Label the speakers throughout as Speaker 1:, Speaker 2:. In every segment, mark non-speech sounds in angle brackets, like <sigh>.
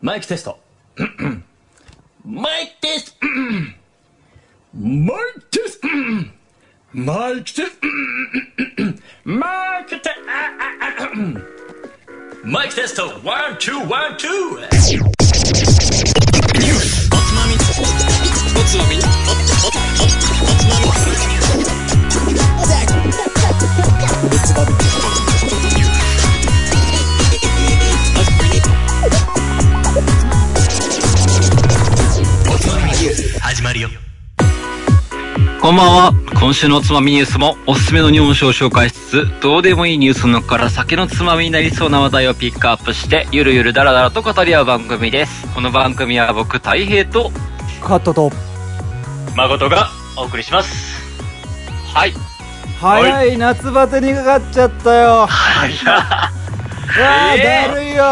Speaker 1: マイクテスト。 <clears throat> マイクテスト。 <clears throat> マイクテスト。 <clears throat> マイクテスト。マイクテスト。 <clears throat> マイクテスト。ワン、ツー、ワン、ツー。
Speaker 2: 始まるよ
Speaker 3: こんばんは。今週のおつまみニュースもおすすめの日本酒を紹介しつつ、どうでもいいニュースの中から酒のつまみになりそうな話題をピックアップして、ゆるゆるだらだらと語り合う番組です。この番組は僕、たい平と、
Speaker 4: カットと
Speaker 2: 誠がお送りします
Speaker 3: はい。
Speaker 4: 早い夏バテにかかっちゃったよわあ、
Speaker 2: えー
Speaker 4: だるいよ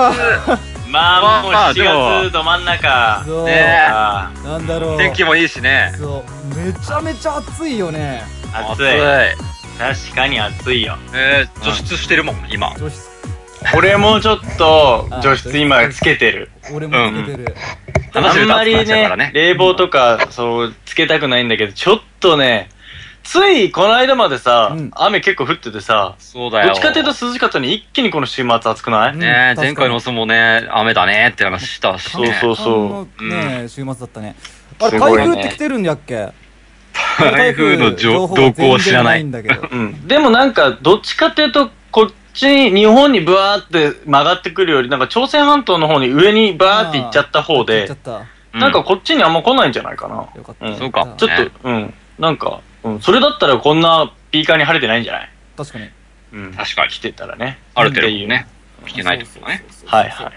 Speaker 2: まあ、
Speaker 3: まあ
Speaker 2: もう
Speaker 3: まあ
Speaker 2: 4月ど真ん中
Speaker 4: そう、
Speaker 3: ね
Speaker 2: あ
Speaker 4: なんだろう
Speaker 3: 天気もいいしね。
Speaker 4: そうめちゃめちゃ暑いよね
Speaker 2: ー暑い確かに暑いよ
Speaker 3: えー、除湿してるもん、今。
Speaker 4: 除湿
Speaker 2: 俺もちょっと除湿今つけてる
Speaker 4: 俺もつけてる、
Speaker 2: あん
Speaker 3: 話せると
Speaker 2: ま
Speaker 3: 暑くなっ
Speaker 2: り
Speaker 3: ちゃうか
Speaker 2: ね
Speaker 3: らね。
Speaker 2: 冷房とかそうつけたくないんだけどちょっとねついこの間までさ、
Speaker 4: うん
Speaker 2: 雨結構降っててさ
Speaker 3: そう
Speaker 2: ど
Speaker 3: だよ。
Speaker 2: っちかっていうと涼しかったのに一気にこの週末暑くない、
Speaker 4: うん
Speaker 3: ね
Speaker 4: 確かに
Speaker 3: 前回のお相撲ね、雨だねって話したしね。
Speaker 2: そうそう
Speaker 4: 寒のね、週末だったね
Speaker 2: うん
Speaker 4: あ
Speaker 2: す
Speaker 4: れ
Speaker 2: ごい
Speaker 4: 台
Speaker 2: ね
Speaker 4: 風って来てるんだっけ
Speaker 3: 台風の情動向を知らな
Speaker 4: 全然ない
Speaker 3: い。
Speaker 4: んだけど
Speaker 2: うん、でもなんか、どっちかっていうと、こっちに、日本にブワーって曲がってくるより、なんか朝鮮半島の方に上にバーって行っちゃった方
Speaker 4: 行っ <laughs>
Speaker 2: で
Speaker 4: ちゃっ、た
Speaker 2: なんかこっちにあんま来ないんじゃないかな。
Speaker 4: よかっ
Speaker 2: うん
Speaker 4: た
Speaker 3: そうか
Speaker 2: ちょっと、うん、なんか、うん、それだったらこんなピーカーに晴れてないんじゃない
Speaker 4: 確かに
Speaker 2: うん、
Speaker 3: 確かに
Speaker 2: 来てたらね。
Speaker 3: ある程
Speaker 2: ってい
Speaker 3: 度
Speaker 2: う
Speaker 3: ね。、来てないですよね。
Speaker 2: はいはい。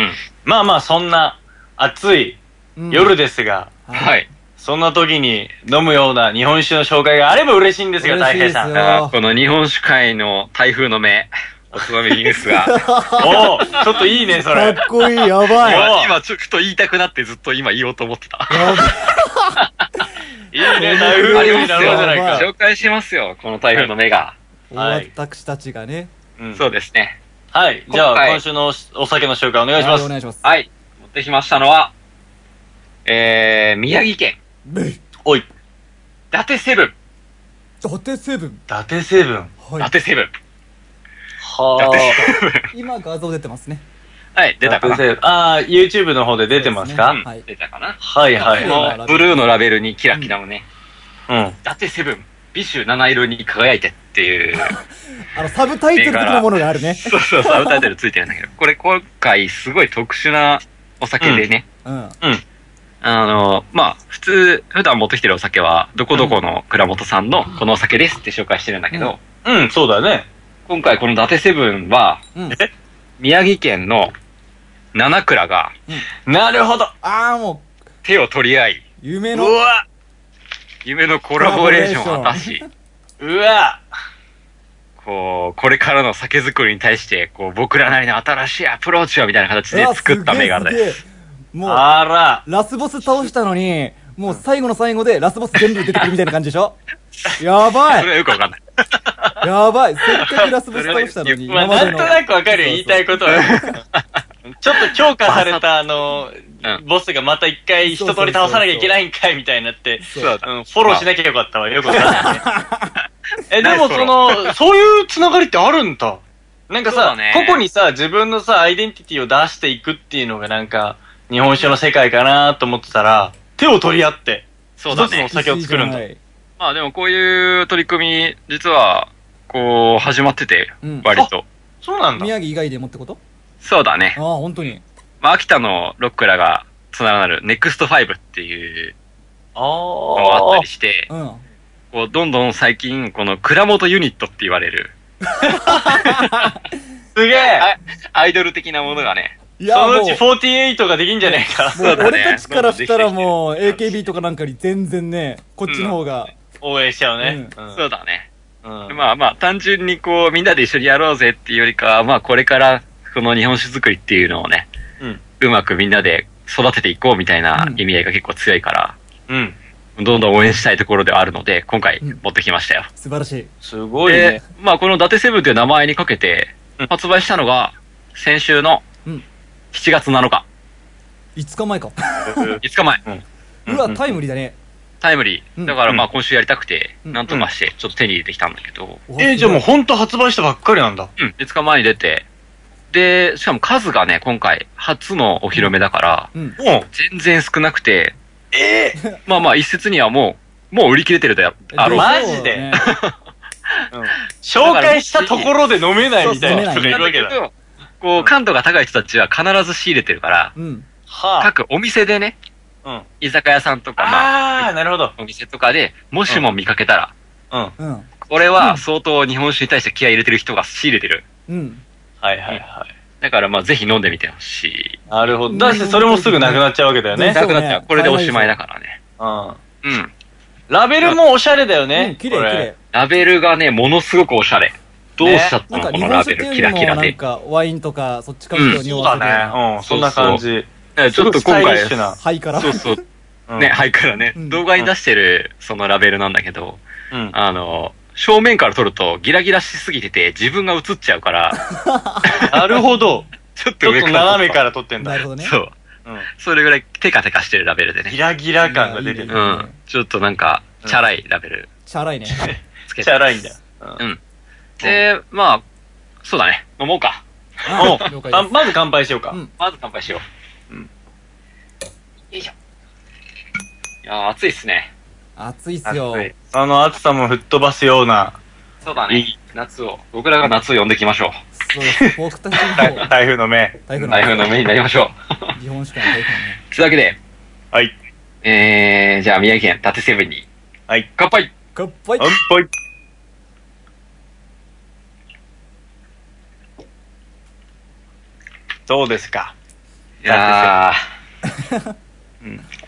Speaker 3: うん。
Speaker 2: まあまあ、そんな暑い
Speaker 4: うん
Speaker 2: 夜ですが、
Speaker 4: は
Speaker 3: はいい。
Speaker 2: そんな時に飲むような日本酒の紹介があれば嬉しいんですが、
Speaker 4: 嬉
Speaker 2: 大
Speaker 4: しいで
Speaker 2: 平
Speaker 4: すよ
Speaker 2: さん。
Speaker 3: あーこの日本酒界の台風の目、おつまみニュー <laughs> スが、
Speaker 2: おおちょっといいね、そ
Speaker 4: かっ
Speaker 3: <laughs>
Speaker 2: れ。
Speaker 4: こいいやばいや
Speaker 3: 今、今ちょっと言いたくなってずっと今言おうと思って
Speaker 2: <laughs>
Speaker 3: た。
Speaker 4: ばい
Speaker 2: いいね、台風になろうじゃない
Speaker 4: あ
Speaker 2: か
Speaker 4: り。
Speaker 3: 紹介しますよ、この台風の目が。
Speaker 2: はい
Speaker 4: 私たちがね
Speaker 2: うん
Speaker 3: そうですね。
Speaker 2: はい。じゃ
Speaker 3: 今
Speaker 2: あ、
Speaker 3: 回
Speaker 2: 今週のお酒の紹介お願いしま
Speaker 4: はお
Speaker 2: す。
Speaker 4: 願いします
Speaker 3: はい。持ってきましたのは、えー、宮城県、
Speaker 4: めい
Speaker 2: おい、伊
Speaker 3: 伊達セブン。
Speaker 4: 伊達セブン
Speaker 2: 達成分。
Speaker 3: 伊
Speaker 4: はい
Speaker 3: 達セブン。
Speaker 2: は
Speaker 4: 今画像出てますね
Speaker 3: はい、
Speaker 2: 出
Speaker 3: 出たかな
Speaker 2: ああー、YouTube の方で出てますか
Speaker 4: そうですねはい
Speaker 3: 出たかな
Speaker 2: はいは
Speaker 4: う
Speaker 2: い
Speaker 3: こ
Speaker 4: ん。
Speaker 3: のブルーのラベルにキラキラのね、
Speaker 2: うん。
Speaker 3: 伊達セブン、美酒七色に輝いてっ
Speaker 2: <laughs>
Speaker 3: ていう、
Speaker 4: あのサブタイトル的なものがあるね
Speaker 3: そうそう、サブタイトルついてるんだけど、これ今回すごい特殊なお酒でね、
Speaker 4: うん
Speaker 3: あの、まあ、普通、普段持ってきてるお酒は、どこどこの倉本さんのこのお酒ですって紹介してるんだけど、
Speaker 2: うん、そうだね。
Speaker 3: 今回この伊達セブンは、
Speaker 4: うん
Speaker 3: 宮城県の七倉が
Speaker 2: なるほど。
Speaker 4: ああも、
Speaker 3: 手を取り合いう
Speaker 4: 夢
Speaker 2: う
Speaker 4: の
Speaker 2: わ
Speaker 3: 夢のコラボレーションを果たし、
Speaker 2: うわ
Speaker 3: こう、これからの酒造りに対して、こう、僕らなりの新しいアプローチをみたいな形で作った銘柄
Speaker 4: うわすげえ
Speaker 3: です
Speaker 4: げえもう
Speaker 2: あら。
Speaker 4: ラスボス倒したのにもう最後の最後でラスボス全部出てくるみたいな感じでしょやば
Speaker 3: それ
Speaker 4: い
Speaker 3: はよくわかんない。
Speaker 4: やばいせっかくラスボス倒したのに
Speaker 2: まあ、
Speaker 4: 今ま
Speaker 2: な
Speaker 4: で
Speaker 2: んと
Speaker 4: の
Speaker 2: なくわかるよ、言いたいことは。 <laughs> ちょっと強化された、あの
Speaker 3: う、
Speaker 2: ボスがまた一回一通り倒さなきゃいけないんかい、みたいになって。
Speaker 4: そう
Speaker 3: そう
Speaker 2: うん、フォローしなきゃよかったわ。よくわかん
Speaker 3: <laughs>
Speaker 2: ないね。え、で
Speaker 3: ナイ
Speaker 2: も
Speaker 3: スフ
Speaker 2: そ
Speaker 3: ォ
Speaker 2: の、そういうつながりってあるんだ。なんか
Speaker 3: そうだ
Speaker 2: さ、
Speaker 3: ね
Speaker 2: 個々にさ、自分のさ、アイデンティティを出していくっていうのがなんか、日本酒の世界かなと思ってたら、手を取り合って、
Speaker 3: そうだ
Speaker 2: 一つの
Speaker 3: ね
Speaker 2: お。酒を作るんだ。
Speaker 4: いい
Speaker 3: まあでもこういう取り組み、実は、こう、始まってて、
Speaker 4: うん
Speaker 3: 割と。
Speaker 2: そうなんだ。
Speaker 4: 宮城以外でもってこと
Speaker 3: そうだね
Speaker 4: あ。あ本当に
Speaker 3: まあ、秋田のロックラがつながるネクスト5っていう
Speaker 2: あ
Speaker 3: のがあった
Speaker 2: ー
Speaker 3: り。して
Speaker 4: う、ん
Speaker 3: こうどんどん最近、この倉本ユニットって言われる、
Speaker 2: すげえ
Speaker 3: あアイドル的なものがね、
Speaker 4: い
Speaker 2: そ
Speaker 4: も
Speaker 2: の
Speaker 4: う
Speaker 2: うち48ができんじゃねえか。
Speaker 4: もう
Speaker 3: そうだね
Speaker 4: 俺たちからしたらもう AKB とかなんかより全然ねこっちの方が
Speaker 2: 応援しちゃうね。
Speaker 4: う
Speaker 3: そうだね。
Speaker 2: うん。
Speaker 3: まあまあ、単純にこう、みんなで一緒にやろうぜっていうよりかは、まあこれから、この日本酒作りっていうのをね、
Speaker 2: うん
Speaker 3: うまくみんなで育てていこうみたいな
Speaker 4: うん
Speaker 3: 意味合いが結構強いから、
Speaker 2: うん。
Speaker 3: どんどん応援したいところではあるので、今回
Speaker 4: うん
Speaker 3: 持ってきましたよ。
Speaker 4: 素晴らしい
Speaker 2: すごい
Speaker 3: で
Speaker 2: ね。、
Speaker 3: まあこの伊達セブンという名前にかけて
Speaker 2: うん、
Speaker 3: 発売したのが、先週の
Speaker 4: うん
Speaker 3: 7月7日。
Speaker 4: 5日前か。
Speaker 3: 5日前。
Speaker 4: うわ、タイムリーだね。
Speaker 3: タイムリ
Speaker 4: うん
Speaker 3: ー。だからまあ今週やりたくて、
Speaker 4: うん
Speaker 3: なんとかして、ちょっと手に入れてきたんだけど、
Speaker 2: えー、じゃあもう本当発売したばっかりなんだ。
Speaker 3: うん、5日前に出て、で、しかも数がね、今回、初のお披露目だから、
Speaker 4: うん。
Speaker 2: おう
Speaker 3: 全然少なくて、
Speaker 2: え
Speaker 3: まあまあ一説にはもう、もう売り切れてるだよ。あろう。
Speaker 2: まマ
Speaker 4: そう
Speaker 2: ジで
Speaker 4: ね
Speaker 2: 紹介したところで飲めないみたいな人がいるわけだ。
Speaker 3: こう、感度が高い人たちは必ず仕入れてるから、
Speaker 4: うん。
Speaker 2: は
Speaker 3: 各お店でね、
Speaker 2: あ。うん。
Speaker 3: 居酒屋さんとか、まあ、
Speaker 2: あー、なるほど。
Speaker 3: お店とかで、もしも見かけたら、
Speaker 2: うん。はい
Speaker 4: うん。
Speaker 3: これは相当日本酒に対して気合い入れてる人が仕入れてる。
Speaker 4: うん。
Speaker 2: はいはい。
Speaker 3: だからまあぜひ飲んでみてほしい。
Speaker 2: なるほど。だしてそれもすぐなくなっちゃうわけだよね。
Speaker 4: そ
Speaker 3: な
Speaker 4: うね
Speaker 3: くなっちゃう。これでおしまいだからね。
Speaker 2: うん。
Speaker 3: うん。
Speaker 2: ラベルもおしゃれだよ
Speaker 4: う
Speaker 2: ね
Speaker 4: ん。綺麗綺麗。
Speaker 3: ラベルがね、ものすごくおしゃれ。どうしちゃった
Speaker 4: な
Speaker 3: の、
Speaker 4: んか
Speaker 3: こ
Speaker 4: 日
Speaker 3: の
Speaker 4: 本
Speaker 3: ラベ
Speaker 4: 酒って
Speaker 3: ル、
Speaker 4: いう
Speaker 3: キラ
Speaker 4: より
Speaker 3: キ
Speaker 4: も
Speaker 3: ラ
Speaker 4: なん
Speaker 3: で。
Speaker 4: かワインとかそっちか
Speaker 3: う
Speaker 4: ら
Speaker 3: ん
Speaker 4: の匂
Speaker 2: そう
Speaker 4: わせ
Speaker 2: だね。うん。そんな感じ。
Speaker 3: ねちょっと
Speaker 2: すご
Speaker 3: 今
Speaker 2: いスタイ
Speaker 3: 回
Speaker 2: リッシュ、な
Speaker 4: はいから。
Speaker 3: そうそう、
Speaker 2: うん
Speaker 3: ね、はいからね、
Speaker 4: うん
Speaker 3: 動画に出してるそのラベルなんだけど、
Speaker 2: うん。
Speaker 3: あの、正面から撮るとギラギラしすぎてて自分が映っちゃうから、
Speaker 2: なるほど。
Speaker 3: <laughs> ちょっ
Speaker 2: ち
Speaker 3: と
Speaker 2: ょっ
Speaker 3: 上
Speaker 2: と
Speaker 3: から。。
Speaker 2: 斜めからら撮ってんだ。
Speaker 4: なるほどね。
Speaker 3: そう。
Speaker 2: うん。
Speaker 3: それぐらいテカテカしてるラベルで
Speaker 2: ギ
Speaker 3: ね。
Speaker 2: ラギラ感が出て
Speaker 4: い
Speaker 3: うん
Speaker 4: や
Speaker 2: る。
Speaker 4: いいね。
Speaker 3: ちょっとなんか、チャラいラベル
Speaker 4: チャ
Speaker 3: <laughs>
Speaker 4: ラいね。
Speaker 3: つけ
Speaker 2: チ
Speaker 3: て。
Speaker 2: ャラいんだよ。
Speaker 3: で、まあ、そうだね。飲もうか。
Speaker 2: おう
Speaker 4: あ了解
Speaker 2: あ
Speaker 4: です。
Speaker 2: まず乾杯しようか。
Speaker 4: うん
Speaker 3: まず乾杯しよう。
Speaker 2: うん
Speaker 3: よいしょ。いやー、暑いっすね。
Speaker 4: 暑いっすよ。
Speaker 3: 暑い
Speaker 2: あの暑さも吹っ飛ばすような
Speaker 3: そうだ
Speaker 2: い
Speaker 3: ね。夏を。僕らが夏を呼んできましょう。
Speaker 4: そうです。僕たち
Speaker 2: 台
Speaker 4: の
Speaker 2: 風の目。
Speaker 4: 台風の
Speaker 3: 台風の目になりましょう。
Speaker 4: 日本酒かの台風のね。
Speaker 3: <laughs> というわけで、
Speaker 2: はい。
Speaker 3: えー、じゃあ宮城県縦セブンに。
Speaker 2: はい。
Speaker 3: 乾杯
Speaker 4: 乾
Speaker 2: 乾
Speaker 4: 杯
Speaker 2: 杯。どうですか
Speaker 3: いや <laughs>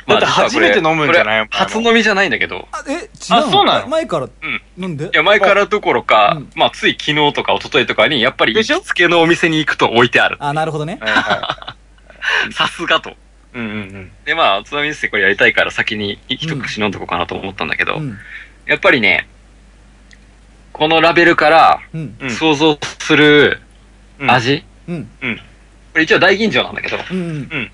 Speaker 2: だって初めて飲むんじゃない
Speaker 3: い初飲みじゃないんだけど。
Speaker 4: あ、え、違う
Speaker 2: あそうなの
Speaker 4: 前から
Speaker 3: ん
Speaker 4: 飲んで
Speaker 3: いや、前からどころか、
Speaker 4: うん
Speaker 3: まあ、つい昨日とか一昨日とかに、やっぱり、
Speaker 2: でしょ
Speaker 3: 行きつけのお店に行くと置いてある。
Speaker 4: あ、なるほどね。
Speaker 2: はいは
Speaker 3: さすがと。
Speaker 2: い。うんうんうん。
Speaker 3: で、まあ、おつまみですこれやりたいから先に一口飲んどこうかなと思ったんだけど、
Speaker 4: うん。
Speaker 3: やっぱりね、このラベルから
Speaker 4: うん。
Speaker 2: うん
Speaker 3: 想像する
Speaker 2: うん
Speaker 3: 味、
Speaker 4: うん。
Speaker 3: これ一応大吟醸なんだけど、
Speaker 4: うん。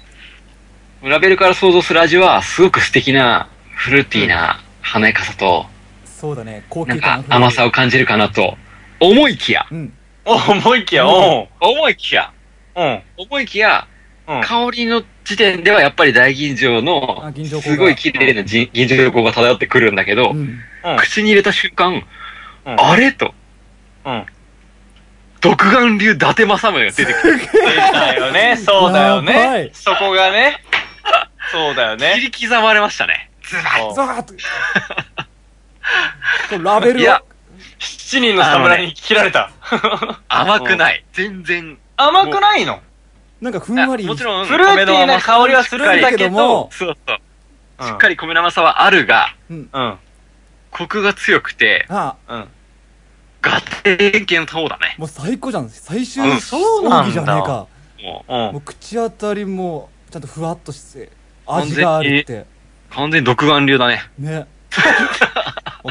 Speaker 3: ラベルから想像する味は、すごく素敵な、フルーティーな華やかさと、
Speaker 4: そうだね。高
Speaker 3: なん
Speaker 4: 級感
Speaker 3: か甘さ
Speaker 4: を。
Speaker 3: を感じるかなと、思いきや、
Speaker 4: うん。
Speaker 2: お、思いきや、おう。
Speaker 3: 思いきや、
Speaker 2: うん。
Speaker 3: 思いきや、
Speaker 2: うん。
Speaker 3: 香りの時点ではやっぱり大吟醸の
Speaker 4: あ吟醸香が
Speaker 3: すごい綺麗なじ吟醸香が漂ってくるんだけど、
Speaker 4: うん。
Speaker 2: うん
Speaker 3: 口に入れた瞬間、
Speaker 2: うん
Speaker 3: あれと、
Speaker 2: うん。
Speaker 3: 独眼流伊達政宗が出てくる。
Speaker 2: だよね、そうだよ
Speaker 4: やばい
Speaker 2: ね。そこがね。そうだよね。
Speaker 3: 切り刻まれましたね。
Speaker 2: おう
Speaker 4: ザ
Speaker 3: <laughs>
Speaker 4: ーッと。これラベ
Speaker 3: い
Speaker 4: ルを
Speaker 3: や、
Speaker 2: 七人の侍に切られた。
Speaker 3: 甘くない。全然。
Speaker 2: 甘くないの
Speaker 4: なんかふんわり。
Speaker 3: あもちろん、
Speaker 2: フルーティーな
Speaker 3: 米の甘さ
Speaker 2: 香りはするんだ
Speaker 3: しっかり
Speaker 4: けども
Speaker 3: そうそ
Speaker 2: う
Speaker 3: う。
Speaker 2: ん
Speaker 3: しっかり米の甘さはあるが、
Speaker 2: うん。
Speaker 3: コクが強くて、
Speaker 4: あ、
Speaker 2: うん。
Speaker 3: ガテン系の方だね。
Speaker 4: もう最高じゃん。最終
Speaker 3: うん
Speaker 2: そうなんだ
Speaker 4: 奥義じゃねえか。
Speaker 3: もう、
Speaker 2: うん
Speaker 4: もう。口当たりも、ちゃんとふわっとして、味があるって。
Speaker 3: 完全に独眼流だね。
Speaker 4: ね。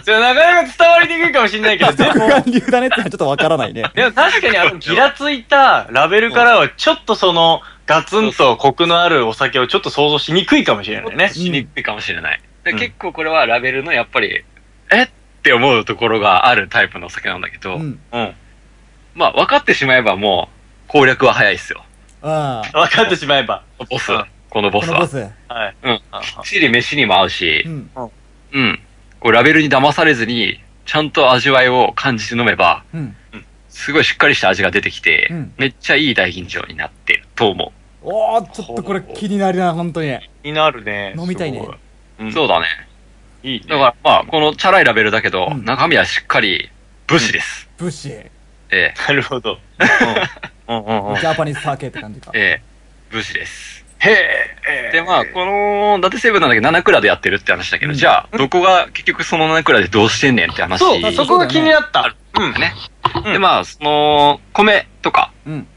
Speaker 2: それなかなか伝わりにくいかもしれないけ <laughs> ど、
Speaker 4: 独
Speaker 2: でも、
Speaker 4: 眼流だねってのはちょっとわからないね。
Speaker 2: でも確かに
Speaker 3: <laughs>
Speaker 2: あのギラついたラベルからはちょっとそのガツンとコクのあるお酒をちょっと想像しにくいかもしれないね。
Speaker 3: しにくいかもしれない。で
Speaker 2: うん
Speaker 3: 結構これはラベルのやっぱり、えって思うところがあるタイプのお酒なんだけど、
Speaker 4: うん。
Speaker 2: うん。
Speaker 3: まあ分かってしまえばもう攻略は早いっすよ。
Speaker 4: ああ。
Speaker 2: 分かってしまえば。
Speaker 3: ボス
Speaker 2: うん、
Speaker 3: このボ
Speaker 4: こ
Speaker 3: ス
Speaker 4: のボ
Speaker 3: は。
Speaker 4: ス。
Speaker 2: はい。
Speaker 3: うん。
Speaker 2: あ
Speaker 3: きっちり飯にも合う
Speaker 4: う
Speaker 3: し、
Speaker 4: ん。
Speaker 3: うん。こうラベルに騙されずに、ちゃんと味わいを感じて飲めば、
Speaker 4: うん。
Speaker 3: すごいしっかりした味が出てきて、
Speaker 4: うん
Speaker 3: めっちゃいい大吟醸になってると思
Speaker 4: おー、ちょっとこれ気になるな、本当に。
Speaker 2: 気になるね。
Speaker 4: 飲みたいね
Speaker 2: すご
Speaker 3: う。
Speaker 2: うん
Speaker 3: そうだね。
Speaker 2: いいね。
Speaker 3: だから、まあ、このチャラいラベルだけど、
Speaker 4: うん
Speaker 3: 中身はしっかり武士です。
Speaker 4: 武士。ジ
Speaker 3: え
Speaker 2: なるほど。うん。うんうんうん。へ
Speaker 4: ャパニーズサーケって感じか
Speaker 3: え、。ええ、武士です。
Speaker 2: え。
Speaker 3: で、まあ、この、伊達セブンなんだけど、7クラでやってるって話だけど、
Speaker 4: うん
Speaker 3: じゃあ、どこが結局その7クラでどうしてんねんって話。
Speaker 2: そう、そこが気になった。うん。
Speaker 3: ね。
Speaker 2: うん
Speaker 3: で、まあ、その、米とか、
Speaker 4: うん。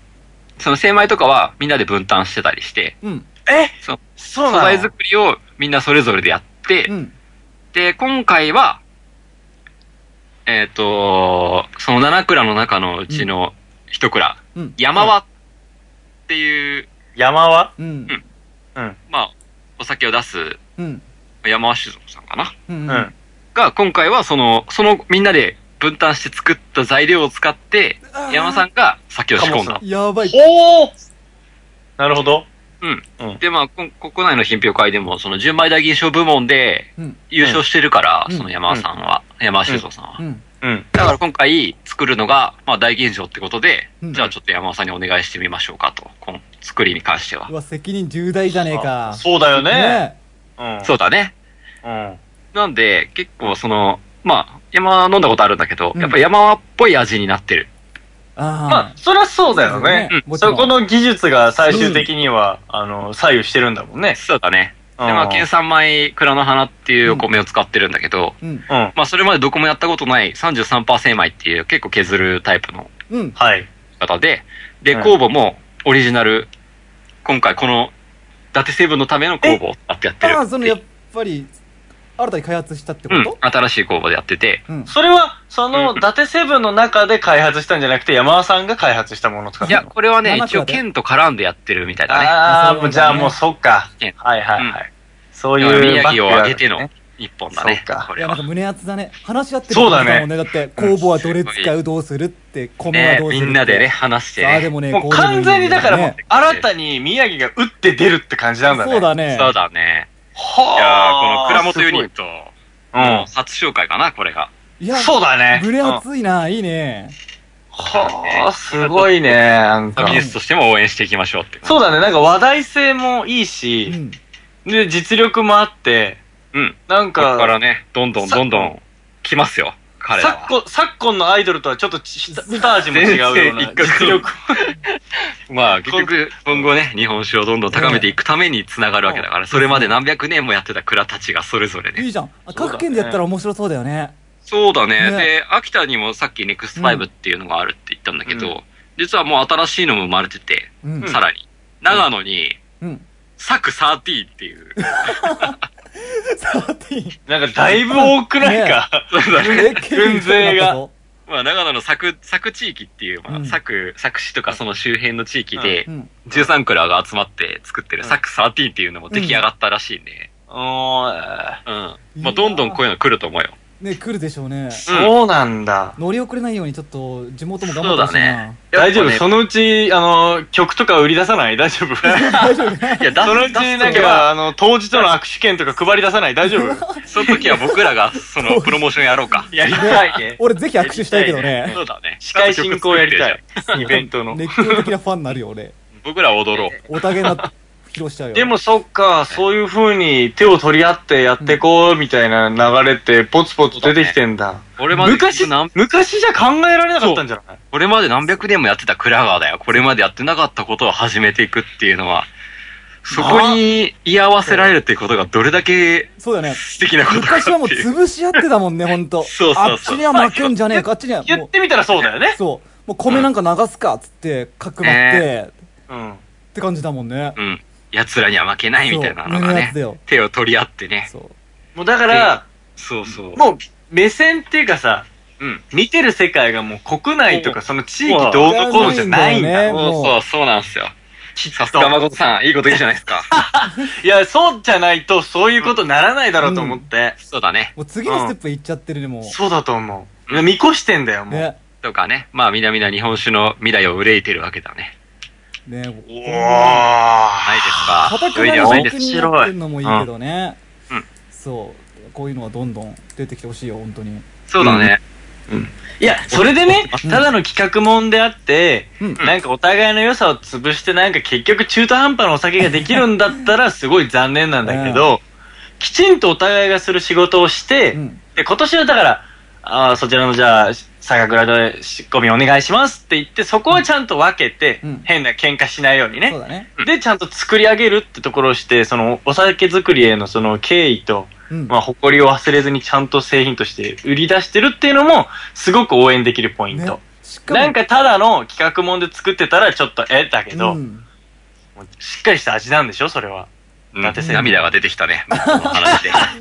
Speaker 3: その精米とかはみんなで分担してたりして、
Speaker 4: うん。
Speaker 2: え
Speaker 3: そう
Speaker 2: そう
Speaker 3: 素
Speaker 2: なの
Speaker 3: 材作りをみんなそれぞれでやって、
Speaker 4: うん。
Speaker 3: で、今回は、えっ、と、その7蔵の中のうちの1蔵、
Speaker 4: うん。
Speaker 3: 山和っていう、
Speaker 2: 山は
Speaker 4: うん。
Speaker 3: ん
Speaker 2: うん。
Speaker 3: まあ、お酒を出す
Speaker 4: うん。
Speaker 3: 山和酒造さんかな。
Speaker 4: うん。
Speaker 2: う
Speaker 4: うん
Speaker 2: ん。
Speaker 3: が、今回はその、そのみんなで分担して作った材料を使って、
Speaker 4: あー
Speaker 3: 山さんが酒を仕込ん
Speaker 2: 醸す
Speaker 3: だ
Speaker 2: の。
Speaker 4: やばい。
Speaker 2: おおなるほど。
Speaker 3: うん。
Speaker 2: うん。
Speaker 3: で、まあ、こん国内の品評会でも、その純米大吟賞部門で
Speaker 4: うん
Speaker 3: 優勝してるから、
Speaker 4: うん
Speaker 3: その山和さんは、山和酒造さんは。
Speaker 4: うん。
Speaker 2: うん。
Speaker 3: だから今回作るのが、まあ、大吟賞ってことで、
Speaker 4: うん
Speaker 3: じゃあちょっと山尾さんにお願いしてみましょうかと、この作りに関しては
Speaker 4: う。わ、責任重大じゃねえ
Speaker 2: あ
Speaker 4: か。
Speaker 2: そうだよね。
Speaker 4: ね
Speaker 2: うん。
Speaker 3: そうだね。
Speaker 2: うん。
Speaker 3: なんで、結構その、まあ、山和飲んだことあるんだけど、
Speaker 4: うん
Speaker 3: やっぱ山和っぽい味になってる。
Speaker 2: まあ
Speaker 4: あ、
Speaker 2: そりゃそうだよね。
Speaker 4: そうだよね
Speaker 2: うんそこの技術が最終的には、あの、左右してるんだもんね。
Speaker 3: そうだね。
Speaker 2: う
Speaker 3: で、
Speaker 2: ん。
Speaker 3: まあ、県産米蔵の花っていうお米を使ってるんだけど、
Speaker 4: あ。うん。
Speaker 2: うん。
Speaker 3: まあ、それまでどこもやったことない33%米っていう結構削るタイプの
Speaker 4: うん。
Speaker 2: はい。
Speaker 3: 方で、で、
Speaker 2: うん
Speaker 3: 酵母もオリジナル、今回この、伊達成分のための酵母を使ってやってる
Speaker 4: あ
Speaker 3: っていう。
Speaker 4: あ、その、やっぱり、新たに開発したってこ
Speaker 3: うん
Speaker 4: と、
Speaker 3: 新しい工房でやってて、
Speaker 4: うん。
Speaker 2: それは、その、
Speaker 3: うん
Speaker 2: 伊達セブンの中で開発したんじゃなくて、山田さんが開発したものとか。
Speaker 3: いや、これはね、
Speaker 4: 生
Speaker 3: 一
Speaker 4: 中
Speaker 3: 応、
Speaker 4: で
Speaker 3: 県と絡んでやってるみたいだね。
Speaker 2: あ
Speaker 4: そう
Speaker 2: あ、
Speaker 4: いうことね
Speaker 2: じゃあもうそっか
Speaker 3: うん。
Speaker 2: はいはいはい。そう
Speaker 3: だから
Speaker 2: いう
Speaker 3: 宮
Speaker 2: バッ
Speaker 3: 城を
Speaker 2: クがあ
Speaker 3: 挙
Speaker 2: る
Speaker 3: げ
Speaker 2: んで
Speaker 3: て
Speaker 2: すね。
Speaker 3: の一本だね
Speaker 2: そっか。
Speaker 3: こ
Speaker 4: い
Speaker 3: れ
Speaker 4: や、
Speaker 3: は
Speaker 4: なんか。胸熱だね。話し合ってる
Speaker 2: そうだね
Speaker 4: もんね。だって、工房はどれ使う、どうするって、米は
Speaker 3: ね
Speaker 4: どうするって。
Speaker 3: みんなでね、話して
Speaker 4: ああ、で
Speaker 3: ね。
Speaker 4: もね、
Speaker 2: もう完全にだからもう
Speaker 4: ね、
Speaker 2: 新たに宮城が打って出るって感じなんだね。
Speaker 4: そうだね。
Speaker 3: そうだね。い
Speaker 2: は
Speaker 3: やーこの
Speaker 2: あ。
Speaker 3: 倉本ユニ
Speaker 2: す
Speaker 3: ット、
Speaker 2: ごい。うん。
Speaker 3: 初紹介かな、これが。
Speaker 4: いや、
Speaker 2: そうだね。
Speaker 4: 胸
Speaker 2: うん
Speaker 4: 熱いな、いいね。
Speaker 2: はあ、すごいね、なん
Speaker 3: ビ
Speaker 2: か
Speaker 3: ジ。ネスとしても応援していきましょうって。
Speaker 2: そうだね、なんか話題性もいいうし、
Speaker 4: ん。
Speaker 2: で、実力もあって、
Speaker 3: うん。
Speaker 2: なん
Speaker 3: これか
Speaker 2: か、
Speaker 3: らね、どんどんどんどん来ますよ、彼ら
Speaker 2: 昨
Speaker 3: は。
Speaker 2: 今、昨今のアイドルとはちょっとち、二味も違うような
Speaker 3: 全然
Speaker 2: 実力。
Speaker 3: まあ、結局、今後ね、日本酒をどんどん高めていくために繋がるわけだから、それまで何百年もやってた蔵たちがそれぞれね
Speaker 4: いい。じゃん。あ
Speaker 2: そうだね
Speaker 4: 各県でやったら面白そうだよね。
Speaker 3: そうだね。
Speaker 4: ね
Speaker 3: で、秋田にもさっきネクスト5っていうのがあるって言ったんだけど、
Speaker 2: う
Speaker 3: 実はもう新しいのも生まれてて、
Speaker 4: うん。
Speaker 3: さらに。長野に、
Speaker 4: うん。
Speaker 3: サク13っていう。
Speaker 4: サーティーン。
Speaker 2: なんかだいぶ多くないか。
Speaker 3: そうだね
Speaker 2: 軍勢が
Speaker 3: まあ、長野の佐久、佐久地域っていう、ま
Speaker 4: う
Speaker 3: あ、
Speaker 4: ん
Speaker 3: 佐久、佐久市とかその周辺の地域で
Speaker 4: う、ん。
Speaker 3: 13クラが集まって作ってる
Speaker 2: うん
Speaker 3: サク13っていうのも出来上がったらしいね。
Speaker 2: うーん
Speaker 3: うん。
Speaker 4: うん
Speaker 3: まあ、どんどんこういうの来ると思うよ。
Speaker 4: ね、来るでしょうね。
Speaker 2: そうなんだ。
Speaker 4: 乗り遅れないようにちょっと、地元も頑張ってほしいな。
Speaker 2: 大丈夫、
Speaker 3: やっぱ
Speaker 2: そ
Speaker 3: ね
Speaker 2: のうち、あの、曲とか売り <laughs> 出さない大丈夫
Speaker 4: 大丈夫ね。
Speaker 3: いや、出す
Speaker 2: そのうち、な
Speaker 3: 出
Speaker 2: ん
Speaker 3: す時は
Speaker 2: か、あの、当時との握手券とか配り出さない大丈夫
Speaker 3: その時は僕らが、その、プロモーションやろうか。
Speaker 2: <laughs> <laughs> やりたいね。
Speaker 4: 俺ぜひ握手したいけどね。
Speaker 3: そうだね。
Speaker 2: 司会進行やりたい。イベントの。
Speaker 4: 熱狂的なファンになるよ、
Speaker 2: <laughs>
Speaker 4: 俺。
Speaker 3: 僕ら踊ろう。
Speaker 4: おたげな、披露しちゃうよ。
Speaker 2: でも、そっか、そういう風に手を取り合ってやってこうみたいな流れってポツポツ出てきてんだ。
Speaker 3: 俺まで
Speaker 2: 昔
Speaker 3: 何、
Speaker 2: 昔じゃ考えられなかったんじゃない
Speaker 3: これまで何百年もやってたクラガーだよ。これまでやってなかったことを始めていくっていうのは、そこに居合わせられるっていうことがどれだけ
Speaker 4: そうだよね。
Speaker 3: 素敵なことかっ
Speaker 4: 昔
Speaker 3: てい
Speaker 4: は
Speaker 3: う。
Speaker 4: もう潰し合ってた
Speaker 2: <laughs>
Speaker 4: もんね、ほんと。
Speaker 3: そうそうそう
Speaker 4: あっちには負けんじゃねえか、あっちには。
Speaker 2: 言
Speaker 4: も
Speaker 2: ってみたらそうだよ
Speaker 4: う
Speaker 2: ね。
Speaker 4: そう。もう米なんか流すか、つって、角張って、
Speaker 2: うん。
Speaker 4: って感じだもんね。
Speaker 3: うん。奴らには負けないみたいなのが
Speaker 4: そう胸のや
Speaker 3: ね
Speaker 4: つだよ。
Speaker 3: 手を取り合ってね。
Speaker 4: そう。
Speaker 2: もうだから、
Speaker 3: そうそう。
Speaker 2: もう目線っていうかさ、
Speaker 3: うん。
Speaker 2: 見てる世界がもう国内とかその地
Speaker 3: そ
Speaker 2: 域
Speaker 3: う
Speaker 2: どうのこうのじゃないんだ
Speaker 4: え
Speaker 2: よ。
Speaker 4: も
Speaker 3: そううそう、そうなんですよ。さす
Speaker 2: と
Speaker 3: が誠さん、いいこと言うじゃないですか。 <laughs>
Speaker 2: いや、そうじゃないとそういうことならないだろうと思って。
Speaker 3: そうだね。
Speaker 4: もう次のステップ行っちゃってるね、もう。
Speaker 2: そうだと思う。いや見越してんだよ、もう。
Speaker 4: ね。
Speaker 3: とかね。まあ、みなみな日本酒の未来を憂いてるわけだね。
Speaker 4: ね。
Speaker 2: おー。
Speaker 3: ないですか。
Speaker 4: 硬く
Speaker 3: 憂い
Speaker 4: な
Speaker 3: で
Speaker 4: る
Speaker 3: はないで
Speaker 4: 職
Speaker 3: す。
Speaker 4: 人やってんのもいいけどね。
Speaker 3: うんうん
Speaker 4: そう。こういうのはどんどん出てきてほしいよ、本当に。
Speaker 3: そうだね。
Speaker 2: いや、それでね、ただの企画もんであって、
Speaker 4: うん
Speaker 2: なんかお互いの良さを潰して、なんか結局中途半端なお酒ができるんだったら、すごい残念なんだけど、きちんとお互いがする仕事をして、
Speaker 4: うん。
Speaker 2: で今年はだから、あーそちらのじゃあ、酒蔵で仕込みお願いしますって言って、そこはちゃんと分けて、
Speaker 4: うん
Speaker 2: 変な喧嘩しないように
Speaker 4: そ
Speaker 2: ね。
Speaker 4: うだね。
Speaker 2: で、ちゃんと作り上げるってところをして、そのお酒作りへのその敬意と、
Speaker 4: うん。
Speaker 2: まあ、誇りを忘れずにちゃんと製品として売り出してるっていうのも、すごく応援できるポイント。
Speaker 4: ね。しかも
Speaker 2: なんかただの企画もんで作ってたらちょっとえだけど、
Speaker 4: うん
Speaker 2: もうしっかりした味なんでしょそれは。
Speaker 3: うん
Speaker 2: だってせ
Speaker 3: 涙が出てきた
Speaker 4: <laughs>
Speaker 3: ね。この話で。
Speaker 2: あ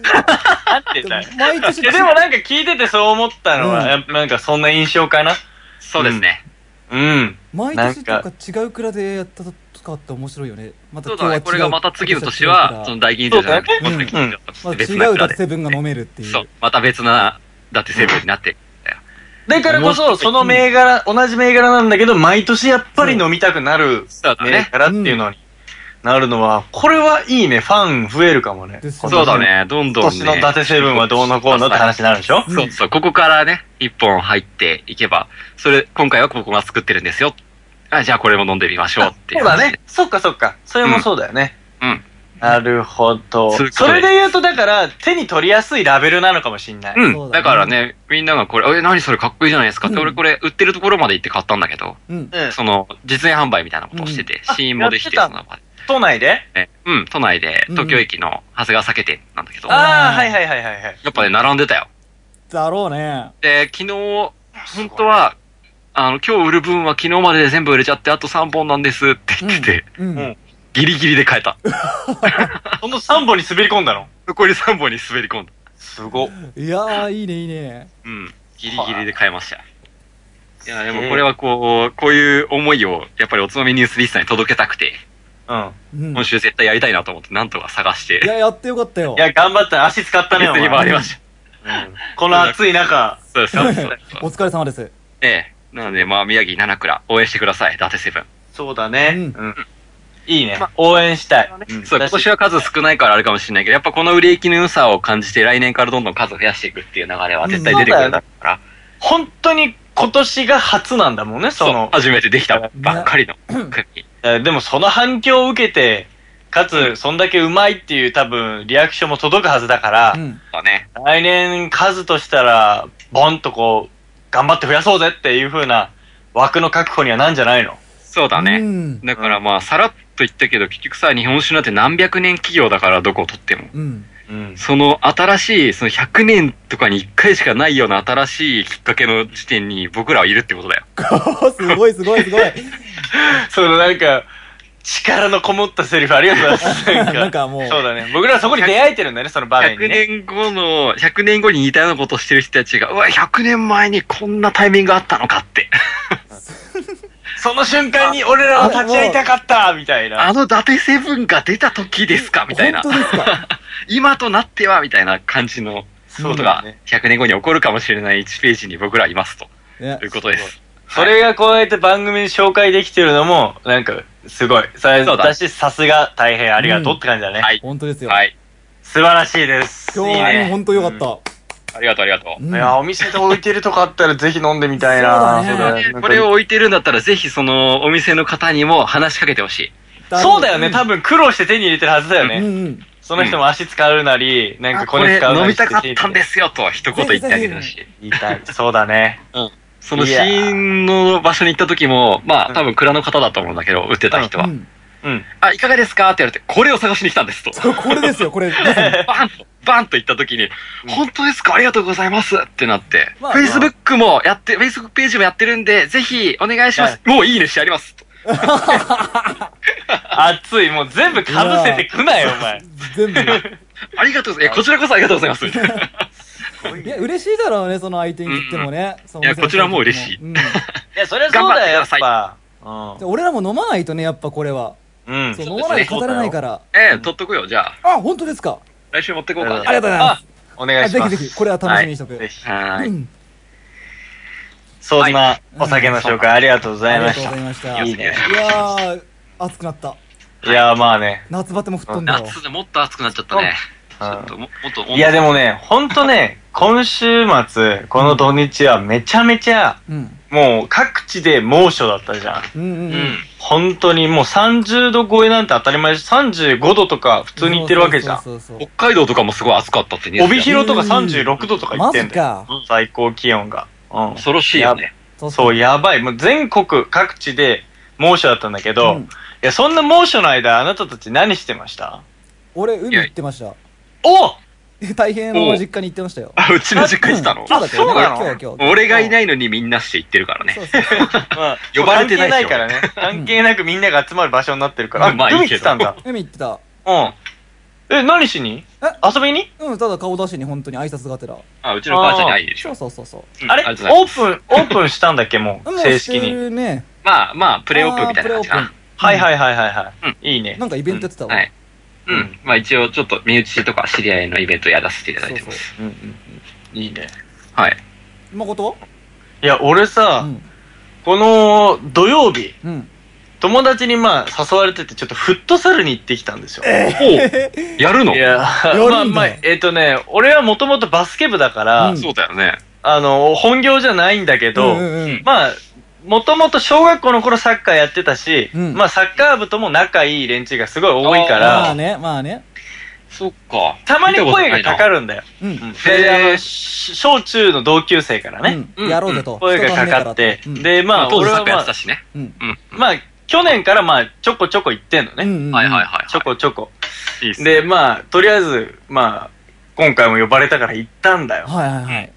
Speaker 2: ってたよ。
Speaker 4: 毎年
Speaker 2: い <laughs> やでもなんか聞いててそう思ったのは、
Speaker 4: うん
Speaker 2: やっぱなんかそんな印象かな。
Speaker 3: そうですね。
Speaker 2: うん。
Speaker 4: 毎
Speaker 2: なん
Speaker 4: 年
Speaker 2: か
Speaker 4: なんか違う蔵でやったカーって面白いよね。また
Speaker 3: そう
Speaker 4: 今日
Speaker 3: だ
Speaker 4: は違
Speaker 3: ね。
Speaker 4: う
Speaker 3: これがまた次の年は、その大銀座じゃなくて、
Speaker 4: そうだね
Speaker 3: また銀座
Speaker 4: まあ、
Speaker 3: 別
Speaker 4: 違
Speaker 3: な
Speaker 4: う
Speaker 3: 蔵
Speaker 4: だって
Speaker 3: で。
Speaker 4: セブンが飲めるっていう。
Speaker 3: そう。また別な、だってセブンになって。
Speaker 2: だからこそ、その銘柄、同じ銘柄なんだけど、毎年やっぱり飲みたくなる
Speaker 3: そうだ
Speaker 2: 銘
Speaker 3: ね。
Speaker 2: 柄っていうのになるのは、これはいいね。ファン増えるかもね。
Speaker 4: です
Speaker 2: 今年
Speaker 4: よ
Speaker 3: そうだね。どん
Speaker 2: 今
Speaker 3: どん
Speaker 2: 年
Speaker 3: ね。
Speaker 2: の伊達セブンはどうのこうのって話になるでしょ
Speaker 3: そうそう、ここからね、一本入っていけば、それ、今回はここが作ってるんですよ。あ、じゃあこれも飲んでみましょうってい
Speaker 2: そうう
Speaker 3: 話
Speaker 2: だ
Speaker 3: で。
Speaker 2: ね。そっかそっか。それもそうだよね。
Speaker 3: うん。
Speaker 2: なるほど。
Speaker 3: そういうこと
Speaker 2: そ
Speaker 3: で
Speaker 2: れで言うと、だから、手に取りやすいラベルなのかもしんない。
Speaker 3: う
Speaker 4: そ
Speaker 3: ん。
Speaker 4: うだね
Speaker 3: だからね、みんながこれ、え、何それかっこいいじゃないですかって、
Speaker 4: うん
Speaker 3: 俺これ売ってるところまで行って買ったんだけど、
Speaker 4: うん。
Speaker 2: うん
Speaker 3: その、実演販売みたいなことをしてて、
Speaker 2: うん
Speaker 3: 試飲もできて、
Speaker 2: あや
Speaker 3: そ
Speaker 2: ってた
Speaker 3: の場で
Speaker 2: 都内で
Speaker 3: ね。うん、都内で、
Speaker 4: うん
Speaker 3: 東京駅の長谷川酒店なんだけど、や
Speaker 2: ああ、はいはいはいはいはい。
Speaker 3: っぱね、並んでたよ。
Speaker 4: だろうね。
Speaker 3: で、昨日、本当は、あの、今日売る分は昨日までで全部売れちゃって、あと3本なんですって言ってて、
Speaker 4: うん。
Speaker 2: う
Speaker 4: うんん。
Speaker 3: ギリギリで買えた。
Speaker 2: その3本に滑り込んだの。
Speaker 3: 残り3本に滑り込んだ。
Speaker 2: すご。
Speaker 4: いやー、いいね、いいね。
Speaker 3: うん。ギリギリで買えました。いや、でもこれはこう、こういう思いを、やっぱりおつまみニュースリストに届けたくて、
Speaker 2: うん。
Speaker 4: うん。
Speaker 3: 今週絶対やりたいなと思って、なんとか探し
Speaker 4: いや、
Speaker 3: て、
Speaker 4: やってよかったよ
Speaker 2: い。や、頑張った。足使ったね、お
Speaker 3: に回り
Speaker 2: 前。
Speaker 3: ました。
Speaker 2: うんこの暑い中。
Speaker 3: そうです、そうですそうです
Speaker 4: お疲れ様です。
Speaker 3: ええ。なので、まあ、宮城七倉、応援してください、伊達セブン。
Speaker 2: そうだね。う
Speaker 4: うん
Speaker 2: ん。いいね。応援したい。うん
Speaker 3: そう、今
Speaker 2: だし
Speaker 3: 年は数少ないからあるかもしれないけど、やっぱこの売れ行きの良さを感じて、来年からどんどん数を増やしていくっていう流れは絶対出てくるんだから、
Speaker 2: 本当に今年が初なんだもんね、
Speaker 3: そ
Speaker 2: そうの、。
Speaker 3: 初めてできたばっかりの組。
Speaker 2: えーでもその反響を受けて、かつ、そんだけうまいっていう多分、リアクションも届くはずだから
Speaker 4: う、ん。
Speaker 3: だね。
Speaker 2: 来年数としたら、ボンとこう、頑張って増やそうぜっていう風な枠の確保にはなんじゃないの
Speaker 3: そうだね。
Speaker 4: うん。
Speaker 3: だからまあ、さらっと言ったけど、結局さ、日本酒なんて何百年企業だから、どこを取っても。
Speaker 4: うん。 <laughs>
Speaker 2: うん。
Speaker 3: その新しい、その100年とかに1回しかないような新しいきっかけの時点に僕らはいるってことだよ。
Speaker 4: すごい、すごい、すごい。
Speaker 2: <laughs> そのなんか、力のこもったセリフありがとうござい <laughs> ます。
Speaker 4: なんかもう
Speaker 2: そうだね。僕らはそこに出会えてるんだね、その場面に、
Speaker 3: 100
Speaker 2: ね。
Speaker 3: 年後の、100年後に似たようなことをしてる人たちが、うわ、100年前にこんなタイミングあったのかって。
Speaker 2: その瞬間に俺らは立ち会いたかったみたいな。
Speaker 3: あの伊達セブンが出た時です <laughs> かみたいな
Speaker 4: 本。当ですか。
Speaker 3: 今となってはみたいな感じの
Speaker 2: そ
Speaker 3: こ
Speaker 2: う
Speaker 3: と
Speaker 2: だ
Speaker 3: が
Speaker 2: ね。
Speaker 3: 100年後に起こるかもしれない1ページに僕らいますと
Speaker 4: ね
Speaker 3: <laughs> い、うことです。
Speaker 2: それがこうやって番組に紹介できてるのも、なんか、すごい。それ
Speaker 3: そうだ
Speaker 2: だし、さすが大変ありがとうって感じだね。
Speaker 3: はい
Speaker 4: 本当ですよ。
Speaker 3: はい。
Speaker 2: 素晴らしいです。
Speaker 4: 今
Speaker 2: いい
Speaker 4: 日は
Speaker 2: ね
Speaker 4: ね、本当よかった。
Speaker 3: ありがとうありがとう。
Speaker 4: うん
Speaker 2: いや、お店で置いてるとこあったらぜひ飲んでみたいな。
Speaker 4: そう
Speaker 3: こ
Speaker 4: だ
Speaker 3: れ
Speaker 2: なんか
Speaker 3: これを置いてるんだったら、ぜひそのお店の方にも話しかけてほしい。
Speaker 2: そうだよね。多分苦労して手に入れてるはずだよ
Speaker 4: うん
Speaker 2: ね。
Speaker 4: うん。
Speaker 2: その人も足使うなり、なん
Speaker 3: あ
Speaker 2: か
Speaker 3: こ
Speaker 2: コネ
Speaker 3: れ
Speaker 2: 使うなり。
Speaker 3: 飲みたかったんですよとは一言言ってあげてほしい。
Speaker 2: 言いたい。そうだね。
Speaker 3: その
Speaker 2: い
Speaker 3: シ
Speaker 2: や
Speaker 3: ーンの場所に行った時も、まあ多分蔵の方だと思うんだけど、売ってた人は。
Speaker 4: うん
Speaker 2: うん。
Speaker 3: あ、いかがですかって言われて、これを探しに来たんですと。
Speaker 4: そうこれですよ、これ。まさに
Speaker 3: バンと、バンと言った時に、本当ですかありがとうございますってなって、
Speaker 4: まあ
Speaker 3: Facebook もやって、Facebook ページもやってるんで、ぜひお願いしま
Speaker 2: は
Speaker 3: す。もういいねしてあります。と
Speaker 2: 熱い。もう全部被せてくなよ、お前。
Speaker 4: 全部。
Speaker 3: ありがとうございます。えこちらこそありがとうございます。みたいな
Speaker 4: いや、嬉しいだろうね、その相手に言ってもね。その
Speaker 3: いやこちらも嬉しい
Speaker 4: うん
Speaker 2: いや、そりゃそうだよ、やっぱ。
Speaker 4: で俺らも飲まないとね、やっぱこれは。
Speaker 2: うん。うん。。
Speaker 4: そう、飲まないと語れないからら。
Speaker 3: ええ、取っとくよ。じゃあ、
Speaker 4: あ、本当ですか。
Speaker 3: 来週持ってこうか。
Speaker 4: ありがとうございます。
Speaker 2: お願
Speaker 4: あ
Speaker 2: いし
Speaker 4: ぜ
Speaker 2: ま
Speaker 4: ひ
Speaker 2: す。
Speaker 4: ぜひ、これは楽しみにしとく。
Speaker 2: ぜひ
Speaker 3: はー
Speaker 4: う
Speaker 3: い。
Speaker 4: ん
Speaker 2: そんなお酒の紹介ありがとうござ
Speaker 4: あ
Speaker 2: い
Speaker 4: り
Speaker 2: ま
Speaker 4: がと
Speaker 2: し
Speaker 4: うご
Speaker 2: た
Speaker 4: ざい。ました。
Speaker 2: い
Speaker 4: い
Speaker 2: いね
Speaker 4: やー、暑くなった。
Speaker 2: いや、まあね。
Speaker 4: 夏バテも吹っ飛んだよ。
Speaker 3: 夏でもっと暑くなっちゃったね。ち
Speaker 2: う
Speaker 3: ょ
Speaker 2: ん
Speaker 3: っとも、もっと、
Speaker 2: いや、でもね、ほんとね、今週末、この土日はめちゃめちゃ、
Speaker 4: うん。
Speaker 2: もう各地で猛暑だったじゃん。
Speaker 4: うんうん
Speaker 3: う
Speaker 4: うん
Speaker 3: ん。
Speaker 2: 本当にもう30度超えなんて当たり前でし35度とか普通に行ってるわけじゃん。
Speaker 4: そうそうそう
Speaker 3: 北海道とかもすごい暑かったってニュースで
Speaker 2: 帯広とか36度とか行
Speaker 4: マ
Speaker 2: って
Speaker 4: ジ
Speaker 2: んだよ。
Speaker 4: か。
Speaker 2: 最高気温が。う
Speaker 3: 恐ろしいよね。
Speaker 4: そ
Speaker 2: ん。そう、やばい。もう全国各地で猛暑だったんだけど、
Speaker 4: うん
Speaker 2: いや、そんな猛暑の間、あなたたち何してました
Speaker 4: 俺、海行ってました。
Speaker 2: お
Speaker 4: 大変の実家に行ってましたよ。
Speaker 3: あ、うちの実家に来た
Speaker 4: <laughs>
Speaker 3: の
Speaker 4: 今日だけどね
Speaker 2: あそうなの
Speaker 4: 今日、今日。
Speaker 3: 俺がい
Speaker 4: い。
Speaker 3: ないのにみんなして行ってるから
Speaker 4: そ
Speaker 3: ね。
Speaker 4: うそう
Speaker 2: まあ
Speaker 3: 呼ばれてないでし
Speaker 2: 関係ない
Speaker 3: ょ
Speaker 2: からね。関係なくみんなが集まる場所になってるから。
Speaker 3: うんまあいい
Speaker 2: 海
Speaker 3: けど
Speaker 2: 来たん <laughs> だ。
Speaker 4: 海行ってた。
Speaker 2: うん。え、何しに
Speaker 4: え
Speaker 2: 遊びに
Speaker 4: うん、ただ顔出しに本当に挨拶がてら。
Speaker 3: あ、うちの母ちゃんに会いに行くでし
Speaker 4: そ
Speaker 3: ょ
Speaker 4: う。そうそうそう。
Speaker 3: うん
Speaker 2: あれ
Speaker 3: り
Speaker 2: オ
Speaker 3: がとうございます
Speaker 2: ープン、オープンしたんだっけ、もう。
Speaker 4: <laughs> もう
Speaker 2: 正式に。
Speaker 4: に。ね。
Speaker 3: まあまあ、プレイオープンみたいな感じか
Speaker 4: あー
Speaker 3: な。
Speaker 2: はいはいはいはいはい。いいね
Speaker 4: な。んかイベントやってたわ。
Speaker 5: はい。うん。まあ一応ちょっと身内とか知り合いのイベントやらせていただいてます。
Speaker 2: うんうんうん。いいね。
Speaker 5: はい。
Speaker 4: 誠
Speaker 2: いや、俺
Speaker 4: は
Speaker 2: さ、
Speaker 4: うん。
Speaker 2: この土曜日、
Speaker 4: うん。
Speaker 2: 友達にまあ誘われてて、ちょっとフットサルに行ってきたんですよ。
Speaker 5: おやるの
Speaker 2: いや、
Speaker 4: るんだ
Speaker 2: まあまあ、えっ、とね、俺はもともとバスケ部だから、
Speaker 4: うん
Speaker 5: そうだよね。
Speaker 2: あの、本業じゃないんだけど、
Speaker 4: うんうん
Speaker 2: まあ、もともと小学校の頃サッカーやってたし、
Speaker 4: うん
Speaker 2: まあサッカー部とも仲いい連中がすごい多いか
Speaker 4: まあ
Speaker 2: ら、
Speaker 4: ね、まあね。
Speaker 5: そっか。
Speaker 2: たまに声がかか
Speaker 5: る。
Speaker 2: るんだよ。
Speaker 4: うん。
Speaker 2: うん
Speaker 5: へー
Speaker 2: で、あのし小中の同級生からね、
Speaker 4: うんやろうぜと。
Speaker 2: 声がかかって、
Speaker 4: 人がいない
Speaker 2: で、ま
Speaker 5: まあ
Speaker 2: あ、
Speaker 5: 当時
Speaker 2: 俺
Speaker 5: サッ
Speaker 2: は
Speaker 5: カーやっ
Speaker 2: ま
Speaker 5: てた
Speaker 2: あ、
Speaker 5: しね。
Speaker 4: らと、うん。
Speaker 5: うん。
Speaker 2: まあ、去年からまあ、ちょこちょこ行ってんのね。
Speaker 4: うんうんうん
Speaker 5: はいはいはいはい。
Speaker 2: ちょこちょこ。
Speaker 5: いいっすね。
Speaker 2: で、まあ、とりあえず、まあ、今回も呼ばれたから行ったんだよ。
Speaker 4: はいはいはい。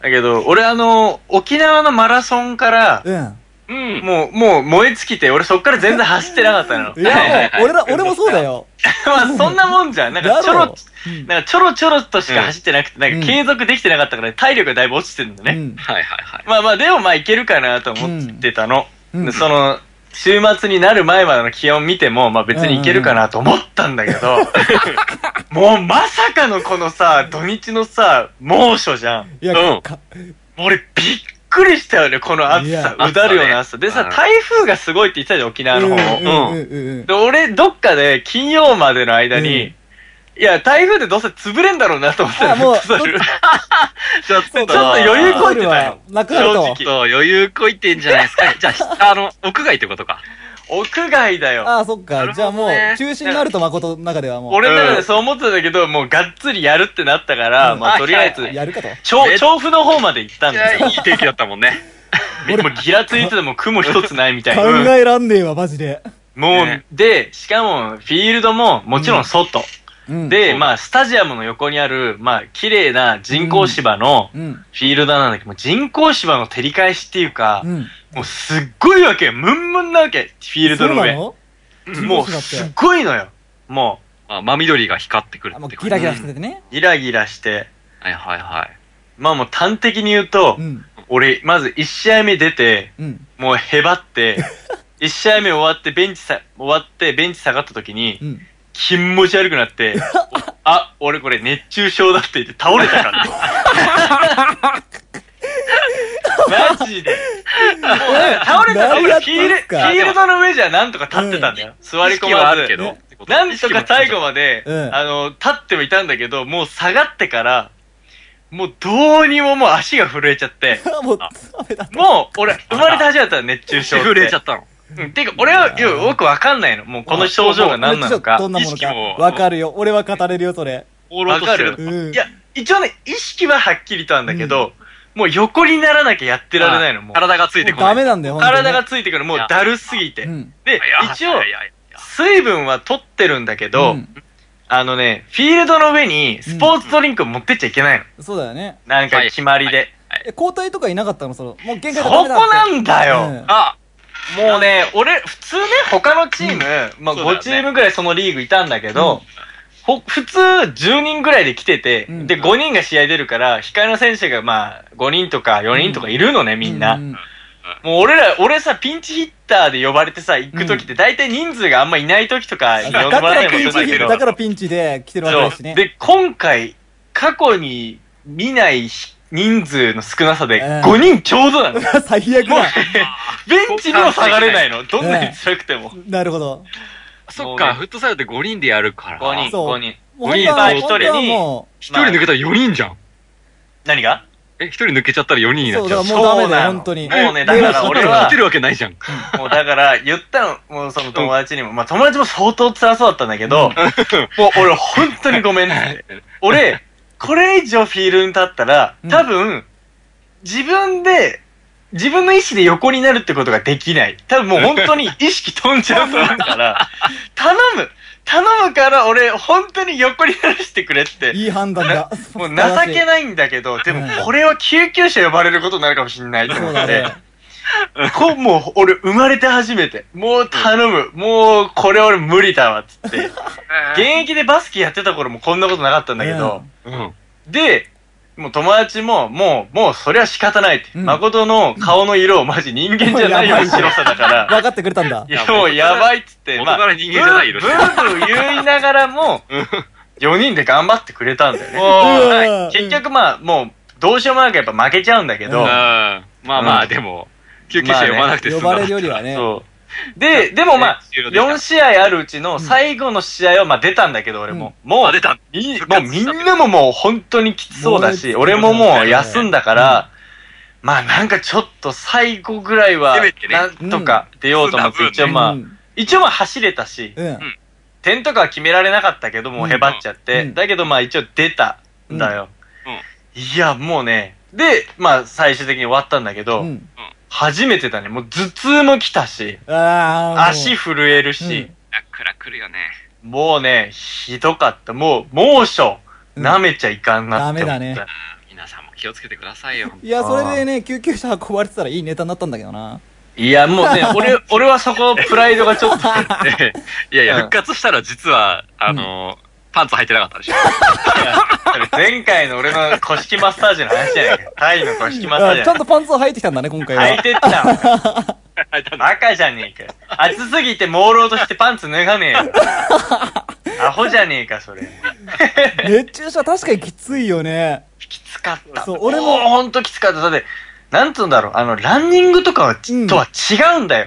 Speaker 2: だけど、俺あの、沖縄のマラソンから、
Speaker 4: うん。
Speaker 5: うん。
Speaker 2: もう、もう燃え尽きて、俺そっから全然走ってなかったの。
Speaker 4: いや、もう俺ら、俺もそうだよ。
Speaker 2: <laughs> まあ、そんなもんじゃん。なん
Speaker 4: だ
Speaker 2: かちょろ
Speaker 4: ろ、
Speaker 2: なんかちょろちょろとしか走ってなくて、なんか継続できてなかったから、体力がだいぶ落ちてるんだ
Speaker 4: う
Speaker 2: ね。
Speaker 4: ん。
Speaker 5: はいはいはい。
Speaker 2: まあまあ、でもまあいけるかなと思ってたの。
Speaker 4: うん
Speaker 2: でその、週末になる前までの気温見ても、まあ別にいけるかなと思ったんだけど、 <laughs> もうまさかのこのさ、土日のさ、猛暑じゃん。
Speaker 4: いや、
Speaker 5: うん
Speaker 4: か
Speaker 2: 俺びっくりしたよね、この暑
Speaker 4: い
Speaker 2: さ
Speaker 4: や。
Speaker 2: うだるような暑さ。で
Speaker 5: う
Speaker 2: さ、
Speaker 5: ん
Speaker 2: 台風がすごいって言ってたじゃん、沖縄の方も。
Speaker 4: うんうんうんうん
Speaker 2: で、俺、どっかで、金曜までの間に、いや、台風でどうせ潰れんだろうなと思ってた <laughs>
Speaker 4: あもう
Speaker 2: フットサルちょっと、ちょ
Speaker 4: そう
Speaker 2: っ
Speaker 4: だ
Speaker 2: と余裕こいてたよ。
Speaker 4: なくなる
Speaker 2: 正
Speaker 4: と
Speaker 2: 直。
Speaker 5: そう、余裕こいてんじゃないですか。じゃあひ、あの、屋外ってことか。
Speaker 2: 屋外だよ。
Speaker 4: ああ、そっ
Speaker 5: な
Speaker 4: か。
Speaker 5: るほ
Speaker 4: じゃ
Speaker 5: ど
Speaker 4: あもう
Speaker 5: ね、
Speaker 4: 中止になると誠の中ではもう、
Speaker 2: 俺の中でそう思ってたんだけど、もうがっつりやるってなったから、
Speaker 4: うん
Speaker 2: まあとりあえず、
Speaker 4: やるかと。
Speaker 2: 調調布の方まで行ったん
Speaker 5: いや
Speaker 2: だよ。
Speaker 5: いい天気だったもんね。
Speaker 2: もうギラついてても雲一つないみたい
Speaker 4: 考
Speaker 2: な。うん
Speaker 4: えらんねえわ、マジで。
Speaker 2: もう、
Speaker 5: ね
Speaker 2: で、しかも、フィールドも、もちろん外。
Speaker 4: うん、
Speaker 2: で、まあ、スタジアムの横にある、まあ、綺麗な人工芝の、
Speaker 4: うん。
Speaker 2: フィールドなんだけど、もう人工芝の照り返しっていうか、
Speaker 4: うん。
Speaker 2: もうすっごいわけよ。ムンムンなわけ。フィールドの上。
Speaker 4: そうなの
Speaker 2: もう
Speaker 4: 人工芝
Speaker 2: す
Speaker 4: っ
Speaker 2: ってごいのよ。も
Speaker 5: ま <laughs> あ、真緑が光ってくる
Speaker 4: あ、も
Speaker 5: っ
Speaker 4: う
Speaker 5: て
Speaker 4: ギ
Speaker 5: こと
Speaker 4: ラギラしててね。
Speaker 2: う、ギラギラして。
Speaker 5: はいはいはい。
Speaker 2: まあもう端的に言うと、
Speaker 4: うん。
Speaker 2: 俺、まず1試合目出て、
Speaker 4: うん。
Speaker 2: もうへばって、1試
Speaker 4: <laughs>
Speaker 2: 合目終わって、ベンチさ、終わって、ベンチ下がった時に
Speaker 4: う、ん。
Speaker 2: 気持ち悪くなって、あ、俺これ熱中症だって言って倒れたからね。マジで。もう倒れたら
Speaker 4: 何
Speaker 2: 俺
Speaker 4: やっ
Speaker 2: フ
Speaker 4: た
Speaker 2: ィール
Speaker 4: んす
Speaker 2: フ
Speaker 4: か
Speaker 2: ィールドの上じゃなんとか立ってたんだよ。座り
Speaker 5: 意識
Speaker 2: 込
Speaker 5: は
Speaker 2: ま
Speaker 5: あ
Speaker 2: ず。
Speaker 5: るけど。
Speaker 2: なんとか最後
Speaker 5: は。
Speaker 2: まで、
Speaker 4: うん
Speaker 2: あの、立ってもいたんだけど、もう下がってから、もうどうにももう足が震えちゃって、
Speaker 4: あ、もう、ダメだ。
Speaker 2: もう俺生まれて初めてだ熱中症っ
Speaker 3: <laughs>
Speaker 2: て。
Speaker 5: 震えちゃったの。
Speaker 2: うんてか俺はよくわかんないの。もうこの症状が何なのか。
Speaker 4: どんなも
Speaker 5: 意
Speaker 4: の
Speaker 5: 識
Speaker 4: か
Speaker 5: も。
Speaker 4: わかるよ。俺は語れるよ、それ。
Speaker 5: 放浪としてる
Speaker 2: わか
Speaker 4: う
Speaker 2: る
Speaker 4: ん。
Speaker 2: いや、一応ね、意識ははっきりとあるんだけど、もう横にならなきゃやってられないの、もう。
Speaker 5: 体がついて
Speaker 4: もう
Speaker 5: こな
Speaker 4: ダ
Speaker 5: い。
Speaker 4: メなんだよ、ほんとに
Speaker 2: 体がついてくる、もうだるすぎて。
Speaker 4: うん。
Speaker 2: で、一
Speaker 5: い
Speaker 2: 応
Speaker 5: や、いやいや
Speaker 2: 水分は取ってるんだけど、
Speaker 4: うん
Speaker 2: あのね、フィールドの上にスポーツドリンクを持ってっちゃいけないの。
Speaker 4: そうだよね。
Speaker 2: なんか決まりで。
Speaker 4: え、交代とかいなかったのその、もう限界
Speaker 2: そ
Speaker 4: が
Speaker 2: こ
Speaker 4: ダメだって
Speaker 2: なんだよ、
Speaker 5: あ、
Speaker 2: もうね、俺、普通ね、他のチーム、まあ
Speaker 5: そうだよ
Speaker 2: 5
Speaker 5: ね
Speaker 2: チームぐらいそのリーグいたんだけど、ほ普通10人ぐらいで来てて、
Speaker 4: うん
Speaker 2: で、5人が試合出るから、控えの選手がまあ、5人とか4人とかいるのね、みんな。
Speaker 4: うん
Speaker 2: もう俺ら、俺さ、ピンチヒッターで呼ばれてさ、行く時って、大体人数があんまいない時とか、呼んで
Speaker 4: だ
Speaker 2: も
Speaker 4: から
Speaker 2: えな
Speaker 4: ら
Speaker 2: い
Speaker 4: ピン
Speaker 2: も
Speaker 4: チ
Speaker 2: ん
Speaker 4: ヒ
Speaker 2: け
Speaker 4: ッ
Speaker 2: ど。
Speaker 4: だからピンチで来てるわけだしね。
Speaker 2: で、今回、過去に見ない人数の少なさで、
Speaker 4: うん
Speaker 2: 5人ちょうどなの。
Speaker 4: 最悪
Speaker 2: もう
Speaker 4: だ。、
Speaker 2: ベンチにも下がれないの。どんなに辛くても。
Speaker 4: なるほど。
Speaker 5: そっか、フットサルって5人でやるから。
Speaker 2: 5人、
Speaker 4: そう
Speaker 2: 5人。
Speaker 4: もう本
Speaker 5: いい
Speaker 4: 当は、
Speaker 2: 一人
Speaker 4: 本当は
Speaker 2: に
Speaker 4: も
Speaker 5: 1人抜けたら4人じゃん。
Speaker 2: 何が
Speaker 5: え、1人抜けちゃったら4人
Speaker 4: う、
Speaker 5: に
Speaker 4: そ
Speaker 5: なっ
Speaker 4: う、
Speaker 5: ちゃ
Speaker 4: だ
Speaker 5: う。
Speaker 4: からもうダメ
Speaker 2: そう
Speaker 4: だ
Speaker 2: な
Speaker 4: よ、
Speaker 2: の
Speaker 4: 本当に。
Speaker 2: もうねだから俺は
Speaker 5: 勝てるわけないじゃん。
Speaker 2: もうだから、言ったの、もうその友達にも、まあ友達も相当辛そうだったんだけど、もう俺本当にごめん <laughs> って。俺、これ以上フィールドに立ったら、多分、自分で、自分の意思で横になるってことができない。多分もう本当に意識飛んじゃうと思うから、頼む頼むから俺本当に横にならしてくれって。
Speaker 4: いい判断だ。
Speaker 2: <laughs> もう
Speaker 4: <laughs>
Speaker 2: 情け
Speaker 4: い。
Speaker 2: ないんだけど、でもこれは救急車呼ばれることになるかもしれないと
Speaker 4: そ
Speaker 2: 思
Speaker 4: う
Speaker 2: っ
Speaker 4: だ
Speaker 2: て
Speaker 4: ね。。
Speaker 2: こもう俺生まれて初めて。もう頼む。もうこれ俺無理だわ、つって。現役でバスケやってた頃もこんなことなかったんだけど。
Speaker 5: うん。
Speaker 2: で、もう友達も、もう、もうそりゃ仕方ないって。
Speaker 4: うん
Speaker 2: 誠の顔の色をマジ人間じゃないよ、白さだから。
Speaker 4: 分かってくれたんだ
Speaker 2: い。や、もうやばいっつって、
Speaker 3: 元から人間じゃない色
Speaker 2: ブーブー言いながらも、4人で頑張ってくれたんだよね。
Speaker 4: おー
Speaker 2: 結局まあ、もう、どうしようもなくやっぱ負けちゃうんだけ
Speaker 3: う
Speaker 2: ど
Speaker 3: ん、まあまあ、でも、救急車呼ばなくて済
Speaker 4: 呼
Speaker 3: んだ
Speaker 4: ばれるよりはね。
Speaker 2: そう。で、でもまあ、
Speaker 3: 終了できた
Speaker 2: 4試合あるうちの最後の試合はまあ出たんだけど、俺も。も
Speaker 3: あ
Speaker 2: う
Speaker 3: 出、た。
Speaker 2: みもうみんなももう本当にきつそうだし、
Speaker 4: もう
Speaker 2: 俺ももう休んだから、まあなんかちょっと最後ぐらいは
Speaker 3: せめて、ね
Speaker 2: なんとか出ようと思っ
Speaker 3: う
Speaker 2: て、
Speaker 3: ん
Speaker 2: 一応ま
Speaker 4: う
Speaker 2: あ、
Speaker 4: ん
Speaker 2: 一応まあ走れたし、
Speaker 4: うん。
Speaker 2: 点とかは決められなかったけど、もうへばっちゃって、
Speaker 4: うん
Speaker 2: だけどまあ一応出たんだよ。
Speaker 3: うんうん
Speaker 2: いや、もうね、で、まあ最終的に終わったんだけど、
Speaker 4: うん
Speaker 2: 初めてだね、もう頭痛も来たし、
Speaker 4: ああ。
Speaker 2: 足震えるし、
Speaker 3: 楽楽来るよね。
Speaker 2: もうね、ひどかった。もう猛暑、
Speaker 4: うん
Speaker 2: 舐めちゃいかんなって思った。
Speaker 4: ダメだ
Speaker 3: 皆さんも気をつけてくださいよ。
Speaker 4: いや、それでね、救急車運ばれてたらいいネタになったんだけどな。
Speaker 2: いや、もう
Speaker 4: <laughs>
Speaker 2: ね、俺、俺はそこ、プライドがちょっとあって。
Speaker 3: でいやいや、
Speaker 2: うん
Speaker 3: 復活したら実は、あのー、パンツ履いてなかったでしょ。
Speaker 2: 前回の俺の古式マッサージの話じゃないか。タイの古式マッサージ
Speaker 4: あ
Speaker 2: じゃ
Speaker 4: ちゃん
Speaker 2: ない
Speaker 4: とパンツを履いてきたんだね、今回
Speaker 2: <laughs> 履い
Speaker 4: は。
Speaker 2: てったの。バカじゃねえかよ。暑すぎて朦朧としてパンツ脱が
Speaker 4: <laughs>
Speaker 2: ねえよ。アホじゃねえか、それ。
Speaker 4: 熱中症確かにきついよね。
Speaker 2: きつかった。
Speaker 4: そう俺も
Speaker 2: うほんときつかった。だって、なんつうんだろう、あの、ランニングとかはち、
Speaker 4: うん
Speaker 2: とは違うんだよ。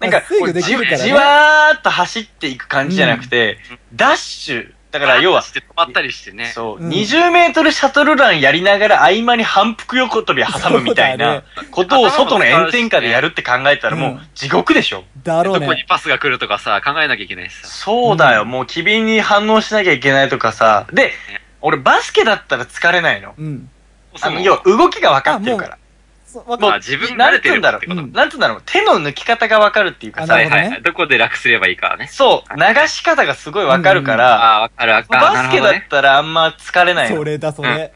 Speaker 2: なんか、
Speaker 4: あ制御
Speaker 2: こう
Speaker 4: でき
Speaker 2: じ
Speaker 4: るからね
Speaker 2: じわーっと走っていく感じじゃなくて、ダッシュ。だから、要は
Speaker 3: し、て止まったりしてね。
Speaker 2: そう、
Speaker 4: うん
Speaker 2: 20メートルシャトルランやりながら合間に反復横跳び挟むみたいなことを
Speaker 3: そうだ
Speaker 2: 外
Speaker 3: ね
Speaker 2: の炎天下でやるって考えたらもう地獄でしょ、
Speaker 4: だろ
Speaker 3: ど
Speaker 4: う
Speaker 3: こに
Speaker 4: ね。
Speaker 3: パスが来るとかさ、考えなきゃいけないしさ。
Speaker 2: そうだよ、もう機敏に反応しなきゃいけないとかさ。で、俺バスケだったら疲れないの。
Speaker 4: うん。
Speaker 2: あの、要は動きが分かってるから。
Speaker 4: そうわ
Speaker 2: もう
Speaker 3: まあ、自分慣れてるってことだ
Speaker 4: うん
Speaker 2: なんつうんだろう、手の抜き方が分かるっていうかさ
Speaker 4: な
Speaker 3: は
Speaker 4: る
Speaker 3: い
Speaker 4: ほど
Speaker 3: は
Speaker 4: ね
Speaker 3: いはい。どこで楽すればいいかはね。
Speaker 2: そう、流し方がすごい分かるから、
Speaker 3: ああ、わかるわかる。
Speaker 2: バスケだったらあんま疲れない
Speaker 4: そ
Speaker 2: の。
Speaker 4: れだ、それ。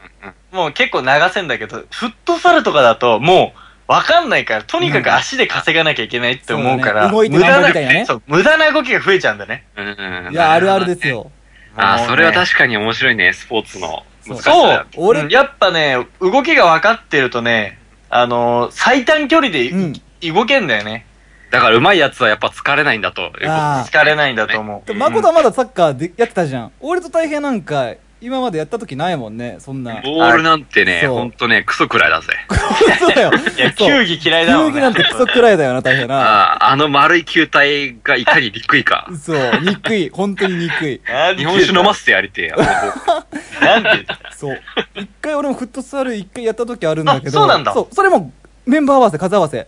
Speaker 2: もう結構流せんだけど、フットサルとかだともう、わかんないから、とにかく足で稼がなきゃいけないって思うから、
Speaker 4: そうだね動いて
Speaker 2: 無駄
Speaker 4: なんぼ
Speaker 2: な、
Speaker 4: みたいなね
Speaker 2: そう、無駄な動きが増えちゃうんだね。
Speaker 3: うんうんうん
Speaker 4: いや、あるあるです。よ。
Speaker 3: あ
Speaker 2: もう
Speaker 3: あ、
Speaker 2: ね
Speaker 3: それは確かに面白いね、スポーツの難しさ
Speaker 2: そ
Speaker 3: だ
Speaker 2: う
Speaker 3: よ。
Speaker 4: 俺
Speaker 2: うんやっぱね、動きが分かってるとね、あのー最短距離でい、
Speaker 4: うん
Speaker 2: 動けんだよね。
Speaker 3: だから、うまいやつはやっぱ疲れないんだということ。
Speaker 4: ああ。
Speaker 2: 疲れないんだと思う。
Speaker 4: でも誠はまだサッカーでやってたじゃん。俺と大平なんか、今までやった時ないもんね、そんな。
Speaker 3: ボールなんてね、
Speaker 4: そう
Speaker 3: ほんとね、クソくらいだぜ。
Speaker 4: そうだよ。
Speaker 2: いや、
Speaker 4: そう
Speaker 2: 球技嫌いだもん
Speaker 4: 球技
Speaker 2: ね。
Speaker 4: なんてクソくらいだよな、大変な。。
Speaker 3: ああ、あの丸い球体がいかに憎いか
Speaker 4: <laughs> そう、憎い。本当に憎い。
Speaker 2: なんて
Speaker 3: 日本酒飲ませてやりてえや。
Speaker 2: なんて言った
Speaker 4: そう。一回俺もフットサル一回やった時あるんだけど。
Speaker 2: あそうなんだ
Speaker 4: そう、それもメンバー合わせ、数合わせ。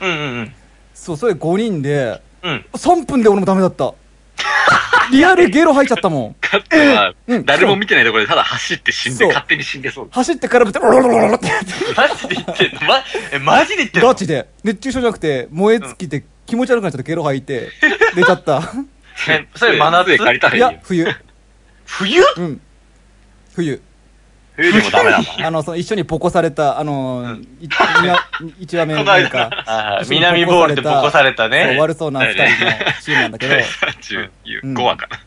Speaker 2: うんうんうん。
Speaker 4: そう、それ5人で、
Speaker 2: うん。
Speaker 4: 3分で俺もダメだった。リアルゲロ吐いちゃったもん。
Speaker 3: 勝ったら
Speaker 4: うん、
Speaker 3: 誰も見てないところでただ走って死ん
Speaker 4: そ
Speaker 3: で、
Speaker 4: う
Speaker 3: 勝手に死んでそう。
Speaker 4: 走ってからぶって、ロロロロロってやって。
Speaker 2: マジで言ってんのま、え、マジで言ってんの
Speaker 4: ガチで。熱中症じゃなくて、燃え尽きて、気持ち悪くなっちゃってゲロ吐いて、出ちゃった。
Speaker 2: えそれ真夏
Speaker 3: で借りたらい
Speaker 4: い
Speaker 3: いよ
Speaker 4: や。、冬。
Speaker 2: 冬
Speaker 4: うん。冬。
Speaker 3: 冬でもダ
Speaker 2: <laughs>
Speaker 3: メなんだ。
Speaker 4: あの、その一緒にボコされた、あの、い一話目のなんか。
Speaker 2: あー南ボールでボコされた
Speaker 4: そう
Speaker 2: ね。
Speaker 4: 悪そうな二人のチームなんだけど、
Speaker 3: <laughs> 35話かな。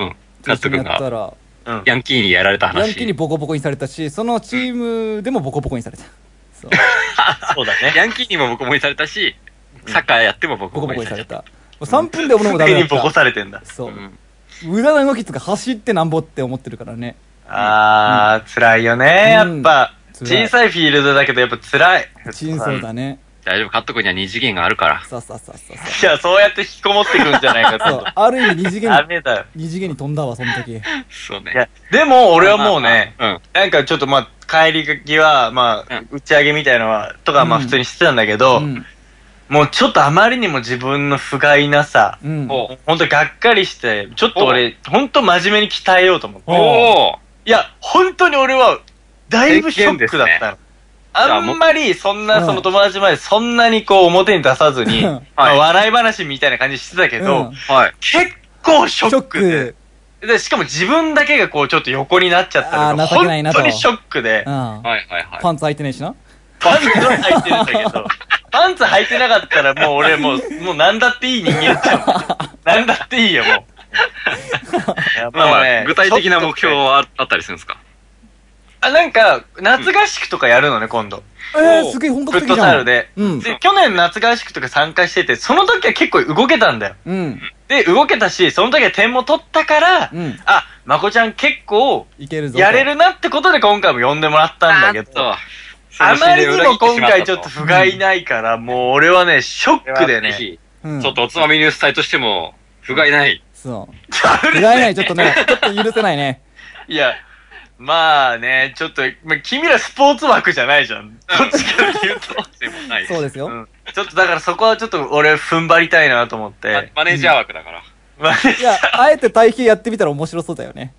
Speaker 3: うん。
Speaker 4: 中
Speaker 3: 納
Speaker 4: 心に
Speaker 3: 得
Speaker 4: やった
Speaker 3: が、
Speaker 4: ら、
Speaker 2: うん。
Speaker 3: ヤンキーにやられた
Speaker 4: ヤン
Speaker 3: 話。
Speaker 4: キーにボコボコにされたし、そのチームでもボコボコにされた。そう、
Speaker 2: そうだね。
Speaker 3: ヤンキーにも僕もにされたし、サッカーやっても僕
Speaker 4: ボコボ
Speaker 3: も
Speaker 4: コ
Speaker 3: に
Speaker 4: に
Speaker 3: さ
Speaker 4: さ
Speaker 3: れ
Speaker 4: れ
Speaker 3: た。
Speaker 4: た。もう3分で俺もダ
Speaker 2: 手
Speaker 4: メ
Speaker 2: にボ
Speaker 4: だ
Speaker 2: コ
Speaker 4: った。
Speaker 2: されてんだ。
Speaker 4: そう
Speaker 3: う。ん
Speaker 4: 無駄な動きとか走ってなんぼって思ってるからね。
Speaker 2: あー、辛いよね。やっぱ、
Speaker 4: うん辛
Speaker 2: 小
Speaker 4: い
Speaker 2: さいフィールドだけどやっぱ辛い。
Speaker 4: チンソーだね。
Speaker 3: 大丈夫、カット君には二次元があるから。
Speaker 4: さあさあさあさあ
Speaker 2: いや、そうやって引きこもってくんじゃないか
Speaker 4: さ
Speaker 2: と
Speaker 4: あ。<laughs> そう。、ある意味二次
Speaker 2: ダ
Speaker 4: 元、
Speaker 2: メだよ。
Speaker 4: 二次元に飛んだわ、その時。
Speaker 3: そう
Speaker 2: いや
Speaker 3: ね。、
Speaker 2: でも俺はもうね、
Speaker 3: うん。
Speaker 2: なんかちょっとまあ、帰り際、ま
Speaker 3: う
Speaker 2: あ
Speaker 3: ん、
Speaker 2: 打ち上げみたいのは、とかまあ
Speaker 4: うん
Speaker 2: 普通にしてたんだけど
Speaker 4: う、ん。
Speaker 2: もうちょっとあまりにも自分の不甲斐なさ、
Speaker 4: うん。
Speaker 3: お
Speaker 2: ほんとがっかりして、ちょっと俺、ほんと真面目に鍛えようと思って。
Speaker 3: おー
Speaker 2: いや、本当に俺は、だいぶショックだったの。あんまり、そん
Speaker 4: うん
Speaker 2: な、その友達までそんなにこう表に出さずに、
Speaker 4: うん
Speaker 2: まあ笑い話みたいな感じしてたけ
Speaker 4: う
Speaker 2: ど
Speaker 4: ん、
Speaker 3: はい。
Speaker 2: 結構ショ
Speaker 4: ショ
Speaker 2: ッ
Speaker 4: ッ
Speaker 2: クで
Speaker 4: ク。
Speaker 2: で、しかも自分だけがこうちょっと横になっちゃったの
Speaker 4: あ
Speaker 2: が、
Speaker 4: ー情けない
Speaker 2: 本
Speaker 4: なと
Speaker 2: 当にショックで
Speaker 4: う、ん。
Speaker 3: はいはいはい。
Speaker 4: パンツ履いてねえしな。
Speaker 2: パンツ履いてるんだけ
Speaker 4: <laughs>
Speaker 2: ど、パンツ履いてなかったらもう俺もう、もうなんだっていい人間
Speaker 4: <laughs>
Speaker 2: だよ。なんだっていいよ、もう。いや
Speaker 3: まあ
Speaker 2: もう
Speaker 3: まあ、
Speaker 2: ね
Speaker 3: 具体的な目標
Speaker 2: ショックで
Speaker 3: はあったりするんですか
Speaker 2: あ、なんか、夏合宿とかやるのね、今度。
Speaker 4: えー、すげえ本
Speaker 2: フ
Speaker 4: 格
Speaker 2: ッ
Speaker 4: 的
Speaker 2: ト
Speaker 4: じゃ
Speaker 2: サ
Speaker 4: ん。
Speaker 2: ルで。
Speaker 4: うん。
Speaker 2: で、去年夏合宿とか参加してて、その時は結構動けたんだよ。
Speaker 4: うん。
Speaker 2: で、動けたし、その時は点も取ったから、
Speaker 4: うん。
Speaker 2: あ、まこちゃん結構、
Speaker 4: いけるぞ。
Speaker 2: やれるなってことで今回も呼んでもらったんだけど、あまりにも今回ちょっと不甲斐ないから、もう俺はね、ショックで
Speaker 3: ね、
Speaker 2: ね。
Speaker 4: う。
Speaker 3: うんんちょっとおつまみニュース隊としても、不甲斐ない。
Speaker 4: そう。不甲斐ない、ちょっとね、ちょっと許せないね。
Speaker 2: いや、まあね、ちょっと、まあ君らスポーツ枠じゃないじゃん。どっちかっていうと。
Speaker 3: でもない。
Speaker 4: そうです
Speaker 2: う
Speaker 4: よ。
Speaker 2: んちょっとだからそこはちょっと俺踏ん張りたいなと思っ
Speaker 3: ま
Speaker 2: て。
Speaker 3: マネージャー枠だから。
Speaker 2: まあ
Speaker 4: いや、あえて対比やってみたら面白そうだよね。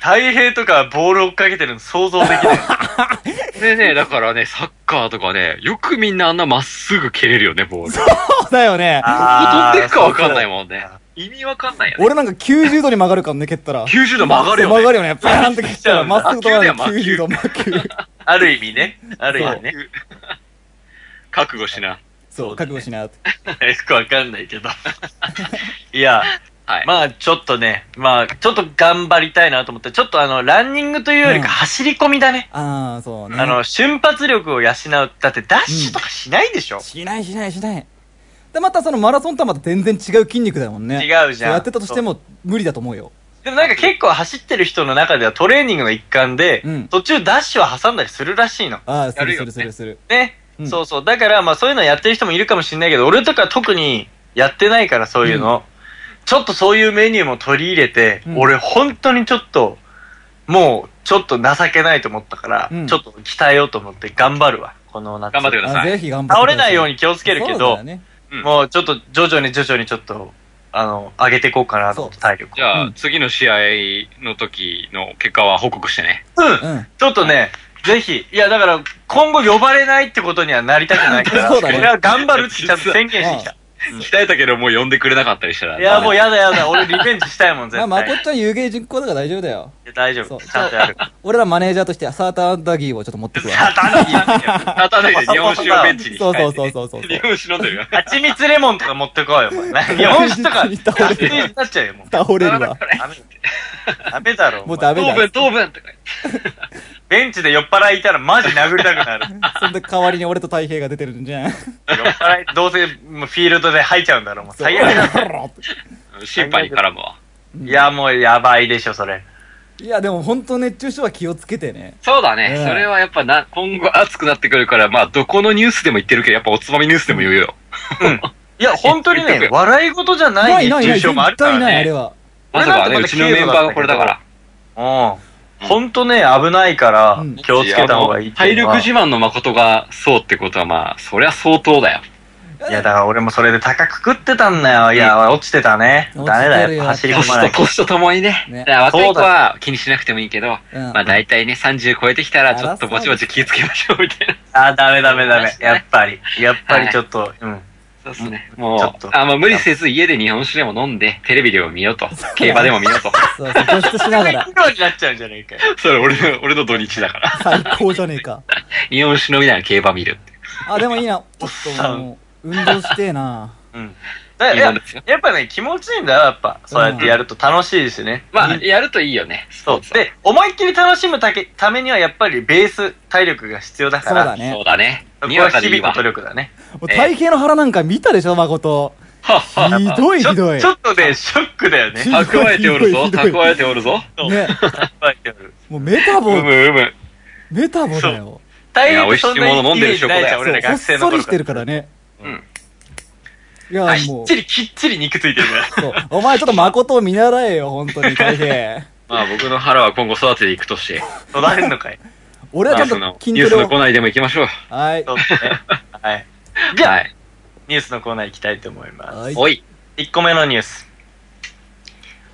Speaker 2: 太平とかボール追っかけてるの想像でき
Speaker 4: <laughs>
Speaker 2: ない。
Speaker 3: でね、だからね、サッカーとかね、よくみんなあんなまっすぐ蹴れるよね、ボール。どこ
Speaker 4: そうだよね。
Speaker 3: 飛んでっかわかんない
Speaker 2: ん。
Speaker 3: もんね
Speaker 2: あ。
Speaker 3: 意味わかんないよね。
Speaker 4: 俺なんか90度に曲 <laughs> がるからね、蹴ったら。
Speaker 3: 90度曲がるよね。
Speaker 4: 曲がるよね。 <laughs> パーンって蹴ったら、
Speaker 2: そう
Speaker 4: まっすぐ止まる
Speaker 3: 魔球だ
Speaker 4: 90
Speaker 3: よ
Speaker 4: 度、魔球。
Speaker 2: ある意味ね。ある意味ね。
Speaker 3: 覚悟しな。
Speaker 4: <laughs> そう、覚悟しな。
Speaker 2: よくわかんないけ
Speaker 4: <laughs>
Speaker 2: ど。いや、
Speaker 3: はい。
Speaker 2: まあちょっとね、まあちょっと頑張りたいなと思って、ちょっとあの、ランニングというより
Speaker 4: うん
Speaker 2: か走り込みだね。
Speaker 4: あー、そうね。
Speaker 2: あの、瞬発力を養う。だってダッシュとかしないでしょ、
Speaker 4: しないしないしない。で、またそのマラソンとはまた全然違う筋肉だもんね。
Speaker 2: 違うじゃん
Speaker 4: やってたとしても無理だと思うよ。
Speaker 2: でもなんか結構走ってる人の中ではトレーニングの一環で、
Speaker 4: うん
Speaker 2: 途中ダッシュは挟んだりするらしいの。
Speaker 4: ああ、す
Speaker 3: やる
Speaker 4: る
Speaker 3: よ
Speaker 4: す
Speaker 3: ね
Speaker 4: るするする。
Speaker 2: ね。
Speaker 4: うん
Speaker 2: そうそう。だからまあそういうのやってる人もいるかもしれないけど、俺とか特にやってないからそういうの。ちょっとそういうメニューも取り入れて、
Speaker 4: うん
Speaker 2: 俺本当にちょっと、もうちょっと情けないと思ったから、
Speaker 4: うん
Speaker 2: ちょっと鍛えようと思って頑張るわ。この夏。
Speaker 3: 頑張ってください
Speaker 4: あぜひ頑張って。
Speaker 2: 倒れないよう
Speaker 4: に
Speaker 2: に気をつけるけ
Speaker 4: そう
Speaker 2: ど
Speaker 4: だ、ね。
Speaker 3: うん
Speaker 2: もうちょっと徐々に徐々にちょっと、あの、上げていこうかなと思って体力を
Speaker 3: じゃあ、
Speaker 4: うん
Speaker 3: 次の試合の時の結果は報告してね。
Speaker 2: うん
Speaker 4: うん。
Speaker 2: ちょっとね、ぜひ、いやだから、今後呼ばれないってことにはなりたくないから、
Speaker 4: そうだね
Speaker 2: 俺は頑張るってちゃんと宣言してきた。
Speaker 3: 鍛えたけどもう呼んでくれなかったりしたら。
Speaker 2: いや、もうやだやだ、俺リベンジしたいもん、絶
Speaker 4: まあ、
Speaker 2: 対。
Speaker 4: まこっちゃん有芸人口だから大丈夫だよ。
Speaker 2: いや大丈
Speaker 4: そう
Speaker 2: 夫、ちゃんとやる。
Speaker 4: 俺らマネージャーとしてサーターアンダギーをちょっと持ってくわ。
Speaker 3: 立たないで日本酒をベンチに
Speaker 4: そう
Speaker 3: 控えて
Speaker 4: そうそうそうそう。
Speaker 3: 日本酒飲んでるよ。
Speaker 2: 蜂蜜レモンとか持ってこいよ、お
Speaker 4: <laughs>
Speaker 2: 前。日本酒とか、
Speaker 4: 蜂蜜倒れ
Speaker 2: 蜂
Speaker 4: る
Speaker 2: 蜜になっちゃうよ、もう。
Speaker 4: 倒れるわ。
Speaker 2: ダメダメだろ、お前
Speaker 4: もうダメ
Speaker 3: 糖
Speaker 4: だ。
Speaker 3: 分、糖分とか言って。
Speaker 2: ベンチで酔っ払いいたらマジ殴りたくな
Speaker 4: <laughs>
Speaker 2: る。
Speaker 4: そんで代わりに俺と太平が出てるんじゃん。
Speaker 2: 酔っ払い、どうせもうフィールドで吐いちゃうんだろ、もう。最悪だろ。
Speaker 3: 審判に絡むわ。
Speaker 2: いや、もうやばいでしょ、それ。
Speaker 4: いや、でも本当熱中症は気をつけてね。
Speaker 3: そうだ
Speaker 4: ね
Speaker 3: ね
Speaker 4: え。
Speaker 3: それはやっぱな、今後暑くなってくるから、まあ、どこのニュースでも言ってるけど、やっぱおつまみニュースでも言うよ。
Speaker 4: <laughs>
Speaker 2: いや、本当に
Speaker 3: 言っと
Speaker 2: ね、
Speaker 3: くよ
Speaker 2: 笑い事じゃない熱中症もある
Speaker 4: 絶
Speaker 2: から
Speaker 4: 対ない、あ
Speaker 2: ね
Speaker 4: れ。は。
Speaker 3: まさかね、うちのメンバーがこれだから。
Speaker 2: うん。ほんとね、危ないから
Speaker 4: うん、
Speaker 2: 気をつけた方がいいって
Speaker 3: 体
Speaker 2: いうの
Speaker 3: 力
Speaker 2: は。
Speaker 3: 自慢の誠がそうってことは、まあ、そりゃ相当だよ。
Speaker 2: <laughs> いや、だから俺もそれで高く食ってたんだよ。いや、落ちてたね。
Speaker 4: 落ちてる
Speaker 2: ダメ
Speaker 4: よ
Speaker 2: だよ、やっぱ走り込まない
Speaker 3: 年と、
Speaker 2: と。
Speaker 3: 年とともにね。
Speaker 4: ね
Speaker 3: だから若い子は気にしなくてもいいけど、
Speaker 4: うん
Speaker 3: まあ大体ね、30超えてきたら、ちょっとぼちぼち気をつけましょう、みたいな。
Speaker 2: あ、ダメダメダメ。やっぱり。やっぱりちょっと、うん。
Speaker 3: そうですね。
Speaker 2: ちょ
Speaker 3: も
Speaker 2: っ
Speaker 3: う、
Speaker 2: と
Speaker 3: あ、まあ無理せず家で日本酒でも飲んで、テレビでも見ようと。競馬でも見ようと。
Speaker 4: そうそう、除出しながら。
Speaker 2: 黒になっちゃうんじゃないかよ。
Speaker 3: それ俺の、俺の土日だから。
Speaker 4: 最高じゃねえか。
Speaker 3: 日本酒飲みながら競馬見るって。
Speaker 4: あ、でもいいな。ちょっともう、運動してえな。
Speaker 2: うん。だから
Speaker 3: いい
Speaker 2: や
Speaker 3: もんですよ
Speaker 2: やっぱね、気持ちいいんだよ、やっぱ。そうやってやると楽しいですね。
Speaker 3: まあ、やるといいよね。
Speaker 2: そう。で、思いっきり楽しむたけためには、やっぱりベース、体力が必要だ
Speaker 4: そ
Speaker 2: か
Speaker 4: うだ
Speaker 2: ら、
Speaker 4: ね
Speaker 3: そう。だね。
Speaker 2: そこ
Speaker 3: にわ
Speaker 2: は
Speaker 3: か
Speaker 2: 日
Speaker 3: でいい
Speaker 2: 々
Speaker 3: わ
Speaker 2: の努。力だね。
Speaker 4: もう体型の腹なんか見たでしょ、誠。ひどい
Speaker 2: ちょ
Speaker 4: ひどい。
Speaker 2: ちょっとね、ショックだよね。
Speaker 3: 蓄えておるぞ。
Speaker 4: ひどいひどい
Speaker 3: 蓄えておるぞ。
Speaker 2: <laughs>
Speaker 4: ね。もうメタ
Speaker 3: う
Speaker 4: ボ
Speaker 3: む、うむ。
Speaker 4: メタボだよ。
Speaker 2: 大変
Speaker 3: いや美味しいもの飲んでる証拠だよ
Speaker 2: 俺ら
Speaker 4: ほっ
Speaker 2: 学生の
Speaker 4: そ
Speaker 2: 頃
Speaker 4: りしてるからね。
Speaker 3: うん
Speaker 4: いや
Speaker 2: あ、き
Speaker 4: も
Speaker 2: っ
Speaker 4: う
Speaker 2: ち。りきっちり肉ついてるから。
Speaker 4: <laughs> そうお前ちょっと誠を見習えよ、本当に、大平。
Speaker 3: まあ僕の腹は今後育てていくとして、
Speaker 2: 取られんのかい。
Speaker 4: 俺
Speaker 3: ま
Speaker 4: はちゃ
Speaker 3: あ
Speaker 4: ん
Speaker 3: その
Speaker 4: と、筋
Speaker 3: ニュー
Speaker 4: ト
Speaker 3: ス
Speaker 4: レ
Speaker 3: のコー
Speaker 4: を。
Speaker 3: ナーにでも行きましょう。
Speaker 4: はい。
Speaker 2: そうですね。はい。じゃあ、
Speaker 3: はい。
Speaker 2: ニュースのコーナー行きたいと思いま
Speaker 4: はい
Speaker 3: おい。
Speaker 2: す。1個目のニュース。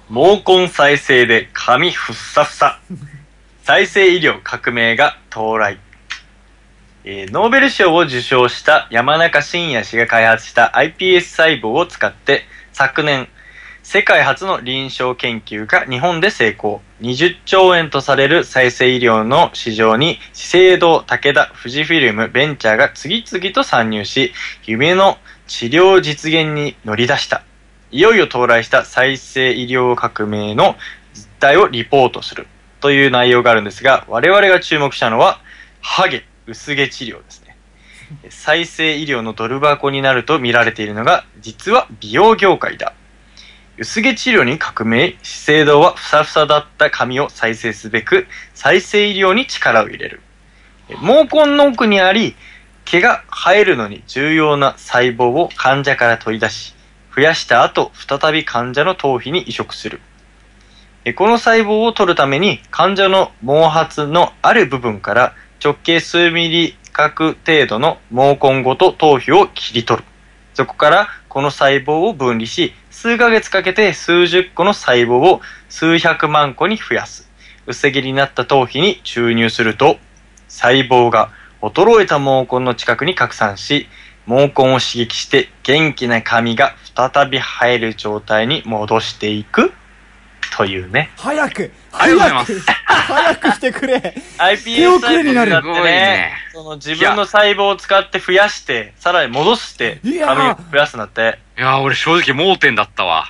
Speaker 2: 毛根再生で髪ふっさふさ。再生医療革命が到来。えーノーベル賞を受賞した山中伸也氏が開発した iPS 細胞を使って昨年世界初の臨床研究が日本で成功20兆円とされる再生医療の市場に資生堂武田富士フィルムベンチャーが次々と参入し夢の治療実現に乗り出したいよいよ到来した再生医療革命の実態をリポートするという内容があるんですが、我々が注目したのは、ハゲ、薄毛治療ですね。再生医療のドル箱になると見られているのが、実は美容業界だ。薄毛治療に革命、資生堂はふさふさだった髪を再生すべく、再生医療に力を入れる。毛根の奥にあり、毛が生えるのに重要な細胞を患者から取り出し、増やした後、再び患者の頭皮に移植する。えこの細胞を取るために、患者の毛髪のある部分から直径数ミリ角程度の毛根ごと頭皮を切り取る。そこからこの細胞を分離し、数ヶ月かけて数十個の細胞を数百万個に増やす。薄毛になった頭皮に注入すると、細胞が衰えた毛根の近くに拡散し、毛根を刺激して元気な髪が再び生える状態に戻していくというね。
Speaker 4: 早く
Speaker 3: ありがとう
Speaker 4: 早
Speaker 3: ござ
Speaker 4: く
Speaker 3: います
Speaker 4: 早くしてくれ手
Speaker 2: iPS
Speaker 4: 遅れになる
Speaker 2: 細胞だってね、その自分の細胞を使って増やして、さらに戻して、
Speaker 4: い
Speaker 2: 髪
Speaker 4: やー
Speaker 2: を増やすんだって。
Speaker 3: いやー、俺正直盲点だったわ。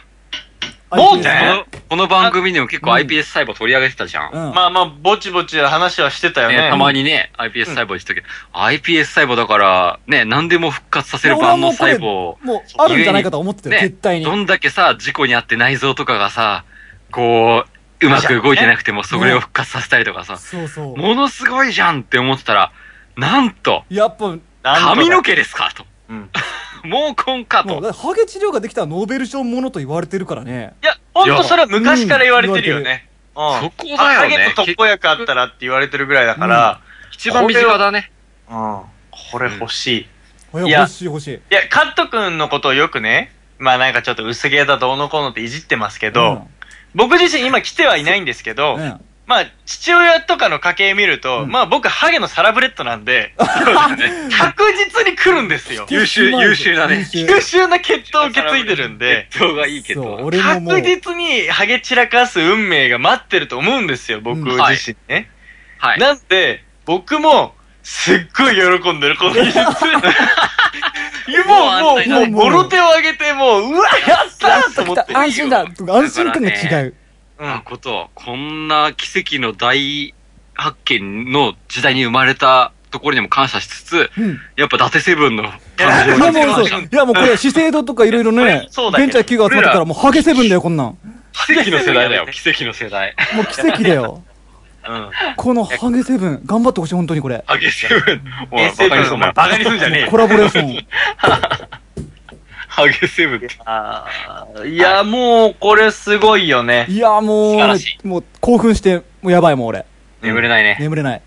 Speaker 2: 盲点
Speaker 3: こ
Speaker 2: え
Speaker 3: の、この番組でも結構
Speaker 4: うん
Speaker 3: iPS 細胞取り上げてたじゃん。
Speaker 4: うん、
Speaker 2: まあまあ、ぼちぼち話はしてたよ
Speaker 3: ね
Speaker 2: ね。
Speaker 3: たまにね、iPS 細胞にしたけど、iPS 細胞だから、ね、何でも復活させる
Speaker 4: いや
Speaker 3: 万
Speaker 4: 俺
Speaker 3: 能
Speaker 4: はもうこれ
Speaker 3: 細胞。
Speaker 4: もうあるんじゃないかと思ってたよ、
Speaker 3: ね
Speaker 4: 絶対に
Speaker 3: どんだけさ、事故にあって内臓とかがさ、こう、うまく動いてなくても、それを復活させたりとかさ、
Speaker 4: そうそう
Speaker 3: ものすごいじゃんって思ってたら、なんと、
Speaker 4: やっぱ
Speaker 2: なんとか
Speaker 3: 髪の毛ですかと。 <laughs>
Speaker 2: うん
Speaker 3: 毛根か
Speaker 4: もう
Speaker 3: と。
Speaker 4: ハゲ治療ができたらノーベル賞ものと言われてるからね
Speaker 2: いや、ほんとそれは昔から言われてるよね。うん。
Speaker 3: そこだよね
Speaker 2: あ影と特効薬あったらって言われてるぐらいだから、
Speaker 3: 一番身近だね。
Speaker 2: うん。これ欲しい。い
Speaker 4: いや
Speaker 2: いや
Speaker 4: 欲しい欲しい
Speaker 2: や、カット君のことをよくね、まあなんかちょっと薄毛だどうのこうのっていじってますけど、僕自身今来てはいないんですけど、
Speaker 4: うんうん
Speaker 2: まあ父親とかの家系見ると、
Speaker 4: うん
Speaker 2: まあ僕ハゲのサラブレッドなん
Speaker 4: <laughs>
Speaker 2: で、確実に来るんですよ。
Speaker 3: 優秀優秀だね
Speaker 4: 優秀
Speaker 2: 優秀な血統を受け継いでるんで、
Speaker 3: 血統がいいけど。
Speaker 4: そう俺ももう
Speaker 2: 確実にハゲ散らかす運命が待ってると思うんですよ、僕
Speaker 4: うん
Speaker 2: 自身ね。
Speaker 3: はい。
Speaker 2: なんで、僕も、すっごい喜んでる、この技 <laughs> 術。いやもう、もう、もう、もろ手を上げて、もう、うわ、やったーと思って。
Speaker 4: 安心だとか安心感が違う
Speaker 2: う。
Speaker 3: なんこと、こんな奇跡の大発見の時代に生まれたところにも感謝しつつ、
Speaker 4: うん
Speaker 3: やっぱ伊達セブンの
Speaker 4: い
Speaker 3: 感
Speaker 4: や
Speaker 3: 情
Speaker 4: も
Speaker 3: に
Speaker 4: うそう
Speaker 3: 感
Speaker 4: い
Speaker 3: 謝。
Speaker 4: やもうこれ資生堂とかいろいろね
Speaker 2: そうだ
Speaker 4: ベ
Speaker 2: けど
Speaker 4: ンチャー企業が集まってたらもうハゲセブンだよこんなんも
Speaker 3: 奇跡の世代だよ、奇跡の世代。
Speaker 4: う奇跡だよ
Speaker 2: うん。
Speaker 4: このハゲセブン頑張ってほしい本当にこれ
Speaker 3: ハゲセブン。お
Speaker 2: え、
Speaker 3: い
Speaker 2: セ
Speaker 3: バ
Speaker 2: ブ
Speaker 3: カに
Speaker 2: ン、
Speaker 3: すん
Speaker 2: お前、
Speaker 3: な。
Speaker 2: バカにすんじゃねえよ
Speaker 4: コ。ラボレーション
Speaker 3: ハゲセブンって。
Speaker 2: <laughs> あーいや、もう、これすごいよね。
Speaker 4: いやもう
Speaker 3: 素晴らし
Speaker 4: もう興奮してもうやばいもう俺
Speaker 3: 眠れないね。
Speaker 4: 眠れない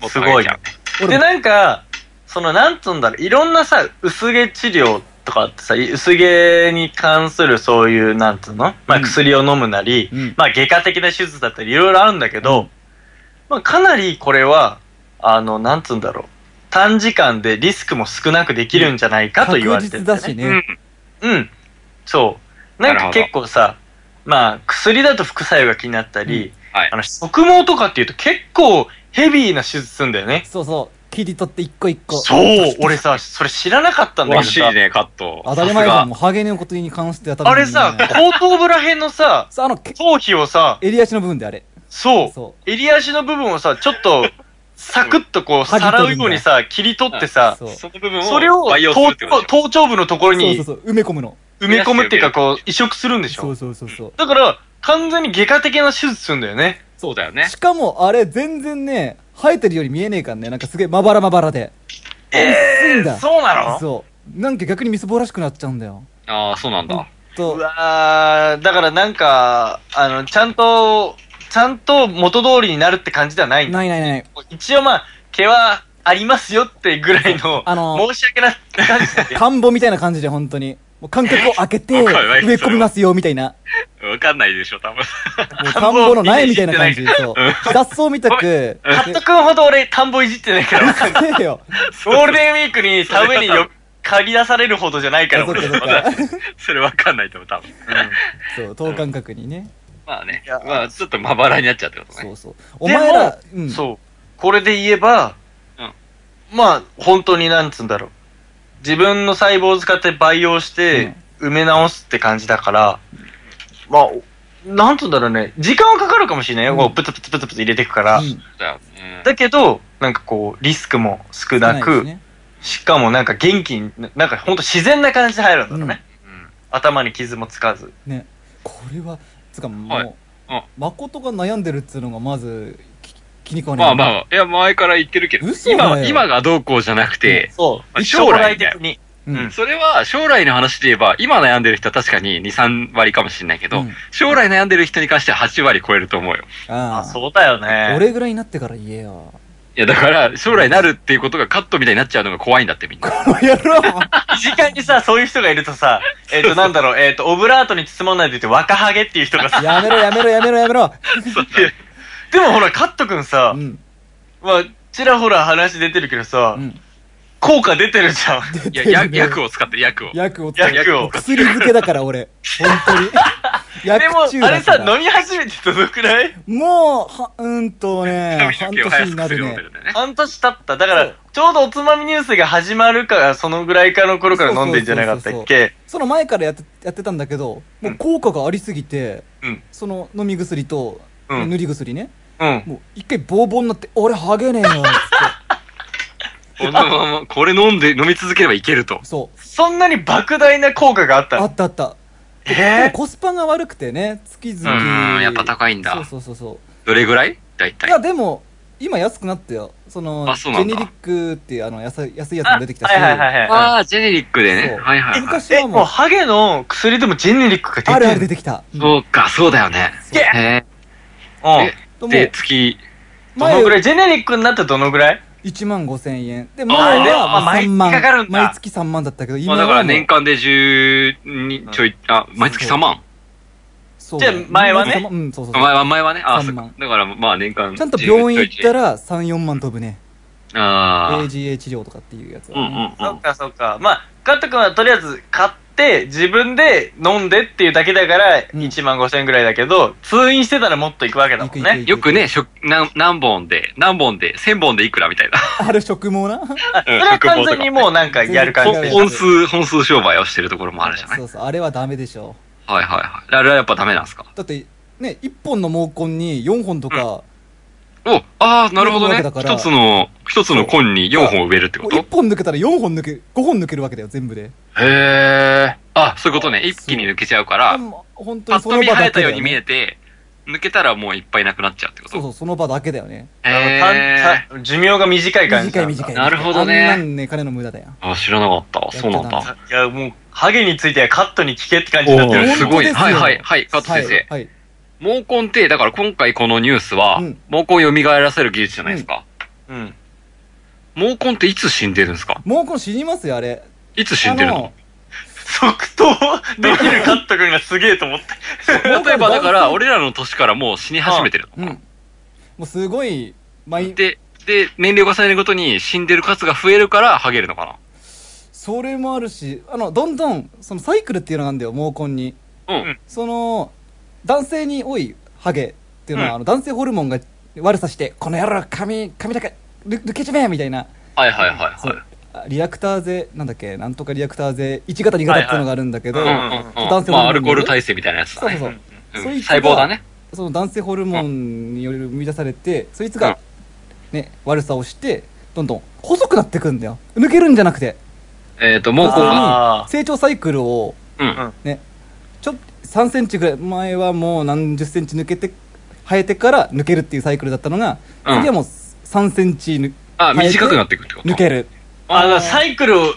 Speaker 3: もっ
Speaker 2: す
Speaker 3: とハ
Speaker 2: ご
Speaker 3: ゲ
Speaker 2: い
Speaker 3: ちゃん。。
Speaker 4: 俺
Speaker 2: で、
Speaker 4: も
Speaker 2: なんか、その、なんつうんだろう、いろんなさ、薄毛治療とかってさ、薄毛に関するそういう、なんつうのまあ、
Speaker 4: うん
Speaker 2: 薬を飲むなり、
Speaker 4: うん
Speaker 2: まあ、外科的な手術だったり、いろいろあるんだけど、まあ、かなりこれは、あの、なんつうんだろう、短時間でリスクも少なくできるんじゃないかと言わ
Speaker 4: 確
Speaker 2: れてる、
Speaker 4: 実だし。
Speaker 3: う
Speaker 4: ね
Speaker 3: ん。
Speaker 2: うん。そう。なん
Speaker 3: なる
Speaker 2: か
Speaker 3: ほど
Speaker 2: 結構さ、まあ、薬だと副作用が気になったり、
Speaker 3: はい
Speaker 2: あの、植毛とかっていうと結構ヘビーな手術するんだよね。
Speaker 4: そうそう切り取って一個一個
Speaker 2: そう俺さ、それ知らなかったんだ
Speaker 3: ら
Speaker 2: けど
Speaker 3: し
Speaker 2: さ、
Speaker 3: いね、カット。
Speaker 4: 当たり
Speaker 3: さ
Speaker 4: 前じゃ
Speaker 3: す
Speaker 4: ん
Speaker 3: が
Speaker 4: もうハゲのことに関しては多分
Speaker 2: あれさ、後頭部らへんのさ、
Speaker 4: さあのけ
Speaker 2: 頭皮をさ、
Speaker 4: 襟足の部分であれ
Speaker 2: そう、
Speaker 4: そ
Speaker 2: 襟足の部分をさ、ちょっと、サクッとこう、
Speaker 4: 剥ぎ取るん
Speaker 2: さ
Speaker 4: だ
Speaker 2: らうようにさ、切り取ってさ、
Speaker 4: そう
Speaker 3: その部分を
Speaker 2: それを
Speaker 3: 培養するってこ
Speaker 2: 頭
Speaker 3: とでしょ
Speaker 2: 頭頂部のところ
Speaker 4: そう
Speaker 2: に
Speaker 4: そうそう埋め込むの
Speaker 2: 埋め込むっていうか、こう、移植するんでし
Speaker 4: そ
Speaker 2: ょ
Speaker 4: う。そうそうそう
Speaker 2: だから、完全に外科的な手術するんだよね。
Speaker 3: そうだよね
Speaker 4: し。かもあれ全然ね生えてるように見えねえからねなんかすげえまばらまばらで薄いんだ
Speaker 2: そうなの
Speaker 4: そうなんか逆にみすぼらしくなっちゃうんだよ
Speaker 3: ああ、そうなんだ。
Speaker 4: と
Speaker 2: うわー、だからなんか、あの、ちゃんと、ちゃんと元通りになるって感じではないんだ
Speaker 4: ないないない
Speaker 2: 一応まあ、毛はありますよってぐらいの、
Speaker 4: あの
Speaker 2: 申し訳な感じ
Speaker 4: <laughs>
Speaker 2: だよ
Speaker 4: 田んぼみたいな感じで本当にもう間隔を空けて
Speaker 3: わかるわかる
Speaker 4: 植え込みますよみたいな
Speaker 3: わかんないでしょ、多分。 <laughs>
Speaker 4: もう田んぼの苗みたいな感じそう雑草みたく
Speaker 2: カット君ほど俺田んぼいじってないから、
Speaker 4: せえよ
Speaker 2: ゴールデンウィークに田植えによ借り出されるほどじゃないから、
Speaker 4: あそっ
Speaker 2: 俺
Speaker 4: かそっか
Speaker 3: それわかんないと思う、多分。
Speaker 4: そう等間隔にね
Speaker 3: まあね
Speaker 2: いや。
Speaker 3: まあ、ちょっとまばらになっちゃうってこと
Speaker 4: そ
Speaker 3: ね。
Speaker 4: うそうお前らう
Speaker 2: うんんそう。これで言えば、
Speaker 3: うん
Speaker 2: まあ、本当になんつうんだろう。自分の細胞を使って培養して、埋め直すって感じだから、まあ、なんつうんだろうね、時間はかかるかもしれないよ。こう、プツプツプツプツ入れていくから。
Speaker 3: だよね。
Speaker 2: だけど、なんかこう、リスクも少な
Speaker 4: ないです
Speaker 2: く、
Speaker 4: ね
Speaker 2: しかもなんか元気に、ななんかほんと自然な感じで入るんだろうね。
Speaker 3: うん
Speaker 2: 頭に傷もつかず。
Speaker 4: ねこれはつうかもう、
Speaker 3: はいうん
Speaker 4: 誠が悩んでるっつうのがまずき気に食わない
Speaker 3: まあまあ、いや、前から言ってるけど、
Speaker 4: 嘘だよ
Speaker 3: 今は、今がどうこうじゃなくて、
Speaker 2: そう。
Speaker 3: 将来だ
Speaker 2: 的
Speaker 3: よ
Speaker 2: に。
Speaker 4: うん
Speaker 2: うん
Speaker 3: それは将来の話で言えば、今悩んでる人は確かに2、3割かもしれないけど、
Speaker 4: うん
Speaker 3: 将来悩んでる人に関しては8割超えると思うよ。
Speaker 4: あ
Speaker 2: あ、
Speaker 4: あ
Speaker 2: そうだよね。
Speaker 4: 俺ぐらいになってから言えよ <laughs>
Speaker 3: いや、だから、将来なるっていうことがカットみたいになっちゃうのが怖いんだってみんな。
Speaker 4: やろう
Speaker 2: 身近にさ、そういう人がいると
Speaker 4: <laughs>
Speaker 2: さ、えっ、と、なんだろう、えっ、と、オブラートに包まないでって若ハゲっていう人
Speaker 4: <laughs>
Speaker 2: がさ、
Speaker 4: やめろやめろやめろやめろ
Speaker 2: <laughs> でもほら、カットくんさ
Speaker 4: う、ん
Speaker 2: まあ、ちらほら話出てるけどさ、
Speaker 4: うん
Speaker 2: 効果出てるじゃん。
Speaker 4: <laughs>
Speaker 3: いや、や薬を使って薬を。
Speaker 4: 薬を使う
Speaker 2: 薬を
Speaker 4: 薬漬けだから俺本当に
Speaker 2: <laughs> でも、
Speaker 4: <laughs> 薬中
Speaker 2: あれ
Speaker 4: だか
Speaker 2: さ、
Speaker 4: ら
Speaker 2: 飲み始めてどのくらい
Speaker 4: もうはうんとね
Speaker 2: <laughs>
Speaker 3: 髪
Speaker 4: 半
Speaker 3: の毛を早
Speaker 4: 年に
Speaker 3: く
Speaker 4: な
Speaker 3: 薬
Speaker 4: る
Speaker 3: 飲ん
Speaker 4: ね
Speaker 3: でるんだよね。
Speaker 2: 半年経った。だから、ちょうどおつまみニュースが始まるか、そのぐらいかの頃から飲んでんじゃなかったっけ
Speaker 4: その前からやってやってたんだけどもう効果がありすぎて、
Speaker 2: うん
Speaker 4: その飲み薬と、
Speaker 2: うん
Speaker 4: 塗り薬ね
Speaker 2: うん。
Speaker 4: もう一回ボーボーになって「俺ハゲねえよ」
Speaker 2: <laughs>
Speaker 4: っつっ
Speaker 3: このまま、これ飲んで、飲み続ければいけると
Speaker 4: て。そう
Speaker 2: そんなに莫大な効果があった
Speaker 4: あ
Speaker 2: の。
Speaker 4: ったあったでも
Speaker 2: え
Speaker 4: コスパが悪くてね月
Speaker 3: う
Speaker 4: 々
Speaker 3: ーん、やっぱ高いんだ。
Speaker 4: そうそうそうそう
Speaker 3: どれぐらい大
Speaker 4: いや
Speaker 3: 体。
Speaker 4: でも今安くなったよその
Speaker 3: あ
Speaker 4: ジ
Speaker 3: そうな
Speaker 4: ェ
Speaker 3: んだ
Speaker 4: ネリックっていうあの安い安いやつ
Speaker 2: あ
Speaker 4: も出てきたし
Speaker 2: はいはいはいはい。
Speaker 3: ああ、ジェネリックでね。
Speaker 4: そう
Speaker 3: はいはいはい。
Speaker 4: 昔
Speaker 2: え、
Speaker 4: は
Speaker 2: も
Speaker 4: も
Speaker 2: う
Speaker 4: う
Speaker 2: ハゲの薬でもジェネリックが出て
Speaker 4: あ
Speaker 2: る
Speaker 4: るある出てきた
Speaker 3: そうか、そうだよね。
Speaker 2: げえう
Speaker 3: へ
Speaker 2: ん。
Speaker 4: と
Speaker 3: ー
Speaker 4: も
Speaker 3: で、
Speaker 4: う
Speaker 3: 月、
Speaker 2: どの
Speaker 4: 前
Speaker 2: ぐらいジェネリックになってどのぐらい
Speaker 4: 1万5千円で
Speaker 3: あ
Speaker 4: 前
Speaker 3: ーでも
Speaker 4: はもう
Speaker 2: 毎
Speaker 4: 3万
Speaker 2: 月かかるんだ
Speaker 4: 毎月3万だったけど
Speaker 3: ま
Speaker 4: 今
Speaker 3: あだから
Speaker 4: はも
Speaker 3: 年
Speaker 4: う
Speaker 3: 間で12ちょい、あ、毎月3万
Speaker 4: そう
Speaker 2: じゃあ前はね
Speaker 4: 三万うんそうそうそう
Speaker 3: 前は前はね、あ、
Speaker 4: 3
Speaker 3: そっ
Speaker 4: 万
Speaker 3: か。だからまあ年間。
Speaker 4: ちゃんと病院行った
Speaker 3: ら。
Speaker 4: ら34万飛ぶね
Speaker 3: ああ。
Speaker 4: AGA 治療とかっていうやつは
Speaker 3: うんうん
Speaker 4: ね
Speaker 3: う
Speaker 2: そっ
Speaker 3: ん。
Speaker 2: かそっか。まあ、カット君はとりあえず買って、自分で飲んでっていうだけだから、
Speaker 4: うん
Speaker 2: 1万5千円ぐらいだけど、通院してたらもっと行くわけだもん
Speaker 4: 行く行く
Speaker 2: ね。
Speaker 3: よくね、食何何本で、何本で、1000本でいくらみたいな。
Speaker 4: あれ食毛な
Speaker 2: あそれは完全にもうなんかやる感じ
Speaker 4: 食
Speaker 2: で
Speaker 4: 毛
Speaker 2: しょ。
Speaker 4: とか
Speaker 3: 本数、本数商売をしてるところもあるじゃない
Speaker 4: そうそうあれはダメでしょ
Speaker 3: はいはいはい。あれはやっぱダメなんですか
Speaker 4: だってね1本の毛根に4本とか
Speaker 3: お、ああ、なるほどね
Speaker 4: そういうわけだ。から
Speaker 3: 一つの、一つの根に4本植えるって
Speaker 4: も
Speaker 3: こ
Speaker 4: う1
Speaker 3: と
Speaker 4: 本抜けたら4本抜け5本抜けるわけだよ全部で
Speaker 3: へえ。あ、そういうことね。一気に抜けちゃうから、
Speaker 4: もう本当
Speaker 3: パ
Speaker 4: に
Speaker 3: ッ
Speaker 4: そ
Speaker 3: と
Speaker 4: の
Speaker 3: 見
Speaker 4: 場
Speaker 3: 生えた
Speaker 4: だけだ
Speaker 3: よう
Speaker 4: よ、
Speaker 3: に見え
Speaker 4: ね、
Speaker 3: て、抜けたらもういっぱいなくなっちゃうってこ
Speaker 4: そう
Speaker 3: と
Speaker 4: そうその場だけだよね
Speaker 3: へ
Speaker 2: あの
Speaker 3: え。
Speaker 2: たた寿命が短い感じ
Speaker 4: 短い
Speaker 2: なんだ
Speaker 4: 短い
Speaker 3: なるほどね
Speaker 4: あんなんね金の無駄だよ
Speaker 3: あ、知らなかった。そうなん
Speaker 4: やって
Speaker 3: だ。
Speaker 4: た
Speaker 2: いや、もう、ハゲについてはカットに聞けって感じになって
Speaker 3: お
Speaker 2: る。
Speaker 3: ーすごいね。
Speaker 4: 本
Speaker 3: はい
Speaker 4: 当ですよ
Speaker 3: はいはい。カット先生。
Speaker 4: はい、はい、
Speaker 3: 毛根って、だから今回このニュースは、
Speaker 4: うん
Speaker 3: 毛根を蘇らせる技術じゃないですか。
Speaker 2: うん。
Speaker 3: 毛根っていつ死んでるんですか
Speaker 4: もうこの死にますよあれ
Speaker 3: いつ死んでるの
Speaker 2: 即答できるカット君がすげえと思って。
Speaker 4: あの
Speaker 3: 例えばだから、俺らの年からもう死に始めてる
Speaker 4: う。んもうすごい毎
Speaker 3: で、で、年齢を重ねるごとに死んでる数が増えるから、ハゲるのか
Speaker 4: それもあるしあのどんどんそのサイクルっていうのがあるんだよ毛根に
Speaker 3: な。う
Speaker 2: うん
Speaker 3: ん。
Speaker 4: その男性に多いハゲっていうのは、
Speaker 2: うん
Speaker 4: あの男性ホルモンが悪さして「この野郎髪髪だけ抜抜けちまえ!」みたいな
Speaker 3: はいはいはいは
Speaker 4: そうあリアクターゼなんだっけなんとかリアクターゼ1型2型っていうのがあるんだけど、
Speaker 2: はいはい
Speaker 3: い。うんうんう
Speaker 4: 男
Speaker 3: ん。
Speaker 4: 性ホルモン
Speaker 3: まあ、アルコール耐性みたいなやつ
Speaker 4: そ
Speaker 3: だ
Speaker 4: うそう
Speaker 3: ね。
Speaker 4: そう、
Speaker 3: うん
Speaker 4: そいつが
Speaker 3: 細胞だね。
Speaker 4: その男性ホルモンにより生み出されてそいつ
Speaker 3: うん
Speaker 4: が、ね悪さをしてどんどん細くなってくんだよ抜けるんじゃなくて
Speaker 3: えっと、毛根が。
Speaker 2: あ
Speaker 4: 成長サイクルを
Speaker 3: うん。
Speaker 4: ねちょっと3センチぐらい前はもう何十センチ抜けて生えてから抜けるっていうサイクルだったのが、
Speaker 3: うん
Speaker 4: 次はもう3センチ抜
Speaker 3: あ、
Speaker 4: 生えて
Speaker 3: 短くなっていくってこと
Speaker 4: 抜ける
Speaker 2: <laughs> あ。あの、サイクルを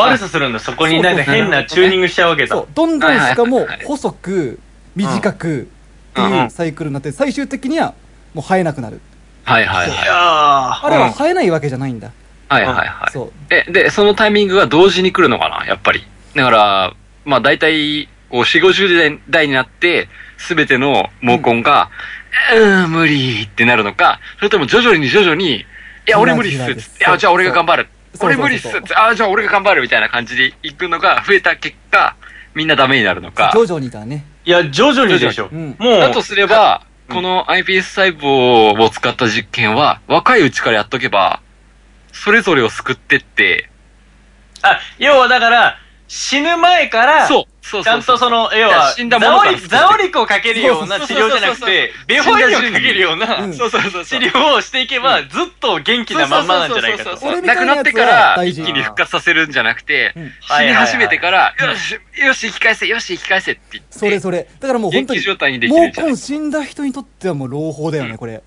Speaker 2: 悪さするんだ。そこになんか変なチューニングしちゃうわけだ
Speaker 4: そ。うどんどんしかも
Speaker 3: はいはいはい
Speaker 4: 細く短くって
Speaker 3: うんう
Speaker 4: いうんサイクルになって最終的にはもう生えなくなる
Speaker 3: はいはい
Speaker 2: い
Speaker 3: はい。
Speaker 2: やー
Speaker 4: あれは生えないわけじゃないんだ、
Speaker 3: はいはいはい。
Speaker 4: そう
Speaker 3: え、で、そのタイミングが同時に来るのかなやっぱり。だから、まあ大体、こう、4、50代代になって、すべての毛根が、うーん、無理ってなるのか、それとも徐々に徐々に、いや、俺無理っす。
Speaker 4: そ
Speaker 3: い
Speaker 4: うなんです
Speaker 3: や、じゃあ俺が頑張る。
Speaker 4: そうそうそう
Speaker 3: 俺無理っす。あ、じゃあ俺が頑張るみたいな感じで行くのが増えた結果、みんなダメになるのか。
Speaker 4: 徐々にだね
Speaker 2: いや、徐々にでしょ。
Speaker 4: 々に
Speaker 2: もう、
Speaker 3: だとすれば、この iPS 細胞を使った実験は、若いうちからやっとけば、それぞれを救ってって、
Speaker 2: あ、要はだから、死ぬ前から、
Speaker 3: そう、そう
Speaker 2: ちゃ
Speaker 3: そうんそ
Speaker 2: と
Speaker 3: う。
Speaker 2: その、要は、
Speaker 3: 死んだものから作って
Speaker 2: ザオリクをかけるような治療じゃなくて、ベホイルをかけるよう
Speaker 4: う
Speaker 2: なん
Speaker 3: そうそうそうそ
Speaker 2: 治
Speaker 3: う。
Speaker 2: 療をしていけば、ずっと元気なまんまなんじゃないか
Speaker 3: そう
Speaker 2: と。
Speaker 3: そうそう
Speaker 4: 俺み
Speaker 3: な
Speaker 4: た
Speaker 3: いく
Speaker 4: な
Speaker 3: な
Speaker 4: や
Speaker 3: っ
Speaker 4: つ
Speaker 3: て
Speaker 4: は
Speaker 3: から
Speaker 4: 大
Speaker 3: 一
Speaker 4: 事
Speaker 3: 気に復活させるんじゃなくて、
Speaker 4: うん
Speaker 2: はいは
Speaker 3: 死に
Speaker 2: いはい
Speaker 3: 始めてから、よし、よし、生き返せ、よし、生き返せって言って、
Speaker 4: それそれだからもう本
Speaker 3: 元
Speaker 4: 当
Speaker 3: 気
Speaker 4: に
Speaker 3: 状態にでき
Speaker 4: も
Speaker 3: る
Speaker 4: う
Speaker 3: じゃん。っ
Speaker 4: 今死んだ人にとってはもう朗報だよねこれ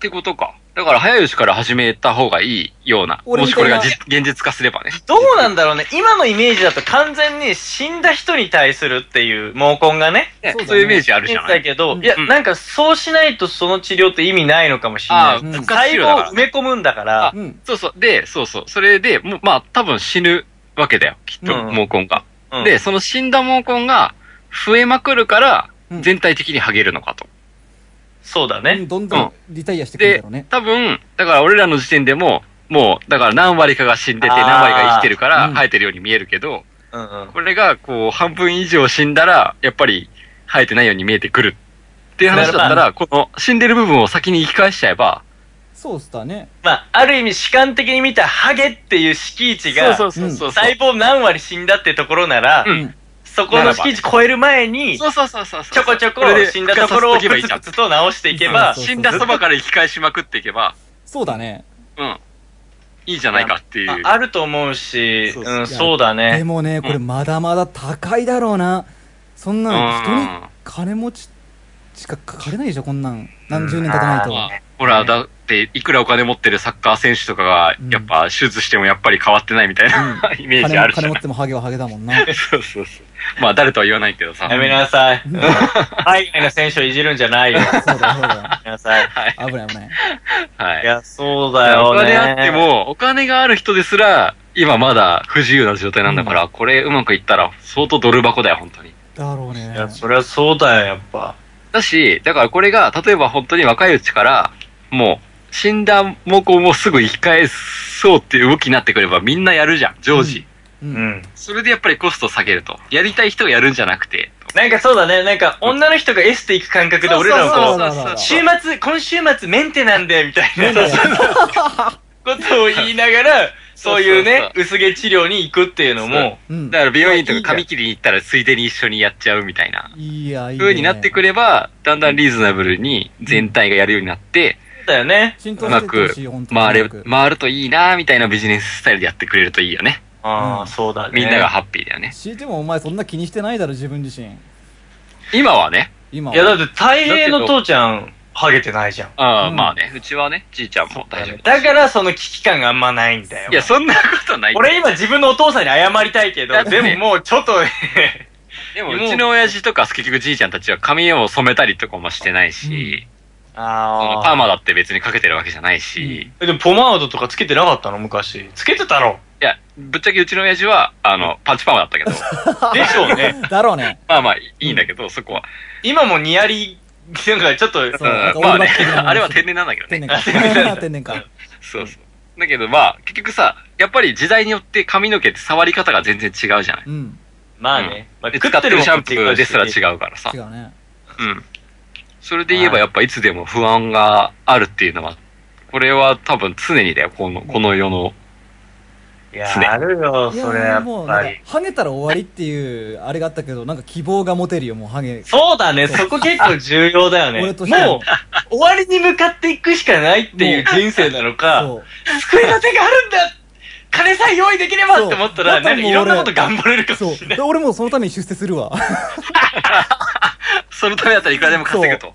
Speaker 3: てことか。だから早いうちから始めた方がいいような。
Speaker 4: 俺
Speaker 3: も
Speaker 4: み
Speaker 3: したこ
Speaker 4: い
Speaker 3: れ
Speaker 4: な
Speaker 3: が実現実化すればね。
Speaker 2: どうなんだろうね。今のイメージだと完全に死んだ人に対するっていう毛根がね、
Speaker 3: ね
Speaker 4: そうだね
Speaker 3: そういうイメージあるじゃな
Speaker 2: だ
Speaker 3: い。
Speaker 2: けど、
Speaker 4: うん
Speaker 2: いや、
Speaker 3: うん
Speaker 2: なんかそうしないとその治療って意味ないのかもしれな
Speaker 3: あ
Speaker 2: い。
Speaker 3: ー
Speaker 2: うん
Speaker 3: 復活
Speaker 2: 細
Speaker 3: 治療だから
Speaker 2: 胞を埋め込むんだから
Speaker 3: あ、
Speaker 4: うん
Speaker 3: そうそう。で、そうそう。それで、もう、まあ、多分死ぬわけだよ。きっと、
Speaker 2: うん
Speaker 3: 毛根が。
Speaker 2: うん
Speaker 3: で、その死んだ毛根が増えまくるから、
Speaker 4: うん
Speaker 3: 全体的にハゲるのかと。
Speaker 2: そうだ
Speaker 4: うん
Speaker 2: ね。
Speaker 4: どんどんリタイアしてくるんだ
Speaker 3: で
Speaker 4: ろうね、
Speaker 3: 多分、だから俺らの時点でも、もう、だから何割かが死んでて、
Speaker 2: あー
Speaker 3: 何割か生きてるか
Speaker 4: う
Speaker 3: ら
Speaker 4: ん
Speaker 3: 生えてるように見えるけど、
Speaker 2: うんうん。
Speaker 3: これがこう、半分以上死んだら、やっぱり生えてないように見えてくる。っていう話だった
Speaker 2: な
Speaker 3: ら、この死んでる部分を先に生き返しちゃえば、
Speaker 4: そうっすだね
Speaker 2: まあ、ある意味主観的に見たハゲっていう敷地が、
Speaker 3: そうそうそうそう。
Speaker 2: 細胞何割死んだってところなら、
Speaker 3: うん
Speaker 2: そこの敷地超える前に、ち
Speaker 3: そうそうそうそうそう。
Speaker 2: ょこちょこ
Speaker 3: れで
Speaker 2: 死んだところを
Speaker 3: 復
Speaker 2: プ
Speaker 3: 活させとけばいい
Speaker 2: ツ
Speaker 3: じゃん
Speaker 2: プツと直していけ
Speaker 4: ば
Speaker 2: ば、
Speaker 4: そう
Speaker 3: 死んだそばから生き返しまくっていけば、
Speaker 4: そうだね
Speaker 3: うん。いいじゃないかっていう。
Speaker 2: ああると思うし、、
Speaker 3: そううそうん
Speaker 2: そうだ
Speaker 4: で
Speaker 2: <laughs> ね。
Speaker 4: もねこれまだまだ高いだろうなそんなん人に金持ちしか借れないでしょこんなん何十年経たないと
Speaker 3: まあ、ほら、だって、いくらお金持ってるサッカー選手とかが
Speaker 4: うん、
Speaker 3: やっぱ、手術してもやっぱり変わってないみたいな、 <laughs> イメージあ
Speaker 4: 金も
Speaker 3: るじゃ
Speaker 4: 金
Speaker 3: ん
Speaker 4: 持っ。てもハゲはハゲだもんな
Speaker 3: そうそうそう。まあ、誰とは言わないけどさ。
Speaker 2: やめなさい。海外の選手をいじるんじゃないよ。や
Speaker 4: そうだよそうだ
Speaker 2: めなさい。
Speaker 4: よ危ない危ない
Speaker 3: はいい。
Speaker 2: や、そうだ
Speaker 3: お
Speaker 2: よね。
Speaker 3: 金あっても、お金がある人ですら、今まだ不自由な状態なんだから、これうまくいったら、相当ドル箱だよ、本当に。
Speaker 4: だろうね
Speaker 2: いや、そりゃそうだよ、やっぱ。
Speaker 3: だし、だからこれが、例えば本当に若いうちから、もう、死んだ毛根をすぐ生き返そうっていう動きになってくればみんなやるじゃん、常時。
Speaker 4: う
Speaker 2: うんん。
Speaker 3: それでやっぱりコストを下げると。やりたい人がやるんじゃなくて。
Speaker 2: なんかそうだね、なんか女の人がエステ行く感覚で俺らをこう、
Speaker 4: そうそうそう
Speaker 2: 週末、今週末メンテなんで、みたいなことを言いながら、そういうね、薄毛治療に行くっていうのも、
Speaker 4: うん
Speaker 3: だから美容院とか髪切りに行ったらついでに一緒にやっちゃうみたいな。
Speaker 4: いやいいね
Speaker 3: 風になってくれば、だんだんリーズナブルに全体がやるようになって、
Speaker 2: だよね。
Speaker 4: 浸透
Speaker 3: う
Speaker 4: し
Speaker 3: ま
Speaker 4: てって
Speaker 3: く
Speaker 4: ほしい本当に
Speaker 3: 回れ、
Speaker 4: うまく
Speaker 3: 回るといいなみたいなビジネススタイルでやってくれるといいよね。
Speaker 2: あ
Speaker 4: う
Speaker 2: あ、
Speaker 4: ん
Speaker 2: そうだね。
Speaker 3: みんなが。ハッピーだよね。
Speaker 4: 強いてもお前そんな気にしてないだろ自分自身
Speaker 3: 今はね、
Speaker 4: 今はい
Speaker 2: や、だって、大平の父ちゃん、ハゲてないじゃん。
Speaker 3: あー
Speaker 4: うん
Speaker 3: まあね、うちはね、じいちゃんも大丈夫
Speaker 2: だから、その危機感があんまないんだよ。
Speaker 3: いや、そんなことない。
Speaker 2: 俺今自分のお父さんに謝りたいけど
Speaker 3: だ、っ
Speaker 2: で
Speaker 3: て
Speaker 2: ももうちょっと、
Speaker 3: <laughs> でも、うちの親父とか、結局じいちゃんたちは髪を染めたりとかもしてないし、そのパー
Speaker 2: あ
Speaker 3: マだって別にかけてるわけじゃないし、
Speaker 2: あ。でも、ポマードとかつけてなかったの昔。つけてた
Speaker 3: <laughs>
Speaker 2: ろ。
Speaker 3: いや、ぶっちゃけうちの親父は、あの、パンチパーマだった
Speaker 4: <laughs>
Speaker 3: けど、
Speaker 2: でしょうね。
Speaker 4: だろうね
Speaker 3: まあまあ、いいんだけど、そこは。
Speaker 2: 今もニヤリ、なんかちょっと、
Speaker 4: そうなんか
Speaker 3: うんまあね
Speaker 4: オールバック的な、話
Speaker 3: あれは天然なんだけど
Speaker 4: 天
Speaker 2: <laughs>
Speaker 3: ね。
Speaker 4: 然か天然か
Speaker 3: そうそう。だけどまあ、結局さ、やっぱり時代によって髪の毛って触り方が全然違うじゃない。
Speaker 4: うん
Speaker 2: まあね。まあ
Speaker 3: で使ってるシャンプーですら
Speaker 2: う。
Speaker 3: 違うからさ
Speaker 4: 違。うね
Speaker 3: うん。それで言えばやっぱいつでも不安があるっていうのは、これは多分常にだよ、この、この世の。
Speaker 2: いや、
Speaker 3: ね
Speaker 2: あるよ、
Speaker 4: い
Speaker 2: それや
Speaker 4: や
Speaker 2: っ
Speaker 4: もう
Speaker 2: ぱ
Speaker 4: なん
Speaker 2: り
Speaker 4: か。ハゲたら終わりっていうあれがあったけどなんか希望が持てるよもうハゲ
Speaker 2: そうだね、そこ結構重要だよね。
Speaker 4: 俺として
Speaker 2: もう終
Speaker 4: も、
Speaker 2: わりに向かっていくしかないっていう人生なのか、
Speaker 4: そう
Speaker 2: 救いの手があるんだ金さえ用意できればって思ったら、
Speaker 4: そうだ
Speaker 2: な
Speaker 4: から
Speaker 2: ん
Speaker 4: もう
Speaker 2: か
Speaker 4: 俺
Speaker 2: いろんなこと頑張れるか
Speaker 4: そ
Speaker 2: も
Speaker 4: う
Speaker 2: しれない。
Speaker 4: で俺もうそのために出世するわ
Speaker 3: そのためだったらいくらでも稼ぐと。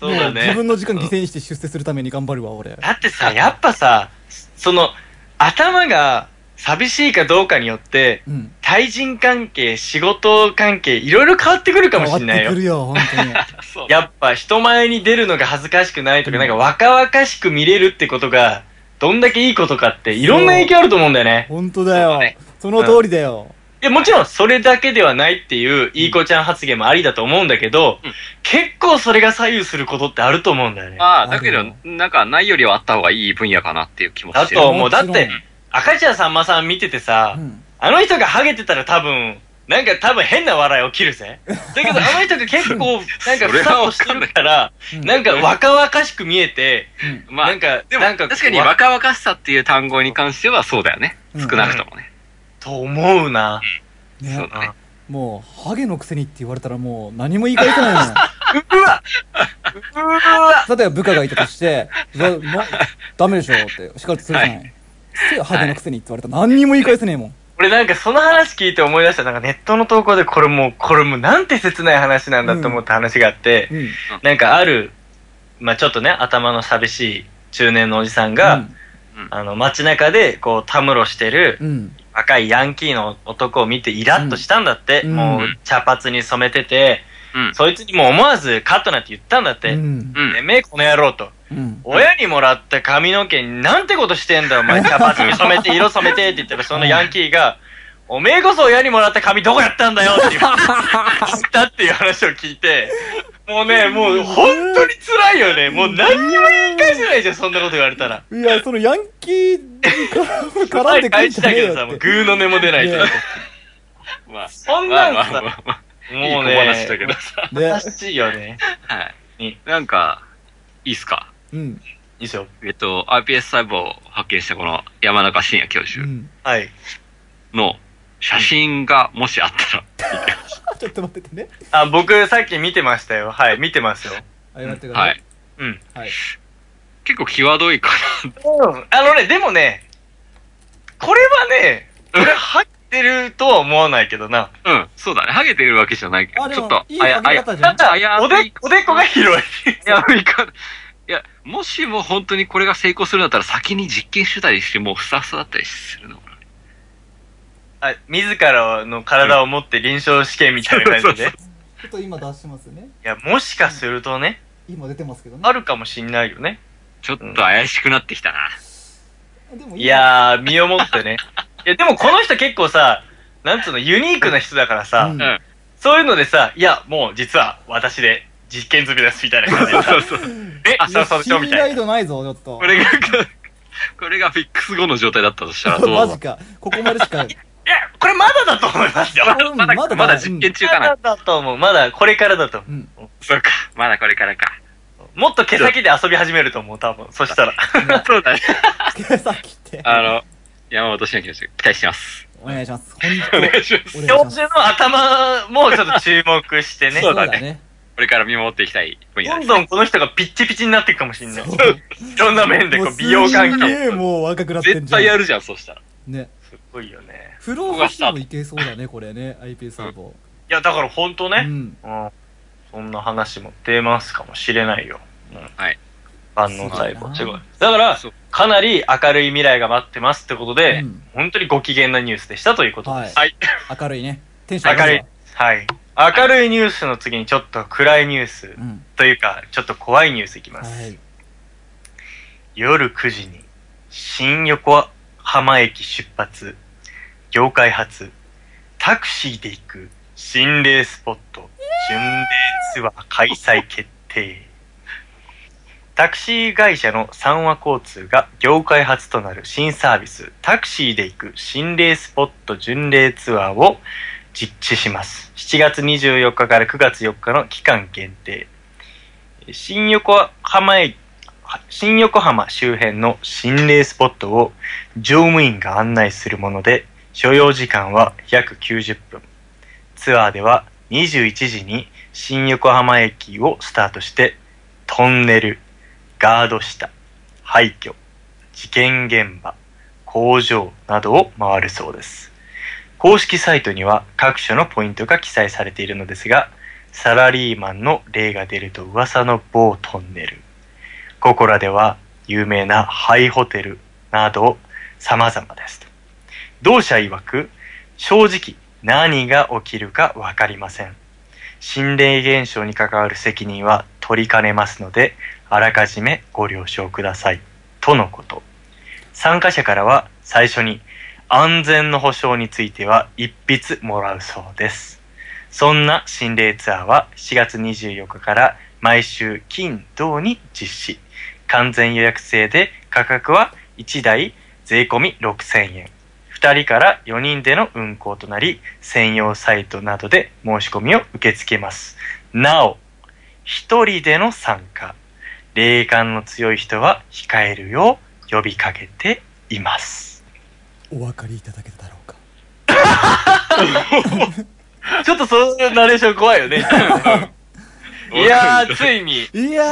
Speaker 2: そうだ
Speaker 4: もう自
Speaker 2: ね。
Speaker 4: 分の時間犠牲にして出世するために頑張るわ俺
Speaker 2: だってさ、やっぱさ、その、頭が寂しいかどうかによって、
Speaker 4: うん
Speaker 2: 対人関係、仕事関係、いろいろ変わってくるかもしれない
Speaker 4: 変わって
Speaker 2: よ
Speaker 4: く。るよ
Speaker 2: <laughs>
Speaker 4: 本当に
Speaker 3: そう
Speaker 2: やっぱ人前に出るのが恥ずかしくないとか、なんか若々しく見れるってことが、どんだけいいことかって、いろんな影響あると思うんだよね。
Speaker 4: 本当だ
Speaker 3: そうだ
Speaker 4: よ
Speaker 3: ね
Speaker 4: その通りだよ
Speaker 2: いや、もちろんそれだけではないっていう、いい子ちゃん発言もありだと思うんだけど
Speaker 3: うん、
Speaker 2: 結構それが左右することってあると思うんだよね。
Speaker 3: まあ、だけ
Speaker 4: あ
Speaker 3: ど
Speaker 4: る、
Speaker 3: なんかないよりはあった方がいい分野かなっていう気も
Speaker 2: だ
Speaker 3: して
Speaker 2: と
Speaker 3: る。
Speaker 2: 思う。
Speaker 4: もち
Speaker 2: だ
Speaker 4: ろ
Speaker 2: っ
Speaker 4: ん
Speaker 2: て、赤ちゃんさんまさん見ててさ、
Speaker 4: うん
Speaker 2: あの人がハゲてたら多分、なんか多分変な笑い起きるぜ。だけどあの人が結構、なんか
Speaker 3: <laughs> それ
Speaker 2: ふさっ
Speaker 3: は
Speaker 2: と
Speaker 3: わ
Speaker 2: して
Speaker 3: かんない
Speaker 2: るから、
Speaker 4: うん
Speaker 2: なんか若々しく見えて、
Speaker 4: うん
Speaker 3: まあ
Speaker 2: なん、か、
Speaker 3: でも
Speaker 2: なんか
Speaker 3: 確かに若々しさっていう単語に関してはそうだよね。
Speaker 4: うん
Speaker 3: 少なくともね。
Speaker 2: と思うな。
Speaker 4: ね
Speaker 3: そうだね。
Speaker 4: もうハゲのくせにって言われたらもう何も言い返せないの
Speaker 2: うわうわ
Speaker 4: 例えば部下がいたとして「うわまダメでしょ」って叱るとするじゃない、
Speaker 3: は
Speaker 4: せやハゲのくせにって言われたら何にも言い返せねえもん
Speaker 2: 俺なんかその話聞いて思い出した、なんかネットの投稿でこれもう、これもうなんて切ない話なんだって思った話があって、
Speaker 4: うん
Speaker 2: なんかある、まあちょっとね、頭の寂しい中年のおじさんが、あの街中でこうたむろしてる
Speaker 4: うんうん
Speaker 2: 赤いヤンキーの男を見てイラッとしたんだって、
Speaker 4: うん
Speaker 2: もう茶髪に染めてて、
Speaker 3: うん
Speaker 2: そいつにもう思わずカットなんて言ったんだっ
Speaker 4: う
Speaker 2: て、
Speaker 4: ん
Speaker 3: うん
Speaker 2: てめえこの野郎と、
Speaker 4: うん
Speaker 2: 親にもらった髪の毛になんてことしてんだお前茶髪に染めて色染めてって言ったらそのヤンキーが、おめえこそ親にもらった髪どこやったんだよって言う言ったっていう話を聞いて、もうね、もう本当に辛いよね。もう何にも言い返せないじゃん、そんなこと言われたら。
Speaker 4: いやそのヤンキーに絡んでくる
Speaker 2: 返
Speaker 4: んじ
Speaker 2: し
Speaker 4: ゃ
Speaker 2: た
Speaker 4: ねえ
Speaker 2: けどさ、
Speaker 4: よ
Speaker 2: も
Speaker 4: っ
Speaker 2: う
Speaker 4: て
Speaker 2: グーの音も出ないし。
Speaker 4: ね
Speaker 3: まあ、
Speaker 2: そんなん
Speaker 3: まあ
Speaker 2: さ
Speaker 3: まあまあまあ
Speaker 2: もう
Speaker 3: いい小
Speaker 2: ね、
Speaker 3: 話だけどさ。
Speaker 4: ね
Speaker 2: 優しいよね。
Speaker 3: はい。なんか、いいっすか
Speaker 4: うん
Speaker 2: いいですよ。
Speaker 3: えっと、iPS 細胞を発見したこの山中伸也教
Speaker 4: う
Speaker 3: 授
Speaker 4: ん
Speaker 2: はい。
Speaker 3: の写真がもしあったら、
Speaker 4: ちょっと待っててね
Speaker 2: あ、僕さっき見てましたよ。はい、見てますよ。
Speaker 4: 謝ってくだ
Speaker 3: は
Speaker 4: さい
Speaker 3: い。
Speaker 2: うん。
Speaker 4: はい
Speaker 3: 結構際どいか
Speaker 2: あのね、でもね、これはね、俺入ってるとは思わないけどな。
Speaker 3: な。うん、そうだね。ハゲてるわけじゃないけど、
Speaker 4: あで
Speaker 3: ちょ
Speaker 4: も
Speaker 3: っと、
Speaker 4: いいハゲ方じゃん
Speaker 3: あや、あや、
Speaker 2: おで、おでこが広い。
Speaker 3: いや、いかない。いや、もしも本当にこれが成功するんだったら先に実験してたりして、もうふさふさだったりするのかな。
Speaker 2: あ、自らの体を持って臨床試験みたいな感じで。い
Speaker 4: ちょっと今出してますね
Speaker 2: や、もしかするとね、
Speaker 4: 今出てますけどね
Speaker 2: あるかもしんないよね。
Speaker 3: ちょっと怪しくなってきたな。
Speaker 4: でも今
Speaker 2: いやー、身をもって
Speaker 3: <laughs>
Speaker 2: ね。いや、でもこの人結構さ、なんつうの、ユニークな人だからさ、
Speaker 4: うん
Speaker 3: うん
Speaker 2: そういうのでさ、いや、もう実は私で実験済みですみたいな感じでさ、
Speaker 3: そうそう。
Speaker 2: え、あ、
Speaker 4: い
Speaker 2: そ
Speaker 4: や
Speaker 2: うそう
Speaker 4: 信
Speaker 2: そうみたい
Speaker 4: 頼
Speaker 2: な。
Speaker 4: 度ないぞちょっと
Speaker 3: これが、 <laughs> これがフィックス後の状態だったとしたらどう
Speaker 4: マジかここまでしか
Speaker 2: いや、これまだだと思いますよ。
Speaker 4: うん
Speaker 3: まだ、まだ
Speaker 4: まだ
Speaker 3: 実験中
Speaker 2: ま
Speaker 3: かな。
Speaker 2: だだと思う。まだこれからだと思
Speaker 4: うん
Speaker 3: そうか。まだこれからか。
Speaker 2: う。もっと毛先で遊び始めると思う、多分。そしたら。
Speaker 3: そうだね。
Speaker 4: 毛先って
Speaker 3: あの、山本慎也教授、期待してます。
Speaker 4: お願いします本当
Speaker 3: お願いします。
Speaker 4: お願
Speaker 2: 教
Speaker 4: いします
Speaker 2: 授の頭もちょっと注目してね。
Speaker 3: そ
Speaker 4: そうう
Speaker 3: だ
Speaker 4: だ
Speaker 3: ね
Speaker 4: ね
Speaker 3: これから見守っていきたい分野
Speaker 2: ど
Speaker 3: で
Speaker 2: ん
Speaker 3: す。
Speaker 2: どんこの人がピッチピチになっていくかもしんない。
Speaker 4: そう
Speaker 2: いろんな面でこ
Speaker 4: も
Speaker 2: う美容関
Speaker 4: す
Speaker 2: 係。
Speaker 4: げえもう若くなってん
Speaker 3: 絶
Speaker 4: じゃん
Speaker 3: 対やるじゃん、そうしたら。
Speaker 4: ね
Speaker 2: すごいよね。
Speaker 4: 不老不死もいけそうだねこれね IP 細胞
Speaker 2: いや、だからほんと
Speaker 4: う
Speaker 2: ね、
Speaker 4: ん
Speaker 2: うん。そんな話も出ますかもしれないよ。うん
Speaker 3: はい。
Speaker 2: 万能細胞。
Speaker 4: す
Speaker 2: す
Speaker 4: ご
Speaker 2: ご
Speaker 4: い
Speaker 2: い。だから
Speaker 3: そう、
Speaker 2: かなり明るい未来が待ってますってことで、
Speaker 4: うん
Speaker 2: 本当にご機嫌なニュースでしたということです。
Speaker 4: はい
Speaker 3: はい。
Speaker 4: 明るいねテンション上
Speaker 2: 明
Speaker 4: が
Speaker 2: るい
Speaker 4: るわ、
Speaker 2: はい。明るいニュースの次にちょっと暗いニュース
Speaker 4: うん
Speaker 2: というか、ちょっと怖いニュースいきます。
Speaker 4: はい
Speaker 2: 夜9時に、新横浜駅出発、業界初、タクシーで行く心霊スポット、巡礼ツアー開催決定。タクシー会社の三和交通が業界初となる新サービス、タクシーで行く心霊スポット巡礼ツアーを実施します。7月24日から9月4日の期間限定。新横浜駅、新横浜周辺の心霊スポットを乗務員が案内するもので、所要時間は約90分。ツアーでは21時に新横浜駅をスタートして、トンネル、ガード下、廃墟、事件現場、工場などを回るそうです。公式サイトには各所のポイントが記載されているのですが、サラリーマンの例が出ると噂の某トンネル、ここらでは有名なハイホテルなど様々ですと。同社曰く、正直何が起きるかわかりません。心霊現象に関わる責任は取りかねますので、あらかじめご了承ください。とのこと。参加者からは最初に安全の保証については一筆もらうそうです。そんな心霊ツアーは7月24日から毎週金土に実施。完全予約制で価格は1台税込み6000円。2人から4人での運行となり、専用サイトなどで申し込みを受け付けます。なお、1人での参加、霊感の強い人は控えるよう呼びかけています。
Speaker 4: お分かりいただけただろうか
Speaker 2: ちょっとそのナレーション怖いよね。 <laughs> いやー、ついに。い
Speaker 4: いや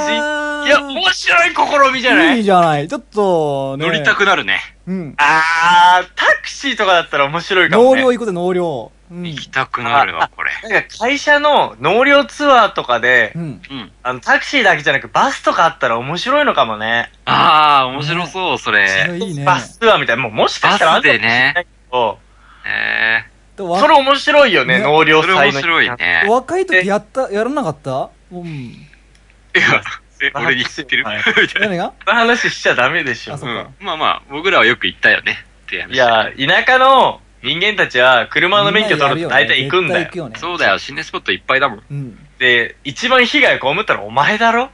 Speaker 4: ー
Speaker 2: や、面白い試みじゃないい
Speaker 4: いじゃない。ちょっと、ね、
Speaker 3: 乗りたくなるね。
Speaker 4: うん。
Speaker 2: あー、タクシーとかだったら面白いかも
Speaker 4: 納
Speaker 2: ね。
Speaker 4: 涼行こうぜ、納涼。うん。
Speaker 3: 行きたくなるわ、これ。
Speaker 2: なんか会社の納涼ツアーとかで、
Speaker 4: うん。
Speaker 3: うん。
Speaker 2: あの、タクシーだけじゃなくバスとかあったら面白いのかもね。
Speaker 3: ああ、面白そう、そ
Speaker 4: それ
Speaker 3: れ。
Speaker 4: いいね。
Speaker 2: バスツアーみたいな。もうもしかしたらあ
Speaker 3: バス
Speaker 2: んのか
Speaker 3: で
Speaker 2: もしれ
Speaker 3: ね
Speaker 2: な。いけど、
Speaker 3: え
Speaker 4: と
Speaker 2: それ面白いよね、
Speaker 4: ね
Speaker 2: 納涼
Speaker 3: ー、それ
Speaker 2: 祭
Speaker 3: 面
Speaker 2: の。
Speaker 3: 白いね。
Speaker 4: 若い時やった、やらなかったうん。
Speaker 3: いや、え、俺に言ってる、
Speaker 2: はい
Speaker 3: <laughs> みたいな。
Speaker 4: 何が
Speaker 2: そんな話しちゃダメでしょ。
Speaker 4: あ、そっか。
Speaker 3: まあまあ、僕らはよく行ったよね。って話
Speaker 2: いや、田舎の人間たちは車の免許取ると大体行くんだよ
Speaker 4: 絶対行。くよね。
Speaker 3: そうだよ、心霊スポットいっぱいだもん。
Speaker 4: うん。
Speaker 2: で、一番被害被ったらお前だ
Speaker 4: <laughs>
Speaker 2: ろ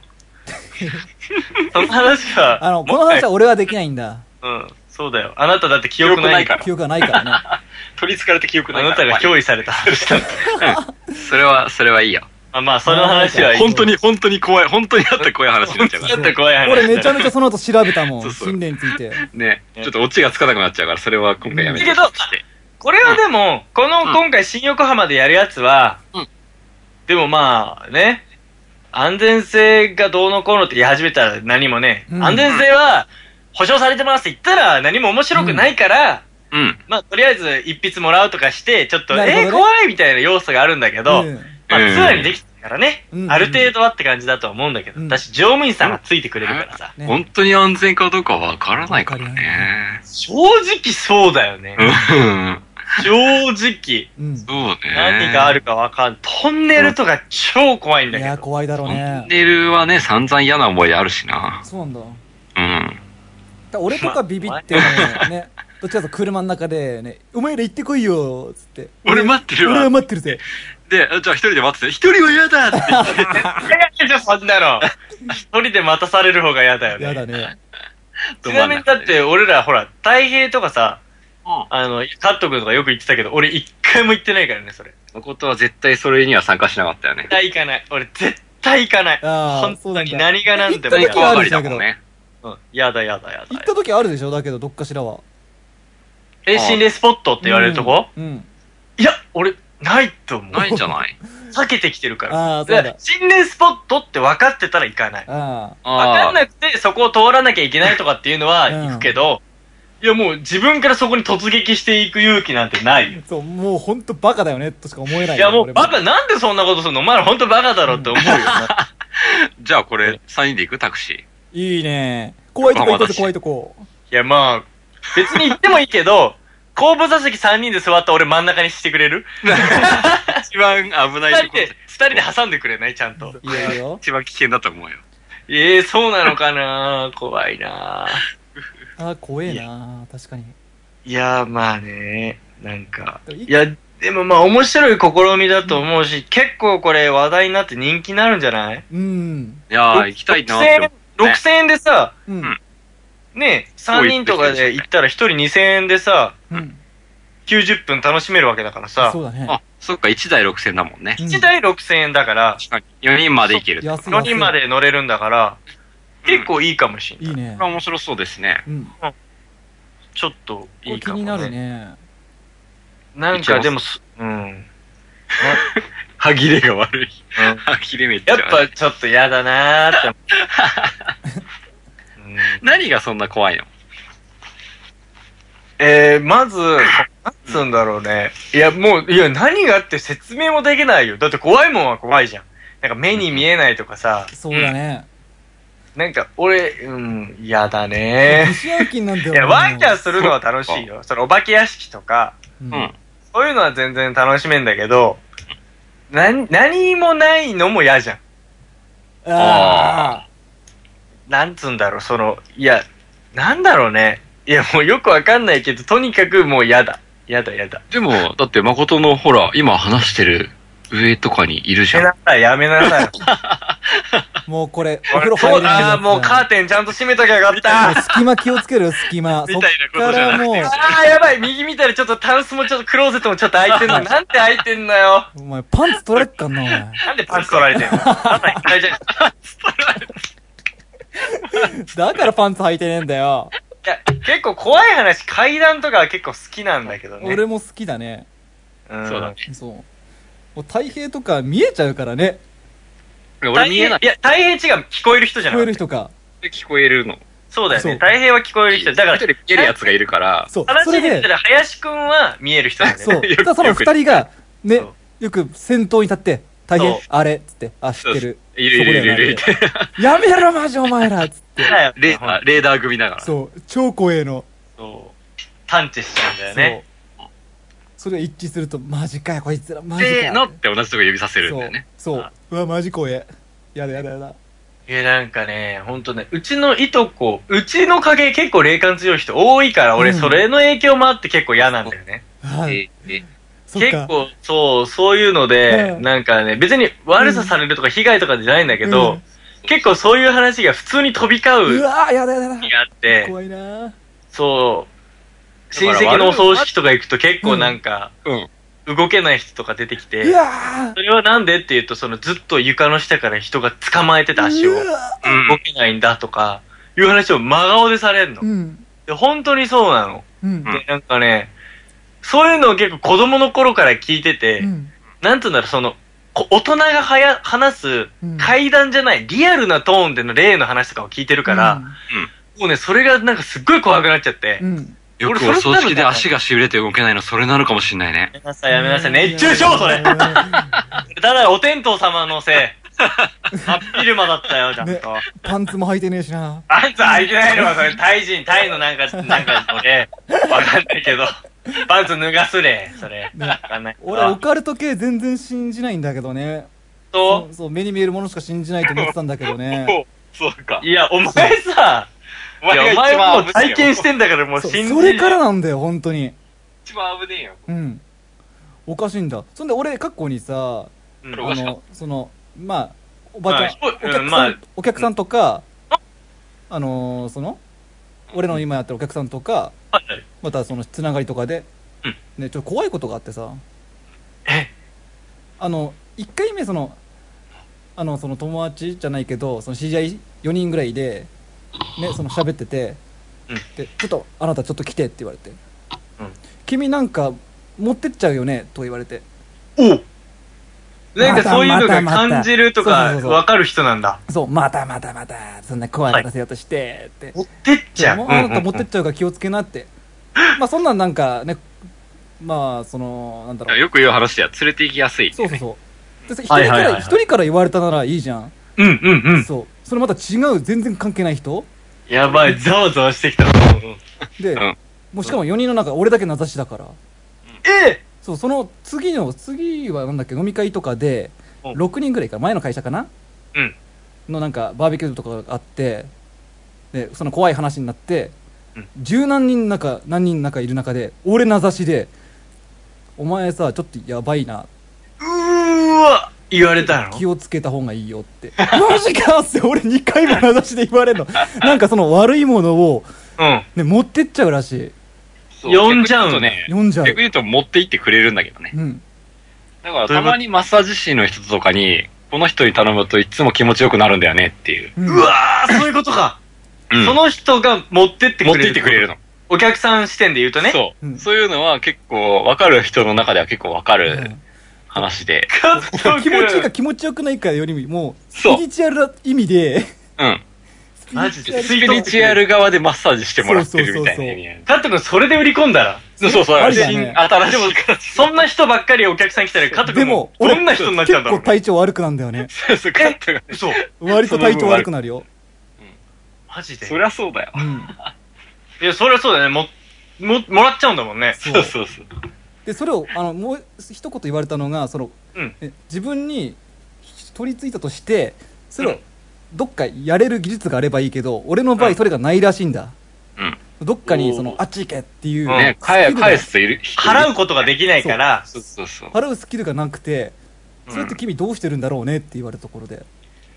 Speaker 2: その話は、
Speaker 4: あの、この話は俺はできないんだ。
Speaker 2: うん、そうだよ。あなただって記憶ないから。
Speaker 4: 記憶がないからね。
Speaker 3: 取り憑かれて記憶
Speaker 2: あなたが
Speaker 3: 日
Speaker 2: 憑依された話だ。
Speaker 3: それは、それはいいよ。
Speaker 2: あまあ、その話はいい。
Speaker 3: 本当に、本当に怖い、本当にあった怖い話になっちゃうか
Speaker 2: ちょ
Speaker 3: ら
Speaker 2: っ。と怖い話。
Speaker 4: 俺めちゃめちゃその後調べたも。
Speaker 3: そうんそう
Speaker 4: 心霊について。
Speaker 3: ね、ちょっとオチがつかなくなっちゃうから、それは今回やめて。
Speaker 2: だけどこれはでも、この、
Speaker 3: うん
Speaker 2: 今回新横浜でやるやつは、
Speaker 3: うん
Speaker 2: でもまあ、ね、安全性がどうのこうのって言い始めたら何もね、
Speaker 4: うん
Speaker 2: 安全性は保証されてますって言ったら何も面白くないから、
Speaker 3: うん。
Speaker 2: まあ、とりあえず一筆もらうとかして、ちょっと、
Speaker 4: なるほど
Speaker 2: え
Speaker 4: ね
Speaker 2: ー、怖いみたいな要素があるんだけど、
Speaker 4: うん
Speaker 2: まあ、
Speaker 3: うん
Speaker 2: ツアーにできたからね、
Speaker 4: うん
Speaker 2: ある程度はって感じだとは思うんだけど、
Speaker 4: うん
Speaker 2: 私、乗務員さんがついてくれるからさ、
Speaker 4: ね
Speaker 3: 本当に安全かどうかわからないからね。
Speaker 2: 正直そうだよね。
Speaker 3: うん。
Speaker 2: 正直。
Speaker 4: うん。
Speaker 3: そうね。
Speaker 2: 何があるかわかんトンネルとか超怖いん
Speaker 4: い
Speaker 2: だけ
Speaker 4: や、
Speaker 2: ど。
Speaker 4: 怖いだろう
Speaker 3: ト
Speaker 4: ね
Speaker 3: ン。ネルはね、散々嫌な思い出あるしな。
Speaker 4: そうなんだ。だか
Speaker 3: うん。
Speaker 4: ら俺とかビビってね、ねどっちかというと車の中でね、お前ら行ってこいよつって。
Speaker 3: 俺待ってる
Speaker 4: 俺は
Speaker 3: わ。
Speaker 4: 待ってるぜ。
Speaker 3: で、じゃあ一人で待ってて、一人は嫌だって言って。
Speaker 2: いやいやいやそんな
Speaker 4: <laughs>
Speaker 2: の。一人で待たされる方が嫌だよ
Speaker 4: や
Speaker 2: ね。
Speaker 4: だね。
Speaker 2: ちなみにだって俺らほら、太平とかさ、
Speaker 3: うん
Speaker 2: あの、カット君とかよく言ってたけど、俺一回も行ってないからね、それ。
Speaker 3: 誠は絶対それには参加しなかったよね
Speaker 2: 絶。対行かない。俺絶対行かない。
Speaker 4: あー
Speaker 2: 本
Speaker 4: そう
Speaker 2: 当
Speaker 4: なん
Speaker 2: に
Speaker 4: だ
Speaker 2: 何が何でも
Speaker 4: 絶対
Speaker 2: 嫌
Speaker 4: 行
Speaker 2: だ
Speaker 4: か
Speaker 3: 怖
Speaker 4: な
Speaker 3: が
Speaker 4: い
Speaker 3: りだもんね。
Speaker 2: うん嫌だ嫌だ嫌
Speaker 4: 行っ
Speaker 2: だ。
Speaker 4: た時あるでしょだけど、どっかしらは。
Speaker 2: え、心霊スポットって言われるとこ
Speaker 4: うんうん。
Speaker 2: いや、俺、ないと思う。
Speaker 3: ないんじゃない
Speaker 2: 避けてきてるから。
Speaker 4: ああ、そう
Speaker 2: だから
Speaker 4: だ。
Speaker 2: 心霊スポットって分かってたら行かない。
Speaker 4: あ
Speaker 2: わかん
Speaker 3: い。
Speaker 2: なくて、そこを通らなきゃいけないとかっていうのは
Speaker 4: うん
Speaker 2: 行くけど、いやもう自分からそこに突撃していく勇気なんてないよ
Speaker 4: あ。。そう、もうほんとバカだよね、としか思えないよ。
Speaker 2: いやもう
Speaker 4: 俺
Speaker 2: バカ、なんでそんなことするのお前ら本当バカだろって
Speaker 4: <laughs>
Speaker 2: 思うよ。
Speaker 3: じゃあこれ、3人で行くタクシ
Speaker 4: いいね。怖いとこ行こうぜ、怖いとこ。
Speaker 2: いやまあ、別に行ってもいいけど、後部座席3人で座った俺真ん中にしてくれる
Speaker 3: ー。一番危な
Speaker 2: 2
Speaker 3: い
Speaker 2: 人
Speaker 3: ところ
Speaker 2: で、、二人で挟んでくれないちゃんと。
Speaker 4: いやよ。
Speaker 3: 一番危険だと思うよ。
Speaker 2: ええそうなのかな怖いな
Speaker 4: あー、怖えな確かに。
Speaker 2: いやまあねなんか。いや、でもまあ面白い試みだと思うし、結構これ話題になって人気になるんじゃない
Speaker 4: うん。
Speaker 3: いやー、行きたいなーって思う。ね
Speaker 2: 6000円でさ、
Speaker 4: うん。
Speaker 2: ね、3人とかで行ったら1人2000円でさ、
Speaker 4: うん。
Speaker 2: 90分楽しめるわけだからさ
Speaker 4: そ、うだね。
Speaker 3: あ、そっか、1台6000だもんね。
Speaker 2: 1台6000円だから、
Speaker 3: 確かに。4人まで行ける。
Speaker 4: 安い
Speaker 2: 4人まで乗れるんだから、
Speaker 3: うん
Speaker 2: 結構いいかもしれない。
Speaker 4: いいね
Speaker 3: これ。は面白そうですね。
Speaker 4: うん。こ
Speaker 2: ちょっとい
Speaker 4: れ
Speaker 2: い
Speaker 4: 気
Speaker 2: か
Speaker 4: に
Speaker 2: も、
Speaker 4: なる
Speaker 2: ね。
Speaker 4: ね。
Speaker 2: なんかでもす、うん。
Speaker 3: 歯切れが悪い。
Speaker 2: なうん
Speaker 3: 歯切れめっちゃ
Speaker 2: やっ
Speaker 3: 悪い。
Speaker 2: ぱちょっと嫌だなーって思
Speaker 3: <laughs>
Speaker 2: う。うん
Speaker 3: 何がそんな怖いの
Speaker 2: えー、まず、なんつうんだろうね。いや、もう、いや、何があって説明もできないよ。だって怖いもんは怖いじゃん。なんか目に見えないとかさ、
Speaker 4: そうだね。
Speaker 2: なんか俺、うん、嫌だ <laughs>
Speaker 4: 疑
Speaker 2: ね。
Speaker 4: 心暗鬼になんだよ
Speaker 2: い
Speaker 4: ね。
Speaker 2: や、ワイキャーするのは楽しいよ。そのお化け屋敷とか、
Speaker 4: うん
Speaker 3: うん。
Speaker 2: そういうのは全然楽しめんだけど、なん、何もないのも嫌じゃん。
Speaker 4: あ
Speaker 2: なんつうんだろう、その、いや、なんだろうね。いや、もうよくわかんないけど、とにかくもう嫌だ。嫌だ、嫌だ。
Speaker 3: でも、だって誠のほら、今話してる上とかにいるじ
Speaker 2: やめ
Speaker 3: ゃん。
Speaker 2: なさい、やめなさい。
Speaker 4: あ。もうこれ、 <laughs> お風呂入れ
Speaker 2: そう
Speaker 4: るやつだ
Speaker 2: だ、もうカーテンちゃんと閉めときゃよかった。
Speaker 4: もう隙間気をつけるよ、隙間。
Speaker 3: みたいなことじゃなくて
Speaker 4: そっか
Speaker 2: あー、やばい、右見たらちょっとタンスもちょっとクローゼットもちょっと
Speaker 4: <laughs>
Speaker 2: 開いてんの。なんで開いてんのよ。
Speaker 4: らもう、お前パンツ取られっかんな、お前。
Speaker 2: なんでパンツ取られてんのあんた大丈夫。
Speaker 4: だからパンツ履いてねえんだよ。
Speaker 2: いや、結構怖い話、階段とかは結構好きなんだけどね。
Speaker 4: 俺も好きだね。
Speaker 2: うん
Speaker 3: そうだね。
Speaker 4: そう。もう体型とか見えちゃうからね
Speaker 3: 俺見えない
Speaker 2: い。や、大変違う。聞こえる人じゃ
Speaker 4: 聞
Speaker 2: な
Speaker 4: こえ
Speaker 2: い
Speaker 4: る。人か
Speaker 3: 聞こえるの。
Speaker 2: そうだよ
Speaker 4: そう
Speaker 2: ね。大変は聞こえる人。だから
Speaker 3: 一人、見えるやつがいるから、
Speaker 4: <laughs> そうそ
Speaker 2: 話
Speaker 4: れ
Speaker 2: に言っ
Speaker 4: で
Speaker 2: たら、林くんは見える人なんだよ
Speaker 4: そ
Speaker 2: ね。
Speaker 4: うだからその二人がね
Speaker 2: そう
Speaker 4: よく先頭に立って大変
Speaker 2: そう
Speaker 4: あれっつってあ知ってる
Speaker 3: いるいるいるいる
Speaker 4: そこだよなってやめろマジお前らっつって
Speaker 2: だよね
Speaker 3: レーダー、レーダー組だから。
Speaker 4: そう超怖えの
Speaker 2: そう。探知しちゃうんだよね。
Speaker 4: そうそれが一致するとマジかよこいつらマジか
Speaker 3: せー
Speaker 4: よ
Speaker 3: のって同じとこ指させるんだよね。
Speaker 4: そうそううわマジ怖えやだやだやだ
Speaker 2: いや、なんかね、ほんとね、うちのいとこ、うちの家系結構霊感強い人多いから、俺、
Speaker 4: うん
Speaker 2: それの影響もあって結構嫌なんだよね。
Speaker 4: はい
Speaker 3: ええ
Speaker 4: そっ
Speaker 2: 結
Speaker 4: か
Speaker 2: 構、そう、そういうので
Speaker 4: う、ん
Speaker 2: なんかね、別に悪さされるとか被害とかじゃないんだけ
Speaker 4: う
Speaker 2: ど
Speaker 4: ん、
Speaker 2: 結構そういう話が普通に飛び交
Speaker 4: う
Speaker 2: う
Speaker 4: わやだやだや
Speaker 2: 時があって
Speaker 4: だ、怖いな
Speaker 2: そう、
Speaker 3: だ
Speaker 2: 親
Speaker 3: か
Speaker 2: 戚
Speaker 3: ら
Speaker 2: のお葬式とか行くと結構なんか、
Speaker 3: うん。
Speaker 2: 動けない人とか出てき
Speaker 4: う
Speaker 2: て、
Speaker 4: わ
Speaker 2: それはなんでって言うと、そのずっと床の下から人が捕まえてた足を、
Speaker 4: う
Speaker 2: 動
Speaker 4: わ
Speaker 3: うん
Speaker 2: けないんだとか、いう話を真顔でされるの
Speaker 4: う。ん
Speaker 2: で、本当にそうなの。
Speaker 4: うん
Speaker 3: うん
Speaker 2: で、なんかね、そういうのを結構子供の頃から聞いてて、
Speaker 4: うん
Speaker 2: なんつうんだろう、その、こ大人がはや話す
Speaker 4: うん
Speaker 2: 階段じゃない、リアルなトーンでの例の話とかを聞いてるから、もうね、それがなんかすっごい怖くなっちゃって
Speaker 4: う、ん
Speaker 3: よくお葬式で足がしびれて動けないの、それなのかもしんない
Speaker 2: や
Speaker 3: ね。
Speaker 2: めなさい、やめなさい、熱中症、それ。ただ、お天道様のせ
Speaker 4: <laughs>
Speaker 2: い。真っ昼間だったよ、ちゃんと。
Speaker 4: ねパンツも履いてねえしな
Speaker 2: あんた開いてないのは、それ、タイ人、タイのなんか、なんかのね、わかんないけど、パンツ脱がすれ、それ。わかんないけど。
Speaker 4: 俺オカルト系全然信じないんだけどね
Speaker 2: と
Speaker 4: そうそう目に見えるものしか信じないと思ってたんだけ
Speaker 2: <laughs>
Speaker 4: どね
Speaker 3: そうか。
Speaker 2: いや、お前さ、
Speaker 3: お
Speaker 2: いや、お前もう体験してんだから、もう
Speaker 4: そう
Speaker 2: 信じ
Speaker 4: それからなんだよ本当に
Speaker 3: 一番危ねえよ。
Speaker 4: うんおかしいんだそんで俺過去にさ
Speaker 2: う
Speaker 3: お
Speaker 2: ん
Speaker 3: か
Speaker 4: あ
Speaker 3: しか
Speaker 4: のそのまあおばちゃ
Speaker 2: まあ
Speaker 4: んお客さ
Speaker 2: うん
Speaker 4: ん、
Speaker 2: まあ
Speaker 4: お客さんとかあのー、その俺の今やってるお客さんとか
Speaker 2: はいはい
Speaker 4: またそのつながりとかで、
Speaker 2: うん
Speaker 4: ねちょっと怖いことがあってさ
Speaker 2: え
Speaker 4: あの1回目そのあのその友達じゃないけどその知り合い4人ぐらいでねその喋ってて、
Speaker 2: うん
Speaker 4: でちょっとあなたちょっと来てって言われて、
Speaker 2: うん
Speaker 4: 君なんか持ってっちゃうよねとか言われて
Speaker 2: おなん
Speaker 4: ま
Speaker 2: か
Speaker 4: た
Speaker 2: そういうのが
Speaker 4: またまた
Speaker 2: 感じると
Speaker 4: そう
Speaker 2: か
Speaker 4: そう、そう
Speaker 2: わかる人なんだ。
Speaker 4: そうまたまたまたそんな怖いことせようとしてって、
Speaker 2: 持ってっちゃう。
Speaker 4: も
Speaker 2: う
Speaker 4: うあなん
Speaker 2: う
Speaker 4: た
Speaker 2: ん
Speaker 4: 持ってっちゃうから気をつけなって、まあそんなんなんかねまあそのなんだろう
Speaker 3: よく言う話や、連れて行きやすい。
Speaker 4: そうそうそうで一人
Speaker 2: は
Speaker 4: か
Speaker 2: いはいはいは
Speaker 4: ら
Speaker 2: い
Speaker 4: 一人から言われたならいいじゃん、
Speaker 2: うんうんうん。
Speaker 4: そうそれまた違う全然関係ない人
Speaker 2: やばい、ざわざわしてきた。
Speaker 4: で、
Speaker 3: うん
Speaker 4: もうしかも4人の中俺だけ名指しだから
Speaker 2: え
Speaker 4: そうその次の次はなんだっけ飲み会とかで
Speaker 2: うん
Speaker 4: 6人ぐらいか前の会社かな、
Speaker 2: うん
Speaker 4: のなんかバーベキューとかがあってでその怖い話になって、
Speaker 2: うん
Speaker 4: 十何人の中何人の中いる中で俺名指しで「お前さちょっとやばいな
Speaker 2: うーわ言われたの
Speaker 4: 気をつけた方がいいよ」って「マジか!」って俺2回も名指しで言われるのなんかその悪いものを、
Speaker 2: うん。
Speaker 4: ね、持ってっちゃうらし
Speaker 2: 呼んじゃうん
Speaker 3: とね
Speaker 4: い。読んじゃう
Speaker 3: 逆に言うと持って行ってくれるんだけどね。
Speaker 4: うん
Speaker 3: だからたまにマッサージ師の人とかに、この人に頼むといつも気持ちよくなるんだよねっていう。
Speaker 4: うん
Speaker 2: うわー、そういうことか。
Speaker 3: うん
Speaker 2: その人が持ってってくれる。
Speaker 3: 持って行ってくれるの。。
Speaker 2: お客さん視点で言うとね。
Speaker 3: そうう。
Speaker 4: ん
Speaker 3: そういうのは結構、わかる人の中では結構わか
Speaker 4: う
Speaker 3: る
Speaker 4: ん
Speaker 3: 話で。
Speaker 2: 家族
Speaker 4: 気持ちいいか気持ちよくないかよりももうス
Speaker 3: そう
Speaker 4: ピリチュアルな意味で
Speaker 3: うん。
Speaker 2: マジで。
Speaker 3: スピリチュアル側でマッサージしてもらってるみたいな
Speaker 4: そうそうそうそう
Speaker 3: 意味合い
Speaker 2: カット君それで売り込んだら。
Speaker 3: そうそうそう。
Speaker 4: ありだね
Speaker 3: 新新しい形。
Speaker 2: そんな人ばっかりお客さん来たら、カット
Speaker 4: で
Speaker 2: 君
Speaker 4: も
Speaker 2: も、どんな人になっちゃうんだろう
Speaker 4: 結構体調悪くなんだよ
Speaker 2: <laughs>
Speaker 4: ね
Speaker 3: そうそう、カットが。
Speaker 2: 嘘。
Speaker 4: 割と体調悪くなるよ、
Speaker 2: マジで。
Speaker 3: そりゃそうだよ。
Speaker 4: うん、
Speaker 2: いや、そりゃそうだよね。も、も、もらっちゃうんだもんね。
Speaker 3: そうそうそう。
Speaker 4: でそれをあのもう一言言われたのがその、
Speaker 2: うん
Speaker 4: え自分に取り付いたとしてそれをどっかやれる技術があればいいけど俺の場合それがないらしいんだ、どっかにその
Speaker 2: おー
Speaker 4: あっち行けっていう、
Speaker 2: うん
Speaker 3: ね、返返す人いる。
Speaker 2: 払う
Speaker 3: う。
Speaker 2: ことができないから、
Speaker 3: そうそうそう。
Speaker 4: 払うスキルがなくてそれって
Speaker 2: うん
Speaker 4: 君どうしてるんだろうねって言われたところで、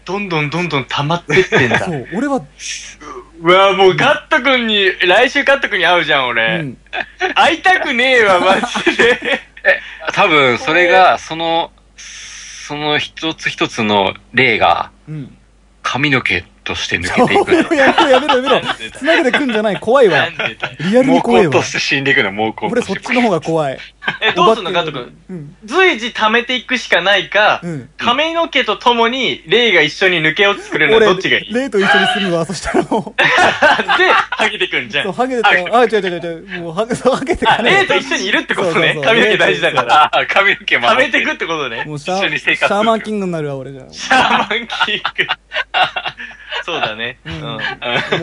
Speaker 2: どんどんどんどん溜まってってんだ
Speaker 4: そ。う俺は、
Speaker 2: <laughs> うわもうカット君に、来週カット君に会うじゃん、
Speaker 4: う
Speaker 2: 俺。
Speaker 4: ん、
Speaker 2: 会いたくねえわ、マジで。
Speaker 3: 多分、それが、その、その一つ一つの例が、
Speaker 4: うん、
Speaker 3: 髪の毛として抜けていくのよ。
Speaker 4: やめろやめろやめろ繋げてくんじゃない怖いわ
Speaker 2: なんでだよ
Speaker 4: <laughs> リアルに怖い
Speaker 3: 毛根と
Speaker 4: わ
Speaker 3: して死んでいくの、毛根
Speaker 4: 俺
Speaker 3: と
Speaker 4: そっ
Speaker 3: して。
Speaker 4: ちの方が怖い
Speaker 2: え、どうすんの、加藤君。
Speaker 4: うん。
Speaker 2: 随時貯めていくしかないか、
Speaker 4: うん
Speaker 2: 髪の毛とともに、霊が一緒に抜け落ちてくれるのはどっちがいい <laughs> で、
Speaker 4: レイと一緒にするわ、そしたらもう、
Speaker 2: ハゲてくんじゃ。
Speaker 4: そうんハゲてたら、あ、違う違う違う違う、もうハゲ、そうハゲて
Speaker 2: あ、
Speaker 4: かない
Speaker 2: 霊と一緒にいるってこと
Speaker 4: そ
Speaker 2: ね。
Speaker 4: うそうそう
Speaker 2: 髪の毛大事だから。
Speaker 3: あ、 <laughs> 髪の毛
Speaker 2: 貯
Speaker 3: 守
Speaker 2: め
Speaker 3: ってて
Speaker 2: いくっ
Speaker 3: る。
Speaker 2: てことね
Speaker 4: も。うシャ
Speaker 3: 一緒に生活する
Speaker 4: シャーマンキングになるわ、俺じゃ
Speaker 2: シャーマンキング。 <laughs> そうだね。うん。
Speaker 4: ん。もう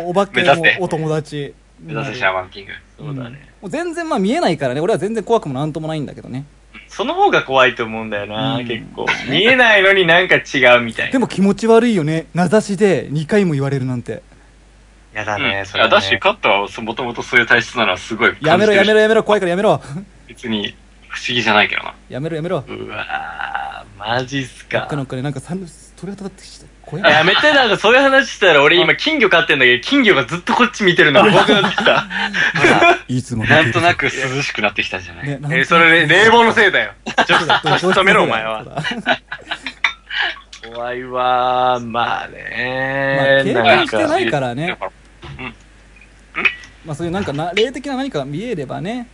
Speaker 4: お化け
Speaker 3: 目指
Speaker 4: も
Speaker 3: せ
Speaker 4: お友達。
Speaker 3: 目指せシャーマンキング。
Speaker 2: そうだね。
Speaker 4: もう全然まあ見えないからね、俺は全然怖くもなんともないんだけどね。
Speaker 2: その方が怖いと思うんだよな、
Speaker 4: うん
Speaker 2: 結構。見えないのになんか違うみたい
Speaker 4: で
Speaker 2: な。
Speaker 4: も気持ち悪いよね、名指しで2回も言われるなんて。
Speaker 2: やだ
Speaker 3: う
Speaker 2: ね、
Speaker 3: ん
Speaker 2: そ
Speaker 3: い
Speaker 2: れ、ね。
Speaker 3: や、だし、カッターはもともとそういう体質なのはすごい感じてる。
Speaker 4: やめろやめろやめろ、怖いからやめろ。
Speaker 3: 別に、不思議じゃないけどな。
Speaker 4: やめろやめろ。
Speaker 3: うわ
Speaker 2: マジっす
Speaker 4: な
Speaker 2: か
Speaker 4: んか。なんかね、なんかさん、鳥肌立ってきた。怖い
Speaker 2: あやめて、なんかそういう話したら俺今金魚飼ってんだけど、金魚がずっとこっち見てるのが怖くなってきた。
Speaker 4: いつも
Speaker 3: ー
Speaker 4: 見てる
Speaker 3: なんとなく涼しくなってきたじゃない。
Speaker 4: ね、なん
Speaker 2: えーそれ、ね、冷房のせいだよ。ちょっと差し止めろ、お前は。
Speaker 4: は。
Speaker 2: 怖いわー、まあねー。
Speaker 4: まあ
Speaker 2: なん
Speaker 4: 経験して
Speaker 2: か、
Speaker 4: ないからね
Speaker 3: だから
Speaker 4: まあそういうなんかな、霊的な何かが見えればね。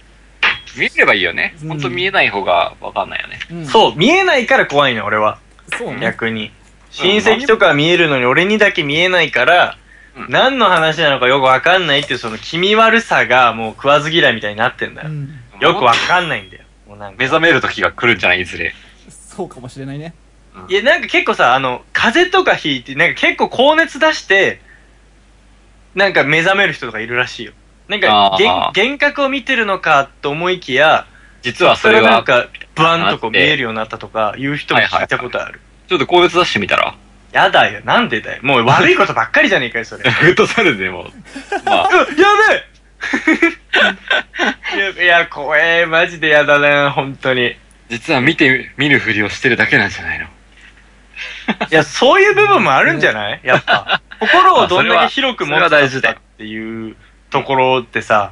Speaker 3: 見えればいいよね
Speaker 4: う。ん
Speaker 3: ほんと見えない方がわかんないよね。
Speaker 4: うん、う。
Speaker 2: そう、見えないから怖いの、俺は。
Speaker 4: そうね。
Speaker 2: 逆に。親戚とか見えるのに俺にだけ見えないから、
Speaker 3: うん
Speaker 2: 何の話なのかよくわかんないっていうその気味悪さがもう食わず嫌いみたいになってんだ
Speaker 4: う
Speaker 2: よ。
Speaker 4: ん。
Speaker 2: よくわかんないんだよ。もうなんか
Speaker 3: 目。覚める時が来るんじゃないいずれ。
Speaker 4: そうかもしれないね。
Speaker 2: いや、なんか結構さ、あの、風邪とかひいて、なんか結構高熱出して、なんか目覚める人とかいるらしいよ。なんか
Speaker 3: あ、ー
Speaker 2: げん幻覚を見てるのかと思いきや、
Speaker 3: 実はそ
Speaker 2: そ
Speaker 3: れ
Speaker 2: れがなん
Speaker 3: は、
Speaker 2: か、ブワンとこう見えるようになったとか、いう人も聞いたことある。
Speaker 3: ちょっと高熱出してみたら、 <laughs>
Speaker 2: やだよ、なんでだよ。もう悪いことばっかりじゃねえかよ、それ。
Speaker 3: グッとさるでもう、ま
Speaker 2: う
Speaker 3: あ、
Speaker 2: わやべえい <laughs> や、いや怖え、マジでやだな、本当に。い
Speaker 3: 実は見て、見るふりをしてるだけなんじゃないの。
Speaker 2: や、そういう部分もあるんじゃないやっぱ。 <laughs> 心をどんだけ広く持
Speaker 3: ま
Speaker 2: つ
Speaker 3: あそれはそ
Speaker 2: か
Speaker 3: れは大事だよ
Speaker 2: っていうところってさ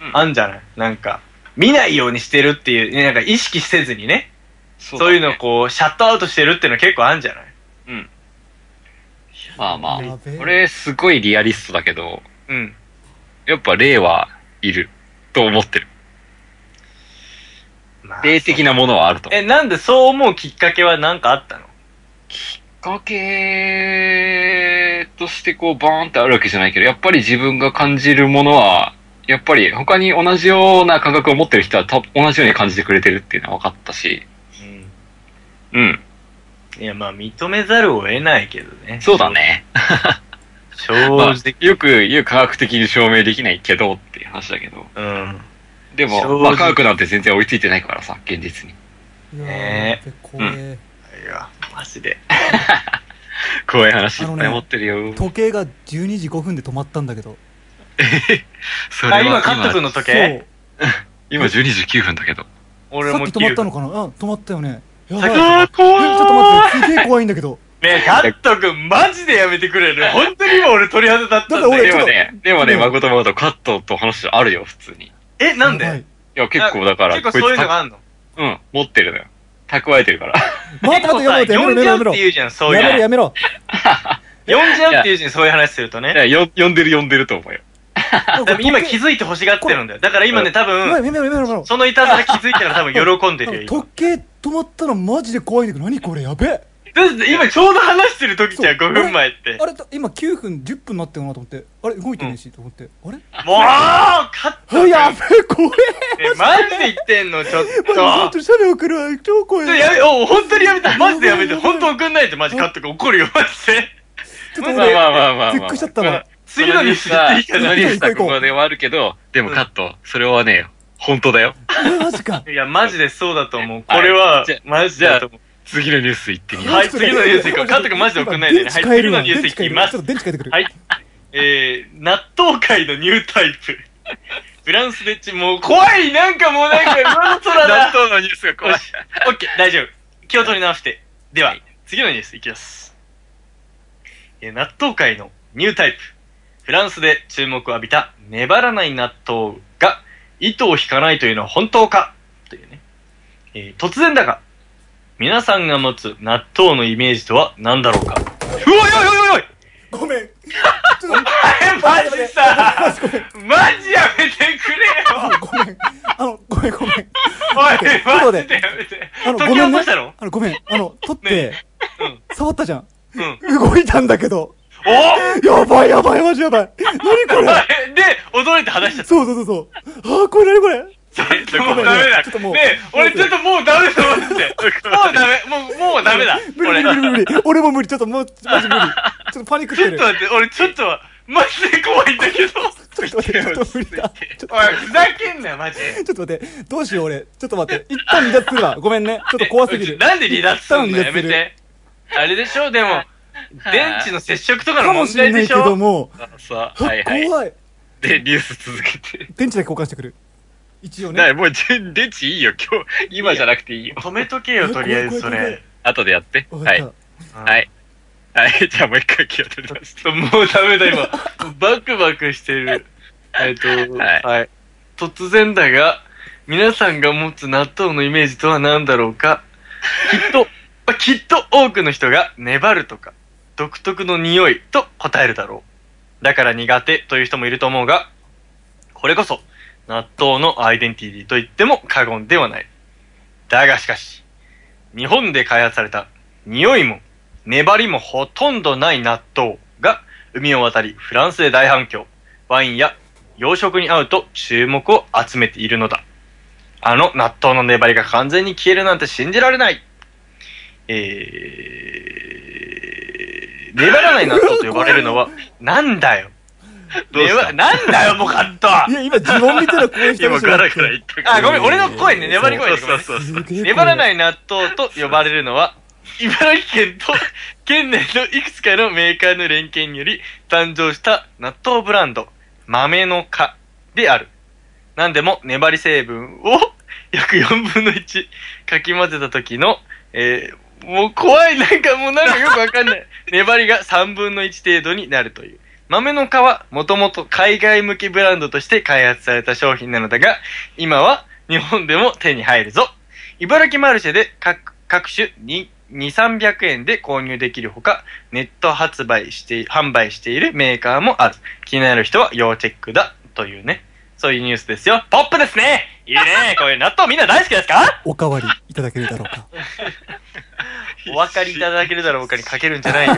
Speaker 3: うん、
Speaker 2: あんじゃないなんか、見ないようにしてるっていう、ねなんか意識せずにね、
Speaker 3: そ
Speaker 2: そういうのを
Speaker 3: こ
Speaker 2: こう、シャットアウトしてるっていうのは結構あんじゃない
Speaker 3: まあまあ
Speaker 4: やべえ。
Speaker 3: 俺、すごいリアリストだけど、
Speaker 2: うん。
Speaker 3: やっぱ霊はいると思ってる。
Speaker 2: まあ
Speaker 3: 霊的なものはあると思う。
Speaker 2: え、なんでそう思うきっかけは何かあったの
Speaker 3: きっかけとしてこうバーンってあるわけじゃないけど、やっぱり自分が感じるものは、やっぱり他に同じような感覚を持ってる人はた同じように感じてくれてるっていうのは分かったし、うん。
Speaker 2: いや、まあ、認めざるを得ないけどね。
Speaker 3: そうだね。
Speaker 2: 正
Speaker 3: まあ
Speaker 2: 直。
Speaker 3: よく言う科学的に証明できないけどっていう話だけど。
Speaker 2: うん。
Speaker 3: で
Speaker 2: 正
Speaker 3: も、
Speaker 2: 直
Speaker 3: まあ科学なんて全然追いついてないからさ、現実に。
Speaker 4: いや
Speaker 2: ね
Speaker 4: ー、怖え。
Speaker 2: いや、マジで。
Speaker 3: 怖い話い
Speaker 4: あの
Speaker 3: っ
Speaker 4: ね
Speaker 3: ぱい持ってるよ。
Speaker 4: 時計が12時5分で止まったんだけど。
Speaker 3: それ
Speaker 2: あ、
Speaker 3: は
Speaker 2: 今、カット君
Speaker 3: 今、
Speaker 2: の時計
Speaker 3: 今12時9分だけど。
Speaker 4: そう。
Speaker 2: 俺
Speaker 4: さっ
Speaker 2: も
Speaker 4: き止まった
Speaker 2: の。
Speaker 4: のかなうん、止まったよね。やばい。え
Speaker 2: あー、怖い。
Speaker 4: ちょっと待って、すげえ怖いんだけど。
Speaker 2: ねえ、カット君、マジでやめてくれる。本当に今俺鳥肌立ったんだ
Speaker 4: だから
Speaker 2: よ。
Speaker 3: で
Speaker 4: ちょっ
Speaker 3: も
Speaker 4: と
Speaker 3: ね、でもね、
Speaker 4: うん
Speaker 3: 誠誠カットと話あるよ、普通に。
Speaker 2: え、なん
Speaker 4: やばい
Speaker 2: で
Speaker 3: いや、結構だから、
Speaker 2: 結構そういうのがあんの
Speaker 3: こいつたうん、持ってるのよ。蓄えてるから。
Speaker 4: 待って待って、やめろやめ
Speaker 2: 呼んじゃう
Speaker 4: ろ
Speaker 2: って
Speaker 4: やめ
Speaker 2: 言うじゃん、そう
Speaker 4: ろ。
Speaker 2: いう
Speaker 4: やめろ
Speaker 2: の。
Speaker 4: やめろ。
Speaker 2: 呼んじゃうって言うじゃん、そういう話すると
Speaker 3: いや
Speaker 2: ね。
Speaker 3: よ、呼んでる呼んでると思うよ。
Speaker 2: <laughs> でも今気
Speaker 4: づ
Speaker 2: づいて欲しがってるんだよ。だから今ね、多
Speaker 4: やめ
Speaker 2: 分、
Speaker 4: ろやめろやめろやめろ。
Speaker 2: そのいたずら気づいたら多分喜んでるよ、今
Speaker 4: 時計止まったのマジで怖いんだけど、何これやべえ。
Speaker 2: だって今ちょうど話してる時じゃん、
Speaker 4: そう
Speaker 2: 5分前って。
Speaker 4: あれ、今9分、10分なってるなと思って、あれ、動いてねえし、と思って、あれ
Speaker 2: もうカット
Speaker 4: あやべえ、怖
Speaker 2: え、マジで言ってんの、ちょっ
Speaker 4: え。マ
Speaker 2: と。
Speaker 4: ジで写メ送るわ、超怖
Speaker 2: ちょや
Speaker 4: え。
Speaker 2: め、お、本当にやめて、マジでやめて、
Speaker 4: やばい
Speaker 2: 本当送んないと、マジカット君怒るよ、マジで。
Speaker 4: ちょっ
Speaker 3: ま
Speaker 4: と
Speaker 3: あ
Speaker 4: 俺、
Speaker 3: まあまあまあまあ。
Speaker 4: 絶句しちゃったわ。
Speaker 2: 次のニュース行っていいか
Speaker 3: その
Speaker 2: な
Speaker 3: ニュースは
Speaker 4: 行こう行こう
Speaker 3: ここではあるけど、でもカット、それはね、本当だよ。
Speaker 4: え、マジか。
Speaker 2: いや、マジでそうだと思う。これは
Speaker 3: じゃ、
Speaker 2: マジだと思う。
Speaker 3: 次のニュース行ってみよう。
Speaker 2: はい次のニュース行こうカット君マジで送んないでね
Speaker 4: 電池変えるわ
Speaker 2: はい次のニュース行きます
Speaker 4: ちょっと電池変えてくる。
Speaker 2: はい。えー、納豆界のニュータイプ。フランスでっち、もう怖いなんかもうなんか、今の空
Speaker 3: 納
Speaker 2: だ。
Speaker 3: 豆のニュースが怖い
Speaker 2: よ。しオッケー、大丈夫。気を取り直して。では、次のニュースいきます。えー納豆界のニュータイプ。フランスで注目を浴びた粘らない納豆が糸を引かないというのは本当かというね。えー突然だが、皆さんが持つ納豆のイメージとは何だろうかうおいおいおいおい
Speaker 4: ごめん。ちょっと、
Speaker 2: マジさ、マジやめてくれよ。
Speaker 4: ごめん。あの、
Speaker 2: <laughs>
Speaker 4: ごめんごめん。
Speaker 2: おい
Speaker 4: ちょ、っと
Speaker 2: マ
Speaker 4: 待っ
Speaker 2: ジで
Speaker 4: て
Speaker 2: やめて。
Speaker 4: あの、
Speaker 2: 解
Speaker 4: ご
Speaker 2: き
Speaker 4: め
Speaker 2: 起
Speaker 4: んね
Speaker 2: こしたろ。
Speaker 4: あの、ごめん。あの、取って、触ったじゃん。
Speaker 2: う
Speaker 4: 動いたんだけど。
Speaker 2: お
Speaker 4: <laughs> やばいやばい、マジやばい。何これ
Speaker 2: お <laughs> で、驚いて話しちゃった。
Speaker 4: そうそうそうそう。あー、これ何これ
Speaker 2: もうダメだ。
Speaker 4: ちょっともう
Speaker 2: ねえ俺ちょっともうダメだ、
Speaker 4: <laughs>
Speaker 2: マジで。もうダメ、もう、もうダメだ。
Speaker 4: 無理無理無理無理。俺も無理。ちょっともう、マジ無理。ちょっとパニックっ
Speaker 2: ちょ
Speaker 4: て
Speaker 2: っ
Speaker 4: る
Speaker 2: と。待って、俺ちょっと、マジで怖いんだけど。
Speaker 4: ちょっと待って、ちょっと無理だ。ちょ
Speaker 2: おい、ふざけんなよ、マジで。
Speaker 4: ちょっと待って、どうしよう俺。ちょっと待って、一旦離脱するわ。ごめんね。ちょっと怖すぎる。
Speaker 2: なんで離脱すんの
Speaker 4: 一旦離脱
Speaker 2: やめ
Speaker 4: する
Speaker 2: て。あれでしょ、でも、電池の接触とか
Speaker 4: か
Speaker 2: の
Speaker 4: も
Speaker 2: 問
Speaker 4: しれ
Speaker 2: 題
Speaker 4: な
Speaker 2: で
Speaker 4: い
Speaker 2: し
Speaker 4: け
Speaker 2: ょ。
Speaker 4: ども、
Speaker 3: さあ、
Speaker 4: は
Speaker 3: はいはい。
Speaker 4: 怖い。
Speaker 3: で、ニュース続けて。
Speaker 4: 電池だけ交換してくる。一応
Speaker 3: な
Speaker 4: ね。
Speaker 3: い、もう、全電池いいよ、今日。今じゃなくていいよ。
Speaker 2: 止めとけよ、とりあえずそれ。
Speaker 3: 後でやって。
Speaker 4: わ
Speaker 3: は
Speaker 4: かっ
Speaker 3: い。
Speaker 4: た
Speaker 3: は。い。はい、 <laughs> じゃあもう一回気を取ります。
Speaker 2: <laughs> もうダメだ、今。 <laughs> バクバクして
Speaker 3: <laughs>
Speaker 2: る。えっと、
Speaker 3: はい
Speaker 2: はい。突然だが、皆さんが持つ納豆のイメージとは何だろう
Speaker 3: <laughs>
Speaker 2: か。きっと、まあきっと多くの人が粘るとか、独特の匂いと答えるだろう。だから苦手という人もいると思うが、これこそ、納豆のアイデンティティと言っても過言ではない。だがしかし、日本で開発された匂いも粘りもほとんどない納豆が海を渡りフランスで大反響ワインや洋食に合うと注目を集めているのだあの納豆の粘りが完全に消えるなんて信じられないえー、粘らない納豆と呼ばれるのはなんだよ
Speaker 3: どうした
Speaker 2: 粘なんだよもうカット
Speaker 4: いや、今、呪文みたいな声してる
Speaker 3: 今、
Speaker 4: し。
Speaker 3: ガラガラ言ったから。
Speaker 2: あごめん俺の声ね粘り声ねごめんね
Speaker 3: そうそうそう。
Speaker 2: 粘らないい納豆と呼ばれるのは、 <laughs> 茨城県と県内のいくつかのメーカーの連携により誕生した納豆ブランド、豆の花である。なんでも粘り成分を <laughs> 約4分の1かき混ぜた時の、えーもう怖い、なんかもうなんかよくわかんない。粘りが3分の1程度になるという。豆の皮はもともと海外向けブランドとして開発された商品なのだが、今は日本でも手に入るぞ。茨城マルシェで各各種に2、300円で購入できるほか、ネット発売して、販売しているメーカーもある。気になる人は要チェックだ。というね。そういうニュースですよ。ポップですねいい <laughs> ねこういう納豆みんな大好きですか
Speaker 4: おかわりいただけるだろうか。
Speaker 2: <laughs> お分かりいただけるだろうかにかけるんじゃないよ。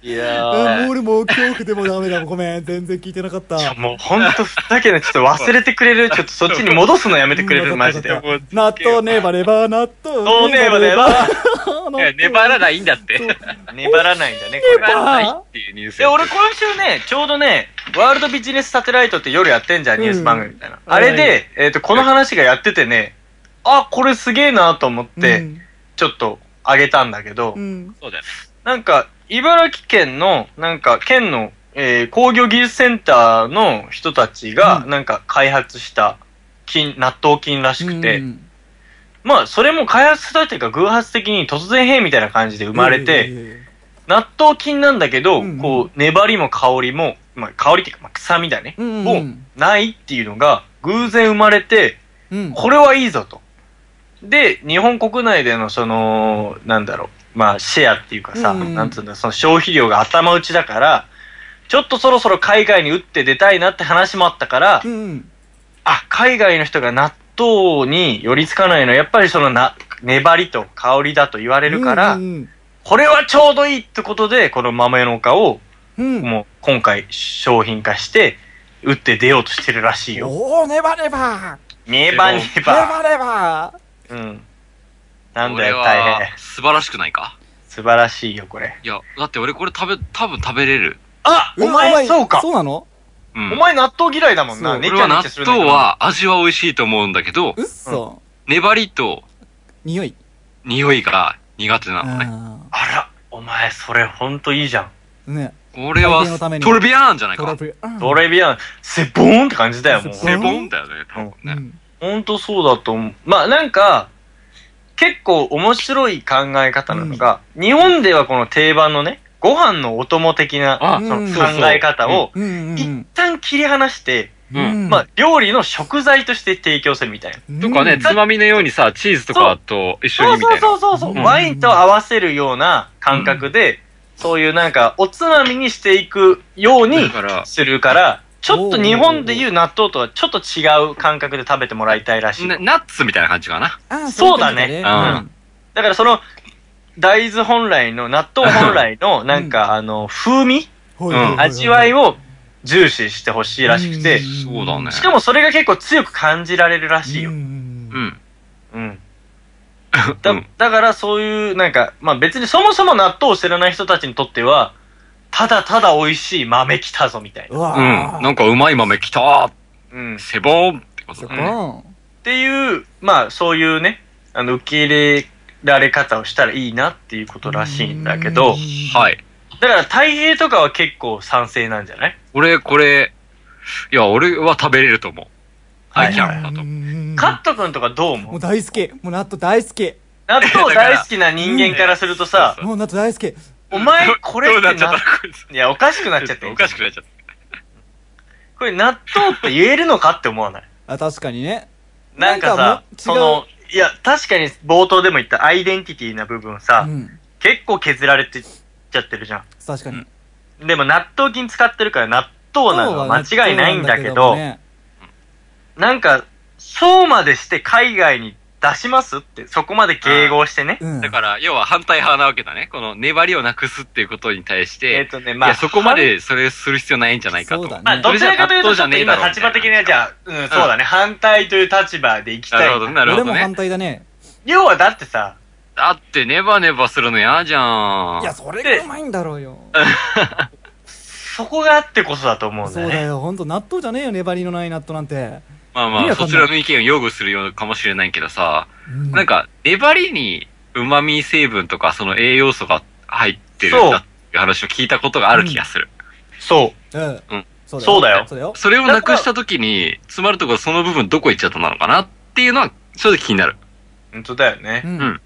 Speaker 2: い
Speaker 4: あ
Speaker 2: や
Speaker 4: もう俺もう恐怖でもダメだ。ごめん。全然聞いてなかった。
Speaker 2: ー。もうほんとふざけない。ちょっと忘れてくれるちょっとそっちに戻すのやめてくれるマ <laughs> ジで。
Speaker 4: うん納豆ネバネバ、納豆
Speaker 2: そうネバネバ。
Speaker 4: 納
Speaker 3: いや
Speaker 4: 豆
Speaker 3: 粘らないんだって。
Speaker 2: 粘らないんだね、これ
Speaker 3: 粘らないっていうニュース
Speaker 2: で、
Speaker 3: やって
Speaker 2: 俺今週ね、ちょうどね、ワールドビジネスサテライトって夜やってんじゃん、ニュース番組みたいな。
Speaker 4: うん
Speaker 2: あれ
Speaker 4: はいは
Speaker 2: で、えっ、と、この話がやっててね、あ、これすげえなと思っ
Speaker 4: う
Speaker 2: て、
Speaker 4: ん
Speaker 2: ちょっとあげたんだけど、
Speaker 4: うん。
Speaker 3: そうだよ。
Speaker 2: なんか、茨城県の、なんか、県の、えー工業技術センターの人たちが、
Speaker 4: うん
Speaker 2: なんか開発した菌、納豆菌らしくて、
Speaker 4: うん
Speaker 2: まあ、それも開発されたというか、偶発的に突然変異みたいな感じで生まれて、、納豆菌なんだけど、
Speaker 4: うんうん
Speaker 2: こう、粘りも香りも、まあ、香りっていうか、まあ、臭みだね、
Speaker 4: うん
Speaker 2: もうないっていうのが、偶然生まれて、
Speaker 4: うん。
Speaker 2: これはいいぞと。で、日本国内でのその、なんだろう、まあ、シェアっていうかさ、
Speaker 4: うんうん
Speaker 2: なんつうんだ、その消費量が頭打ちだから、ちょっとそろそろ海外に打って出たいなって話もあったから、
Speaker 4: うん。
Speaker 2: あ、海外の人が納豆に寄りつかないのは、やっぱりそのな、粘りと香りだと言われるから、
Speaker 4: うん。
Speaker 2: これはちょうどいいってことで、この豆の丘を、
Speaker 4: うん
Speaker 2: もう今回商品化して、打って出ようとしてるらしいよ。
Speaker 4: おー、ネバネバ
Speaker 2: ネバネ
Speaker 4: ネ
Speaker 2: バ。
Speaker 4: バネバ
Speaker 2: うん。なんだ
Speaker 3: 俺
Speaker 2: よ、
Speaker 3: は
Speaker 2: 大変。
Speaker 3: 素晴らしくないか
Speaker 2: 素晴らしいよ、これ。
Speaker 3: いや、だって俺これ食べ、多分食べれる。
Speaker 2: あ
Speaker 4: うわ
Speaker 2: お前、そうか。
Speaker 4: そうなの
Speaker 3: うん。
Speaker 2: お前納豆嫌いだもん
Speaker 4: そ
Speaker 2: な。
Speaker 4: う
Speaker 2: ね
Speaker 3: 俺
Speaker 2: ちゃ
Speaker 3: は納
Speaker 2: ねちゃするんだけ
Speaker 3: 豆
Speaker 2: ど。
Speaker 3: は味は美味しいと思うんだけど、
Speaker 4: うっそ。
Speaker 3: 粘りと
Speaker 4: 匂い。
Speaker 3: 匂いが苦手なのね。
Speaker 4: あ
Speaker 2: あら、お前、それほんといいじゃん。
Speaker 4: ーね。
Speaker 3: 俺は
Speaker 4: 体のために
Speaker 3: トルビアーンじゃない
Speaker 4: トラ
Speaker 3: か。
Speaker 4: ブル。うん
Speaker 2: ドレビアン、セボーンって感じだよ、もう。
Speaker 4: セ
Speaker 3: セボンだよね、多分
Speaker 4: う
Speaker 3: ね。
Speaker 4: ん
Speaker 2: ほんとそうだと思う。まあ、なんか、結構面白い考え方なのが、日本ではこの定番のね、ご飯のお供的な
Speaker 3: あ、
Speaker 2: その
Speaker 4: うん
Speaker 2: 考え方を、
Speaker 4: うんう
Speaker 2: 一
Speaker 4: ん
Speaker 2: 旦切り離して、
Speaker 3: う。
Speaker 4: うんん。
Speaker 2: まあ、料理の食材として提供するみたいな。
Speaker 4: うん、
Speaker 3: とかね、つまみのようにさ、チーズとかと一緒にみたいな。
Speaker 2: うそうそうそう
Speaker 4: うん
Speaker 2: ワインと合わせるような感覚で、そういうなんか、おつまみにしていくように
Speaker 3: だから
Speaker 2: するから、ちょっと日本でいう納豆とはちょっと違う感覚で食べてもらいたいらしい。
Speaker 3: なナッツみたいな感じかな。
Speaker 4: あー
Speaker 2: そうだね
Speaker 4: い感
Speaker 2: だからその、大豆本来の、納豆本来の、なんかあの、風味
Speaker 4: じだね
Speaker 3: うん
Speaker 2: 味わい
Speaker 4: を
Speaker 2: を重視してほしいらしくて、
Speaker 3: そうだね。
Speaker 2: しかもそれが結構強く感じられるらしいよ。
Speaker 3: う
Speaker 4: よ
Speaker 3: ん。
Speaker 2: うん。
Speaker 3: う
Speaker 2: だ
Speaker 3: ん
Speaker 2: だからそういう、なんか、まあ別にそもそも納豆を知らない人たちにとっては、ただただ美味しい豆来たぞみたいな。
Speaker 4: う
Speaker 3: う
Speaker 4: わ
Speaker 3: ん。なんかうまい豆きたー
Speaker 2: うん。っ
Speaker 3: セボーンってこと
Speaker 4: そ
Speaker 3: だ
Speaker 4: こ
Speaker 3: ね。
Speaker 2: ていう、まあそういうね、あの、受け入れられ方をしたらいいなっていうことらしいんだけど、
Speaker 3: はい。
Speaker 2: だから太平とかは結構賛成なんじゃない
Speaker 3: 俺、これ、いや、俺は食べれると思う。アイキャンだと。
Speaker 2: カット君とかどう
Speaker 4: も
Speaker 2: 思
Speaker 4: う
Speaker 2: う
Speaker 4: 大好きもう納豆大好き
Speaker 2: 納豆大好きな人間からするとさ、
Speaker 4: もう納豆大好き
Speaker 2: お前これ
Speaker 3: どう
Speaker 2: って
Speaker 3: なっちゃっ
Speaker 2: な
Speaker 3: たこいつ
Speaker 2: いや、おかしくなっちゃって
Speaker 3: お
Speaker 2: る
Speaker 3: かしくなっちゃっ
Speaker 2: これ納豆って言えるのかって思わない
Speaker 4: あ確かにね
Speaker 2: なんか
Speaker 4: なんか
Speaker 2: さ
Speaker 4: も
Speaker 2: そ
Speaker 4: う違、う
Speaker 2: の、いや、確かに冒頭でも言ったアイデンティティな部分さ、
Speaker 4: うん
Speaker 2: 結構削られてっちゃってるじゃ
Speaker 4: 確かに
Speaker 2: ん。でも納豆菌使ってるから納豆なのは間違いないんだけど、
Speaker 4: ね
Speaker 2: なんか、そうまでして海外に出しますって、そこまで迎合してね。
Speaker 4: うん
Speaker 3: た。だから、要は反対派なわけだね。この粘りをなくすっていうことに対し、
Speaker 2: えってとね、
Speaker 3: い
Speaker 2: まあ、
Speaker 3: や、そこまでそれする必要ないんじゃないか
Speaker 4: そう
Speaker 3: と。
Speaker 4: だ
Speaker 2: まあ、
Speaker 4: ね
Speaker 2: どちらかというと、
Speaker 3: それじ
Speaker 2: ち
Speaker 3: ゃ
Speaker 2: ょっと今
Speaker 3: 納豆
Speaker 2: 立
Speaker 3: じゃ
Speaker 2: 場
Speaker 3: ね
Speaker 2: 的
Speaker 3: え
Speaker 2: には、じゃあ、うん、そうだね、反対という立場で行き
Speaker 3: な
Speaker 2: た
Speaker 3: る
Speaker 2: い
Speaker 3: ほ。ど、なるほ
Speaker 4: 俺
Speaker 3: ど
Speaker 4: も反
Speaker 3: ね。
Speaker 4: 対だね
Speaker 2: 要はだってさ、
Speaker 3: だって、ネバネバするの嫌じゃん。
Speaker 4: いやそれがうまいんだろうよ
Speaker 2: そこがあってこそだと思うんだ
Speaker 4: そ
Speaker 2: よ
Speaker 4: うだ
Speaker 2: ね。
Speaker 4: よ本当納豆じゃねえよ粘りのない納豆なんて
Speaker 3: まあま
Speaker 4: 意味
Speaker 3: あ、
Speaker 4: わかん
Speaker 3: そ
Speaker 4: ない
Speaker 3: ちらの意見を擁護するようかもしれないけどさ、なん
Speaker 4: か
Speaker 3: か、粘りに旨味成分とか、その栄養素が入ってる
Speaker 2: そうん
Speaker 3: だっていう話を聞いたことがある気がする。
Speaker 2: そう。
Speaker 4: うん
Speaker 2: そうだよ
Speaker 4: そうだよ
Speaker 3: それをなくした時に、詰まるところその部分どこ行っちゃったのかなっていうのは、正直気になる。
Speaker 2: 本当だよね。
Speaker 4: う
Speaker 3: うん
Speaker 4: ん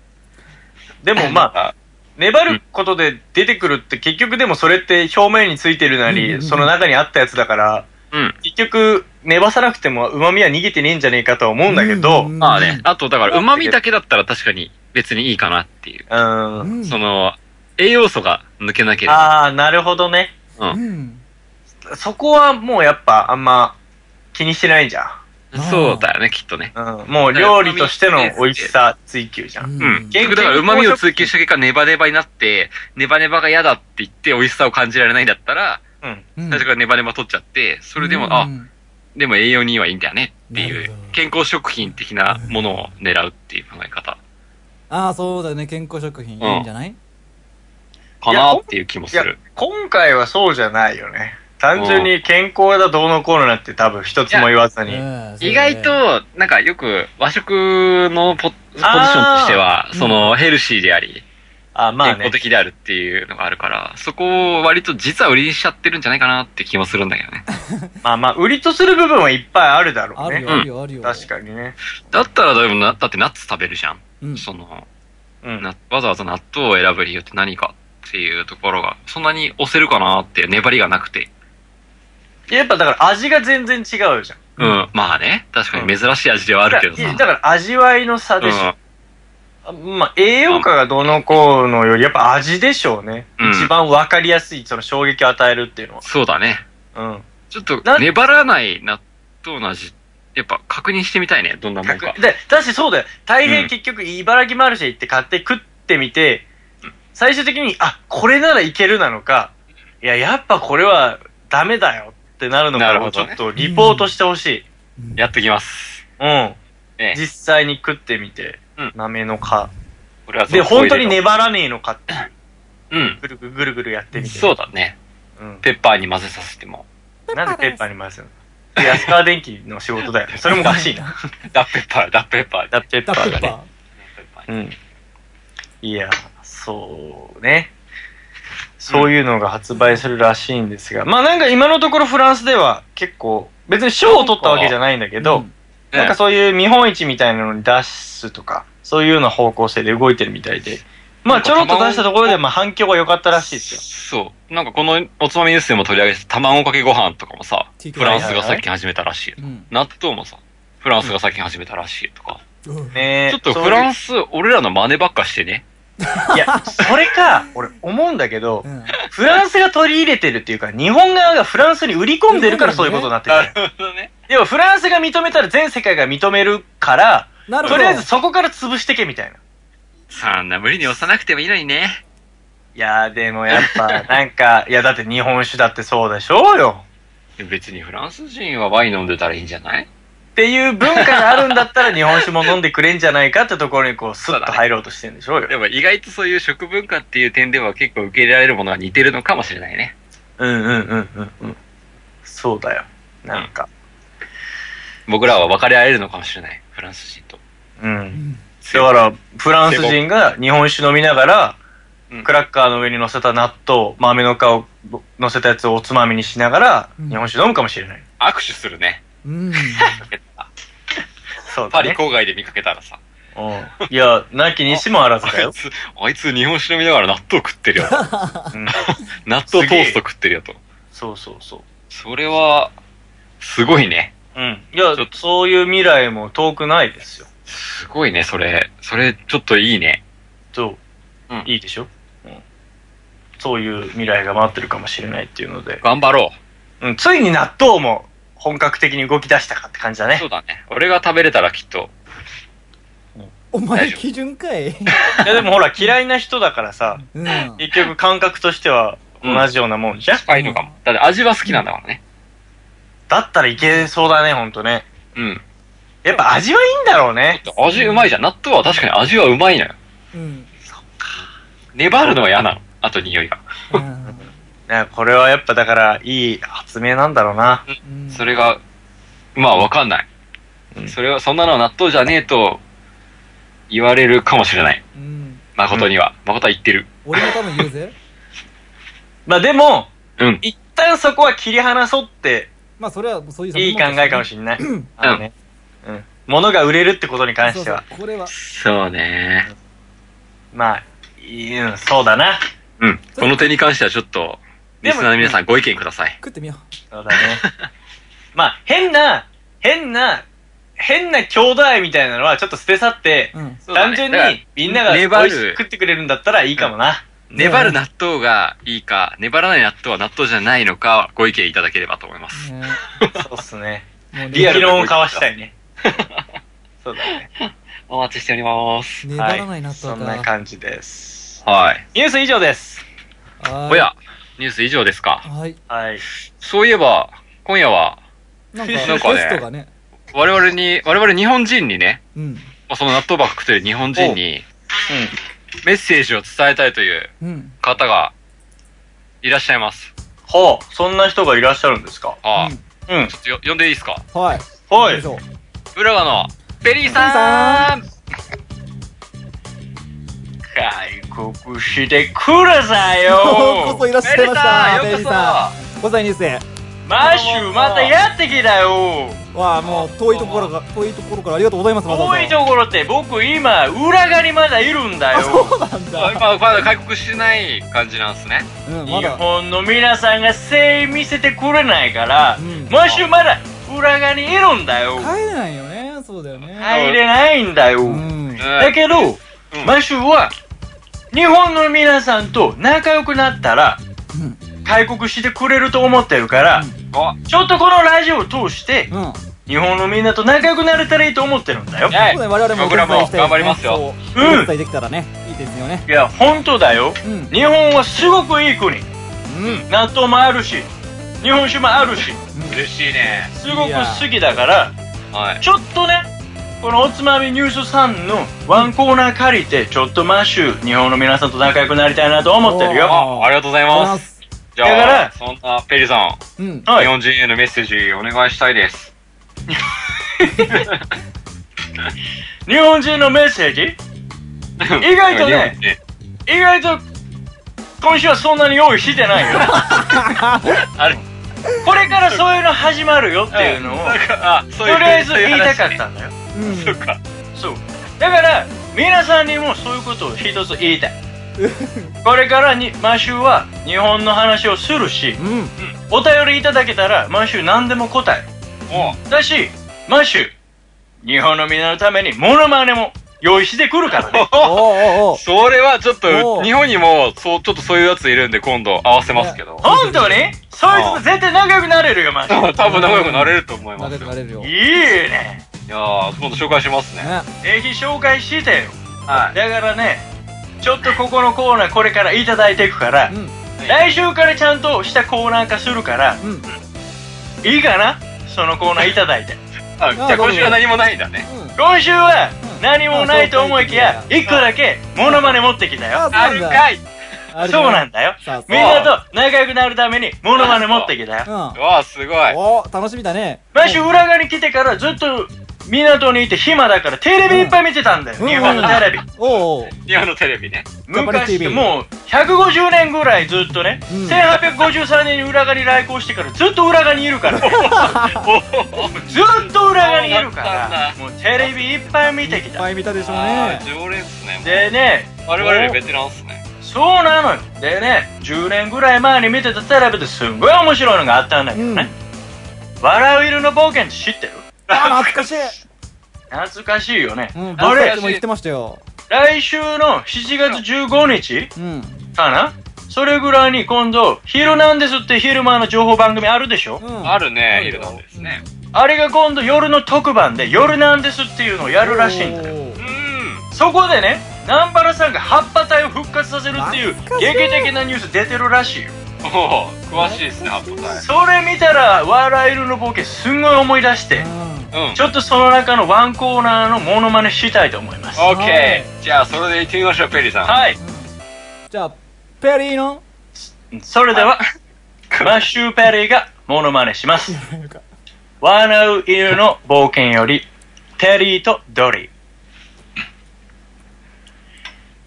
Speaker 2: でもまあ、粘ることで出てくるって結局でもそれって表面についてるな
Speaker 4: うんうんう
Speaker 2: り、
Speaker 4: ん
Speaker 2: その中にあったやつだから、
Speaker 3: うん。
Speaker 2: 結局、粘さなくても旨味は逃げてねえんじゃねえかとは思うんだけど、うん、
Speaker 3: まあね、あとだから、旨味だけだったら確かに別にいいかなっていう。
Speaker 2: あ
Speaker 3: その、栄養素が抜けなければ。
Speaker 2: あー、なるほどね。
Speaker 4: うん
Speaker 2: そこはもうやっぱあんま気にしてないじゃん。
Speaker 4: ー
Speaker 3: そうだよね、きっとね。
Speaker 2: うん、もう料理としての美味しさ追求じゃん。
Speaker 4: うん
Speaker 2: 結局
Speaker 3: だから、旨味を追求した結果、ネバネバになって、ネバネバが嫌だって言って、美味しさを感じられないんだったら、
Speaker 2: うん。
Speaker 4: うん
Speaker 3: 最初からネバネバ取っちゃって、それでも、
Speaker 4: う
Speaker 3: あ、
Speaker 4: ん
Speaker 3: でも栄養にはいいんだよねってい
Speaker 4: なる
Speaker 3: う
Speaker 4: ほど、
Speaker 3: 健康食品的なものを狙うっていう考え方
Speaker 4: ああそうだね健康食品いいんじゃない
Speaker 3: かなっていう気も
Speaker 2: い
Speaker 3: す
Speaker 2: や
Speaker 3: る。、
Speaker 2: 今回はそうじゃないよね。単純に健康だどうのこうのなって多分一つも言わずに。
Speaker 4: うん
Speaker 3: 意外と、なんかよく和食のポポジションとしては、そのヘルシーであり、
Speaker 2: あ、まあ
Speaker 3: 健
Speaker 2: ね
Speaker 3: 康。的であるっていうのがあるから、そこを割と実は売りにしちゃってるんじゃないかなって気もするんだけどね。
Speaker 2: まあまあ、売りとする部分はいっぱいあるだろ
Speaker 4: あ
Speaker 2: う
Speaker 4: る
Speaker 2: ね
Speaker 4: よ。あるよあるよ
Speaker 2: 確かにね。
Speaker 3: だったらだいぶな、だってナッツ食べるじゃん。
Speaker 4: に
Speaker 3: その、
Speaker 2: うん。
Speaker 3: なわざわざ納豆を選ぶ理由って何かっていうところが、そんなに押せるかなって粘りがなくて。
Speaker 2: やっぱだから味が全然違うじゃん。
Speaker 3: うん、まあね。確かに珍しい味ではあるけど
Speaker 2: いや
Speaker 3: さ。
Speaker 2: いやだから味わいの差でしょ。まあ、栄養価がどうのこうのより、やっぱ味でしょうね。
Speaker 3: うん
Speaker 2: 一番わかりやすい、その衝撃を与えるっていうの
Speaker 3: うん、そうだね。
Speaker 2: は。うん。
Speaker 3: ちょっと
Speaker 2: な、
Speaker 3: 粘らない納豆の味、やっぱ確認してみたいね、どんなもんか。
Speaker 2: で、だしそうだよ。大
Speaker 3: うん
Speaker 2: 変結局、茨城マルシェ行って買って食ってみて、最終的に、あ、これならいけるなのか、いや、やっぱこれはダメだよってなるの
Speaker 3: なる
Speaker 2: か
Speaker 3: ほ
Speaker 2: をち
Speaker 3: ど
Speaker 2: ょ
Speaker 3: ね
Speaker 2: っとリポートしてほしい。
Speaker 3: やってきます。
Speaker 2: うん。
Speaker 3: ええ
Speaker 2: 実際に食ってみて、
Speaker 3: うん
Speaker 2: なめのか。
Speaker 3: これは
Speaker 2: で、本当に。粘らねえのかって、
Speaker 3: うん。
Speaker 2: ぐるぐるぐるぐるやってみて。
Speaker 3: そうだね。
Speaker 2: うん。
Speaker 3: ペッパーに混ぜさせても。
Speaker 2: なんでペッパーに回すの安川電機の仕事だよね。それもおかしいな。
Speaker 3: ダッペッパー、ダッペッパー、ダ
Speaker 2: だ
Speaker 3: ッ
Speaker 2: ペッ
Speaker 4: ダ
Speaker 2: パ
Speaker 4: ッ
Speaker 2: ー
Speaker 4: ペ
Speaker 2: が
Speaker 4: ッ
Speaker 2: ね。
Speaker 4: パ
Speaker 2: うん。いや、そうね。そういうのが発売するらしいんですが、まあなんか今のところフランスでは結構、別に賞を取ったわけじゃないんだけ
Speaker 4: ー
Speaker 2: ど、
Speaker 4: うん
Speaker 2: なんかそういう見本市みたいなのに出すとか、そういうような方向性で動いてるみたいで、まあちょろっと出したところでまあ反響が良かったらしいですよ。
Speaker 3: そう。なんかこのおつまみニュースでも取り上げてた卵かけご飯とかもさ、
Speaker 4: TK
Speaker 3: フランスが先始めたらしい。
Speaker 4: うん
Speaker 3: 納豆もさ、フランスが先始めたらしいとか。
Speaker 4: うん
Speaker 2: ねえ
Speaker 3: ちょっとフラ
Speaker 2: ン
Speaker 4: <laughs>
Speaker 3: ンス、俺らの真似ばっかしてね。
Speaker 2: <laughs> いや、それか、俺思うんだけど
Speaker 4: う、ん
Speaker 2: フランスが取り入れてるっていうか、日本側がフランスに売り込んでるからそういうことになってる。
Speaker 3: なるほどね。
Speaker 2: 要はフランスが認めたら全世界が認めるから、
Speaker 4: なるほ
Speaker 2: と
Speaker 4: ど
Speaker 2: りあえずそこから潰してけみたいな。
Speaker 3: <laughs> そんな無理に押さなくてもいいのにね。
Speaker 2: いやーでもやっぱ、なんか、いやだって日本酒だってそうでしょうよ。
Speaker 3: 別にフランス人はワイン飲んでたらいいんじゃない
Speaker 2: っていう文化があるんだったら日本酒も飲んでくれんじゃないかってところにこう、スッと入ろうとしてるんでしょうよ。
Speaker 3: でも意外とそういう食文化っていう点では結構受け入れられるものが似てるのかもしれないね。
Speaker 2: うんうんうんうんうん。そうだよ。なんか。
Speaker 3: 僕らは分かり合えるのかもしれない。フランス人と。
Speaker 2: うん。だから、フランス人が日本酒飲みながら、
Speaker 3: うん
Speaker 2: クラッカーの上に乗せた納豆、豆の皮を乗せたやつをおつまみにしながら、
Speaker 4: うん
Speaker 2: 日本酒飲むかもしれない。
Speaker 3: 握手するね。
Speaker 2: <laughs>
Speaker 4: うん
Speaker 2: そうだ
Speaker 3: パリ
Speaker 2: ね。
Speaker 3: 郊外で見かけたらさ。
Speaker 2: うんいや、なきにしもあらずだ
Speaker 3: あい
Speaker 2: よ。
Speaker 3: つ、 <laughs> あいつ日本酒飲みながら納豆食ってるよ。 <laughs>
Speaker 2: うん
Speaker 3: 納豆トースト食ってるよと。
Speaker 2: そうそうそ
Speaker 3: それは、すごいね。
Speaker 2: う。うん。いや
Speaker 3: ちょっ、と
Speaker 2: そういう未来も遠くないですよ。
Speaker 3: すごいね、それ。それ、ちょっといいね。。
Speaker 2: そううんいいでしょうんそういう未来が待ってるかもしれないっていうので。
Speaker 3: 頑張ろ
Speaker 2: うん、ついに納豆も本格的に動き出したかって感じだ
Speaker 3: う。そ
Speaker 2: ね。
Speaker 3: うだね。俺が食べれたらきっと。
Speaker 4: お
Speaker 3: 大
Speaker 4: 前
Speaker 3: 丈夫
Speaker 4: 基準
Speaker 2: <laughs>
Speaker 4: かい
Speaker 2: いやでもほら、嫌いな人だからさ、
Speaker 4: うん
Speaker 2: 結局感覚としては同じようなもんじゃん。
Speaker 3: 近いのかも。だって味は好きなんだからね。
Speaker 2: だったらいけそうだね、ほんとね。
Speaker 3: うん。
Speaker 2: やっぱ味はいいんだろうね。
Speaker 3: 味うまいじゃん。納豆は確かに味はうまいのよ。
Speaker 4: うん
Speaker 3: 粘るのは嫌なの。あと匂いが。
Speaker 4: うん
Speaker 2: ねこれはやっぱだから、いい発明なんだろうな。
Speaker 4: うん
Speaker 3: それが、まあわかんない。
Speaker 2: うん
Speaker 3: それは、そんなのは納豆じゃねえと、言われるかもしれない。
Speaker 4: うん
Speaker 3: 誠には。誠は言ってる。
Speaker 4: 俺も多分言うぜ
Speaker 2: まあでも、
Speaker 3: うん。
Speaker 2: 一旦そこは切り離そうって、
Speaker 4: まあそれはそういう
Speaker 2: いい考えかも
Speaker 4: し
Speaker 2: しれない。あのね。うん。物が売れるってことに関しては。
Speaker 4: これは
Speaker 3: そうね。
Speaker 2: まあ、いうん、そうだな。
Speaker 3: うん。この点に関してはちょっと、リスナーの皆さんご意見ください。
Speaker 4: 食ってみよ
Speaker 2: そうだね。まあ、変な、変な、変な兄弟愛みたいなのはちょっと捨て去って
Speaker 4: う、うん
Speaker 2: 単純に
Speaker 3: だから
Speaker 2: みんなが美
Speaker 3: 粘る
Speaker 2: 味しく食ってくれるんだったらいいかもな。
Speaker 3: 粘る納豆がいいか、粘らない納豆は納豆じゃないのか、ご意見いただければと思います。
Speaker 4: ね
Speaker 2: そうっすね。
Speaker 4: もうね
Speaker 3: リアル
Speaker 2: 議論を交わしたいね。そうだね。
Speaker 3: お待ちしております。
Speaker 4: 粘
Speaker 2: はい
Speaker 4: らない納
Speaker 2: そん
Speaker 4: 豆
Speaker 2: な
Speaker 4: か
Speaker 2: 感じです。
Speaker 3: はい。
Speaker 2: ニュース以上です。
Speaker 4: はーい
Speaker 3: おや、ニュース以上ですか。
Speaker 4: はい
Speaker 2: はい。
Speaker 3: そういえば、今夜は、
Speaker 4: なんかゲ
Speaker 3: なん
Speaker 4: ス
Speaker 3: かね
Speaker 4: トがね
Speaker 3: 我々に、我々日本人にね、
Speaker 4: うん
Speaker 3: その納豆ばっか食ってる日本人に、メッセージを伝えたいという
Speaker 4: うん
Speaker 3: 方が、いらっしゃいます。
Speaker 2: ほう、そんな人がいらっしゃるんですか
Speaker 3: ああ、
Speaker 4: うん
Speaker 3: ち
Speaker 2: うん。
Speaker 3: ょっとよ呼んでいいですか
Speaker 4: はい
Speaker 2: ほ
Speaker 4: 行きま
Speaker 2: い
Speaker 4: し。ょう
Speaker 3: 浦賀の、ペリーさん
Speaker 2: 開国してくださいよ
Speaker 4: ようこそいらっしゃいました
Speaker 3: ペ
Speaker 4: ペ
Speaker 3: リ
Speaker 4: リ
Speaker 3: ー
Speaker 4: ー
Speaker 3: さ
Speaker 4: さ
Speaker 3: ん
Speaker 4: ん5歳2世
Speaker 2: マッシュまたやってきたよ
Speaker 4: わあもう遠いところが遠いところからありがとうございますわざわざ
Speaker 2: 遠いところって僕今裏側にまだいるんだ
Speaker 4: あ
Speaker 2: よ
Speaker 4: そうなん
Speaker 3: あ
Speaker 4: だ
Speaker 3: まあまだ開国してない感じなんですね。
Speaker 4: うんま
Speaker 2: 日
Speaker 4: だ
Speaker 2: 本の皆さんが誠意見せてくれないから、
Speaker 4: うん
Speaker 2: マッシュまだ裏側にいるんだよ
Speaker 4: 帰れないよねそうだよね
Speaker 2: 入れないんだよ、
Speaker 4: うん
Speaker 2: だけど、マッシュは日本の皆さんと仲良くなったら
Speaker 4: うん
Speaker 2: 開国してくれると思ってるから、
Speaker 3: あ
Speaker 2: ちょっとこのラジオを通して
Speaker 4: うん
Speaker 2: 日本のみんなと仲良くなれたらいいと思ってるんだよ
Speaker 3: はい
Speaker 4: そうだね我々もお
Speaker 3: 僕
Speaker 4: 手
Speaker 3: ら
Speaker 4: 伝い
Speaker 3: も
Speaker 4: したい
Speaker 3: 頑張りますよ。
Speaker 4: よねそう
Speaker 2: うん
Speaker 4: お手伝いできたらねいいですよね
Speaker 2: いや本当だよ
Speaker 4: うん
Speaker 2: 日本はすごくいい国
Speaker 4: うん
Speaker 2: 納豆もあるし日本酒もあるし
Speaker 3: 嬉しいね。
Speaker 2: すごく好きだから
Speaker 3: はい。
Speaker 2: ちょっとねこのおつまみニュースさんのワンコーナー借りてちょっとマッシュ日本の皆さんと仲良くなりたいなと思ってるよ
Speaker 3: あ、ありがとうございま。
Speaker 4: ますす
Speaker 3: じゃあ、
Speaker 2: だから
Speaker 3: そんなペリさん、
Speaker 4: うん
Speaker 2: は
Speaker 3: 日
Speaker 2: い
Speaker 3: 本人へのメッセージお願いしたいです。
Speaker 2: 日本人のメッセージ
Speaker 3: 意
Speaker 2: 外とね。意外と今週はそんなに用意して
Speaker 3: <laughs>
Speaker 2: ないよ
Speaker 3: あれ
Speaker 2: これからそういうの始まるよっていうのを
Speaker 3: なんかあ、
Speaker 2: と
Speaker 3: そう
Speaker 2: り
Speaker 3: いう
Speaker 2: あえず言いたかっ
Speaker 3: そ
Speaker 2: たんだよ
Speaker 4: うん
Speaker 3: <laughs> ういう話ね。そうか。
Speaker 2: そうだから皆さんにもそういうことを一つ言いた
Speaker 3: <laughs>
Speaker 2: いこれからにマシューは日本の話をするし
Speaker 4: うん
Speaker 2: お便りいただけたらマシュー何でも答え
Speaker 3: も
Speaker 2: だしマシュー日本のみんなのためにモノマネも用意してくるから
Speaker 3: <laughs>
Speaker 2: ね。
Speaker 4: おうおうおう
Speaker 3: それはちょっ
Speaker 4: お
Speaker 3: と、
Speaker 4: う
Speaker 3: 日本にも、そう、ちょっとそういうやついるんで、今度合わせますけど。
Speaker 2: 本当にそういうこと絶対仲良くなれるよ、マジで。
Speaker 3: <laughs> 多分仲良くなれると思いま
Speaker 4: 慣れ
Speaker 3: す
Speaker 4: る
Speaker 3: よ。
Speaker 4: 慣れる
Speaker 2: い
Speaker 4: よ。ね。
Speaker 2: いね。
Speaker 3: いやー、今度紹介しますね。
Speaker 2: ぜひ紹介してよ。
Speaker 3: はい。
Speaker 2: だからね、ちょっとここのコーナーこれからいただいていくから、
Speaker 4: うん。
Speaker 2: 来週からちゃんとしたコーナー化するから、
Speaker 4: うん。うん。
Speaker 2: いいかなそのコーナーいただいて。
Speaker 3: あ、じゃあ今週は何もないんだね。
Speaker 2: 今週は
Speaker 4: うん
Speaker 2: 何もないと思いきや
Speaker 4: う、ん
Speaker 2: 一個だけモノマネ持ってきたよ。
Speaker 3: あるかい
Speaker 4: あ
Speaker 2: そうなんだよ。
Speaker 4: さあ、
Speaker 2: みんなと仲良くなるためにモノマネ持ってきたよ。
Speaker 4: と。
Speaker 3: わあ、すごい。
Speaker 4: うん。おー楽しみだね。
Speaker 2: 毎週裏側に来てからずっと港にいて暇だからテレビいっぱい見てたんだよ、
Speaker 4: うん
Speaker 2: 日本のテレビ、
Speaker 4: おうおう。
Speaker 3: 日本のテレビね。
Speaker 4: ジャパニーズ
Speaker 2: 昔
Speaker 4: TV
Speaker 2: もう150年ぐらいずっとね、
Speaker 4: うん
Speaker 2: 1853年に裏側に来航してからずっと裏側にいるから
Speaker 4: <laughs>
Speaker 2: ずっと裏側にいるからもうテレビいっぱい見てき
Speaker 4: いったぱい見たでしょう
Speaker 3: あ
Speaker 4: ね
Speaker 3: ー。常連っすね。
Speaker 2: でね
Speaker 3: 我々よりベテランっすね。
Speaker 2: そうなのよでね10年ぐらい前に見てたテレビですんごい面白いのがあったんだけど
Speaker 4: うん。
Speaker 2: ね「笑う犬の冒険」って知ってる
Speaker 4: あー、懐かしい。
Speaker 2: 懐かしいよね、
Speaker 4: うん。
Speaker 2: あ
Speaker 4: 僕
Speaker 2: れ
Speaker 4: たちも言ってましたよ。
Speaker 2: 来週の7月15日
Speaker 4: うん。
Speaker 2: かなそれぐらいに今度、ヒルナンデスって昼間の情報番組あるでしょ
Speaker 4: うん。
Speaker 3: あ
Speaker 4: る
Speaker 3: るね、いるなんですね。
Speaker 2: あれが今度夜の特番で、夜なんですっていうのをやるらしいんだよ。
Speaker 4: よ
Speaker 3: う。ん。
Speaker 2: そこでね、南原さんが葉っぱ隊を復活させるっていう
Speaker 4: 懐かしい
Speaker 2: 劇的なニュース出てるらしいよ。
Speaker 3: おー詳しいですね、アップタイ
Speaker 2: それ見たら、笑えるのボケすんごい思い出して、
Speaker 4: う
Speaker 3: うん。
Speaker 2: ちょっとその中のワンコーナーのモノマネしたいと思います。
Speaker 3: オッケー。じゃあ、それで行ってみましょう、ペリーさん。
Speaker 2: はい。
Speaker 4: ん。じゃあ、ペリーの
Speaker 2: それでは、マッシューペリーがモノマネします。笑う犬の冒険より、テリーとドリ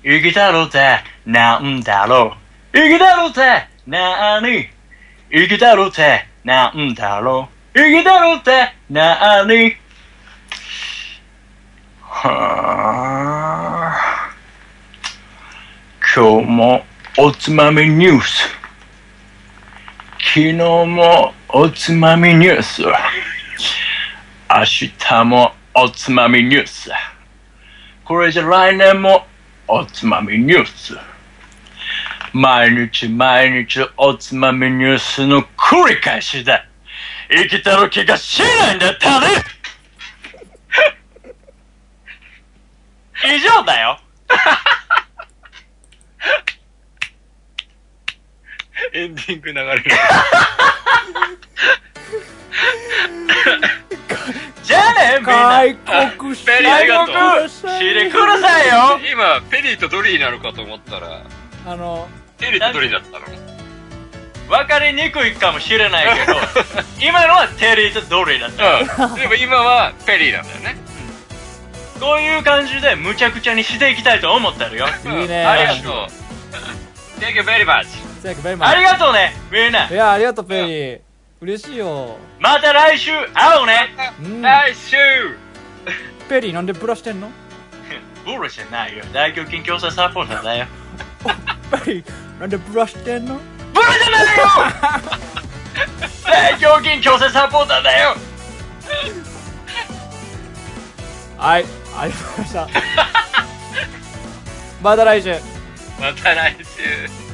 Speaker 2: ー。生きたろうってなんだろう生きたろうってなーに生きたろうってなんだろう生きたろうってなーにはー今日もおつまみニュース昨日もおつまみニュース明日もおつまみニュースこれじゃ来年もおつまみニュース毎日毎日おつまみニュースの繰り返しだ生きたる気がしないんだったね以上だよ
Speaker 3: エンディング流れる。
Speaker 2: じゃあねみんな
Speaker 4: 開国し
Speaker 3: ペリーありがとう。
Speaker 2: 仕入れくださいよ
Speaker 3: 今、ペリーとドリーになるかと思ったら、
Speaker 4: あの、
Speaker 3: ペリーとドリーだったの。
Speaker 2: 分かりにくいかもしれないけど今のはテリーとドリーだった
Speaker 3: うん。でも今は、ペリーなんだよね。
Speaker 2: こういう感じでむちゃくちゃにしていきたいと思ってるよ
Speaker 4: いいね
Speaker 3: ありがとう。Thank you very much.
Speaker 4: さやくペリーも
Speaker 2: ありがとうねみんない
Speaker 4: や、ありがとう、ペリー。嬉しいよ。
Speaker 2: また来週会おうね
Speaker 4: うん。
Speaker 3: 来週
Speaker 4: ペリー、なんでブラしてんの
Speaker 2: ブルじゃないよ大胸筋強制サポーターだよ
Speaker 4: ペリー、なんでブラしてんの
Speaker 2: ブルじゃないよ大胸筋強制サポーターだよ
Speaker 4: はい、ありがとうございました。また来週。
Speaker 3: また来週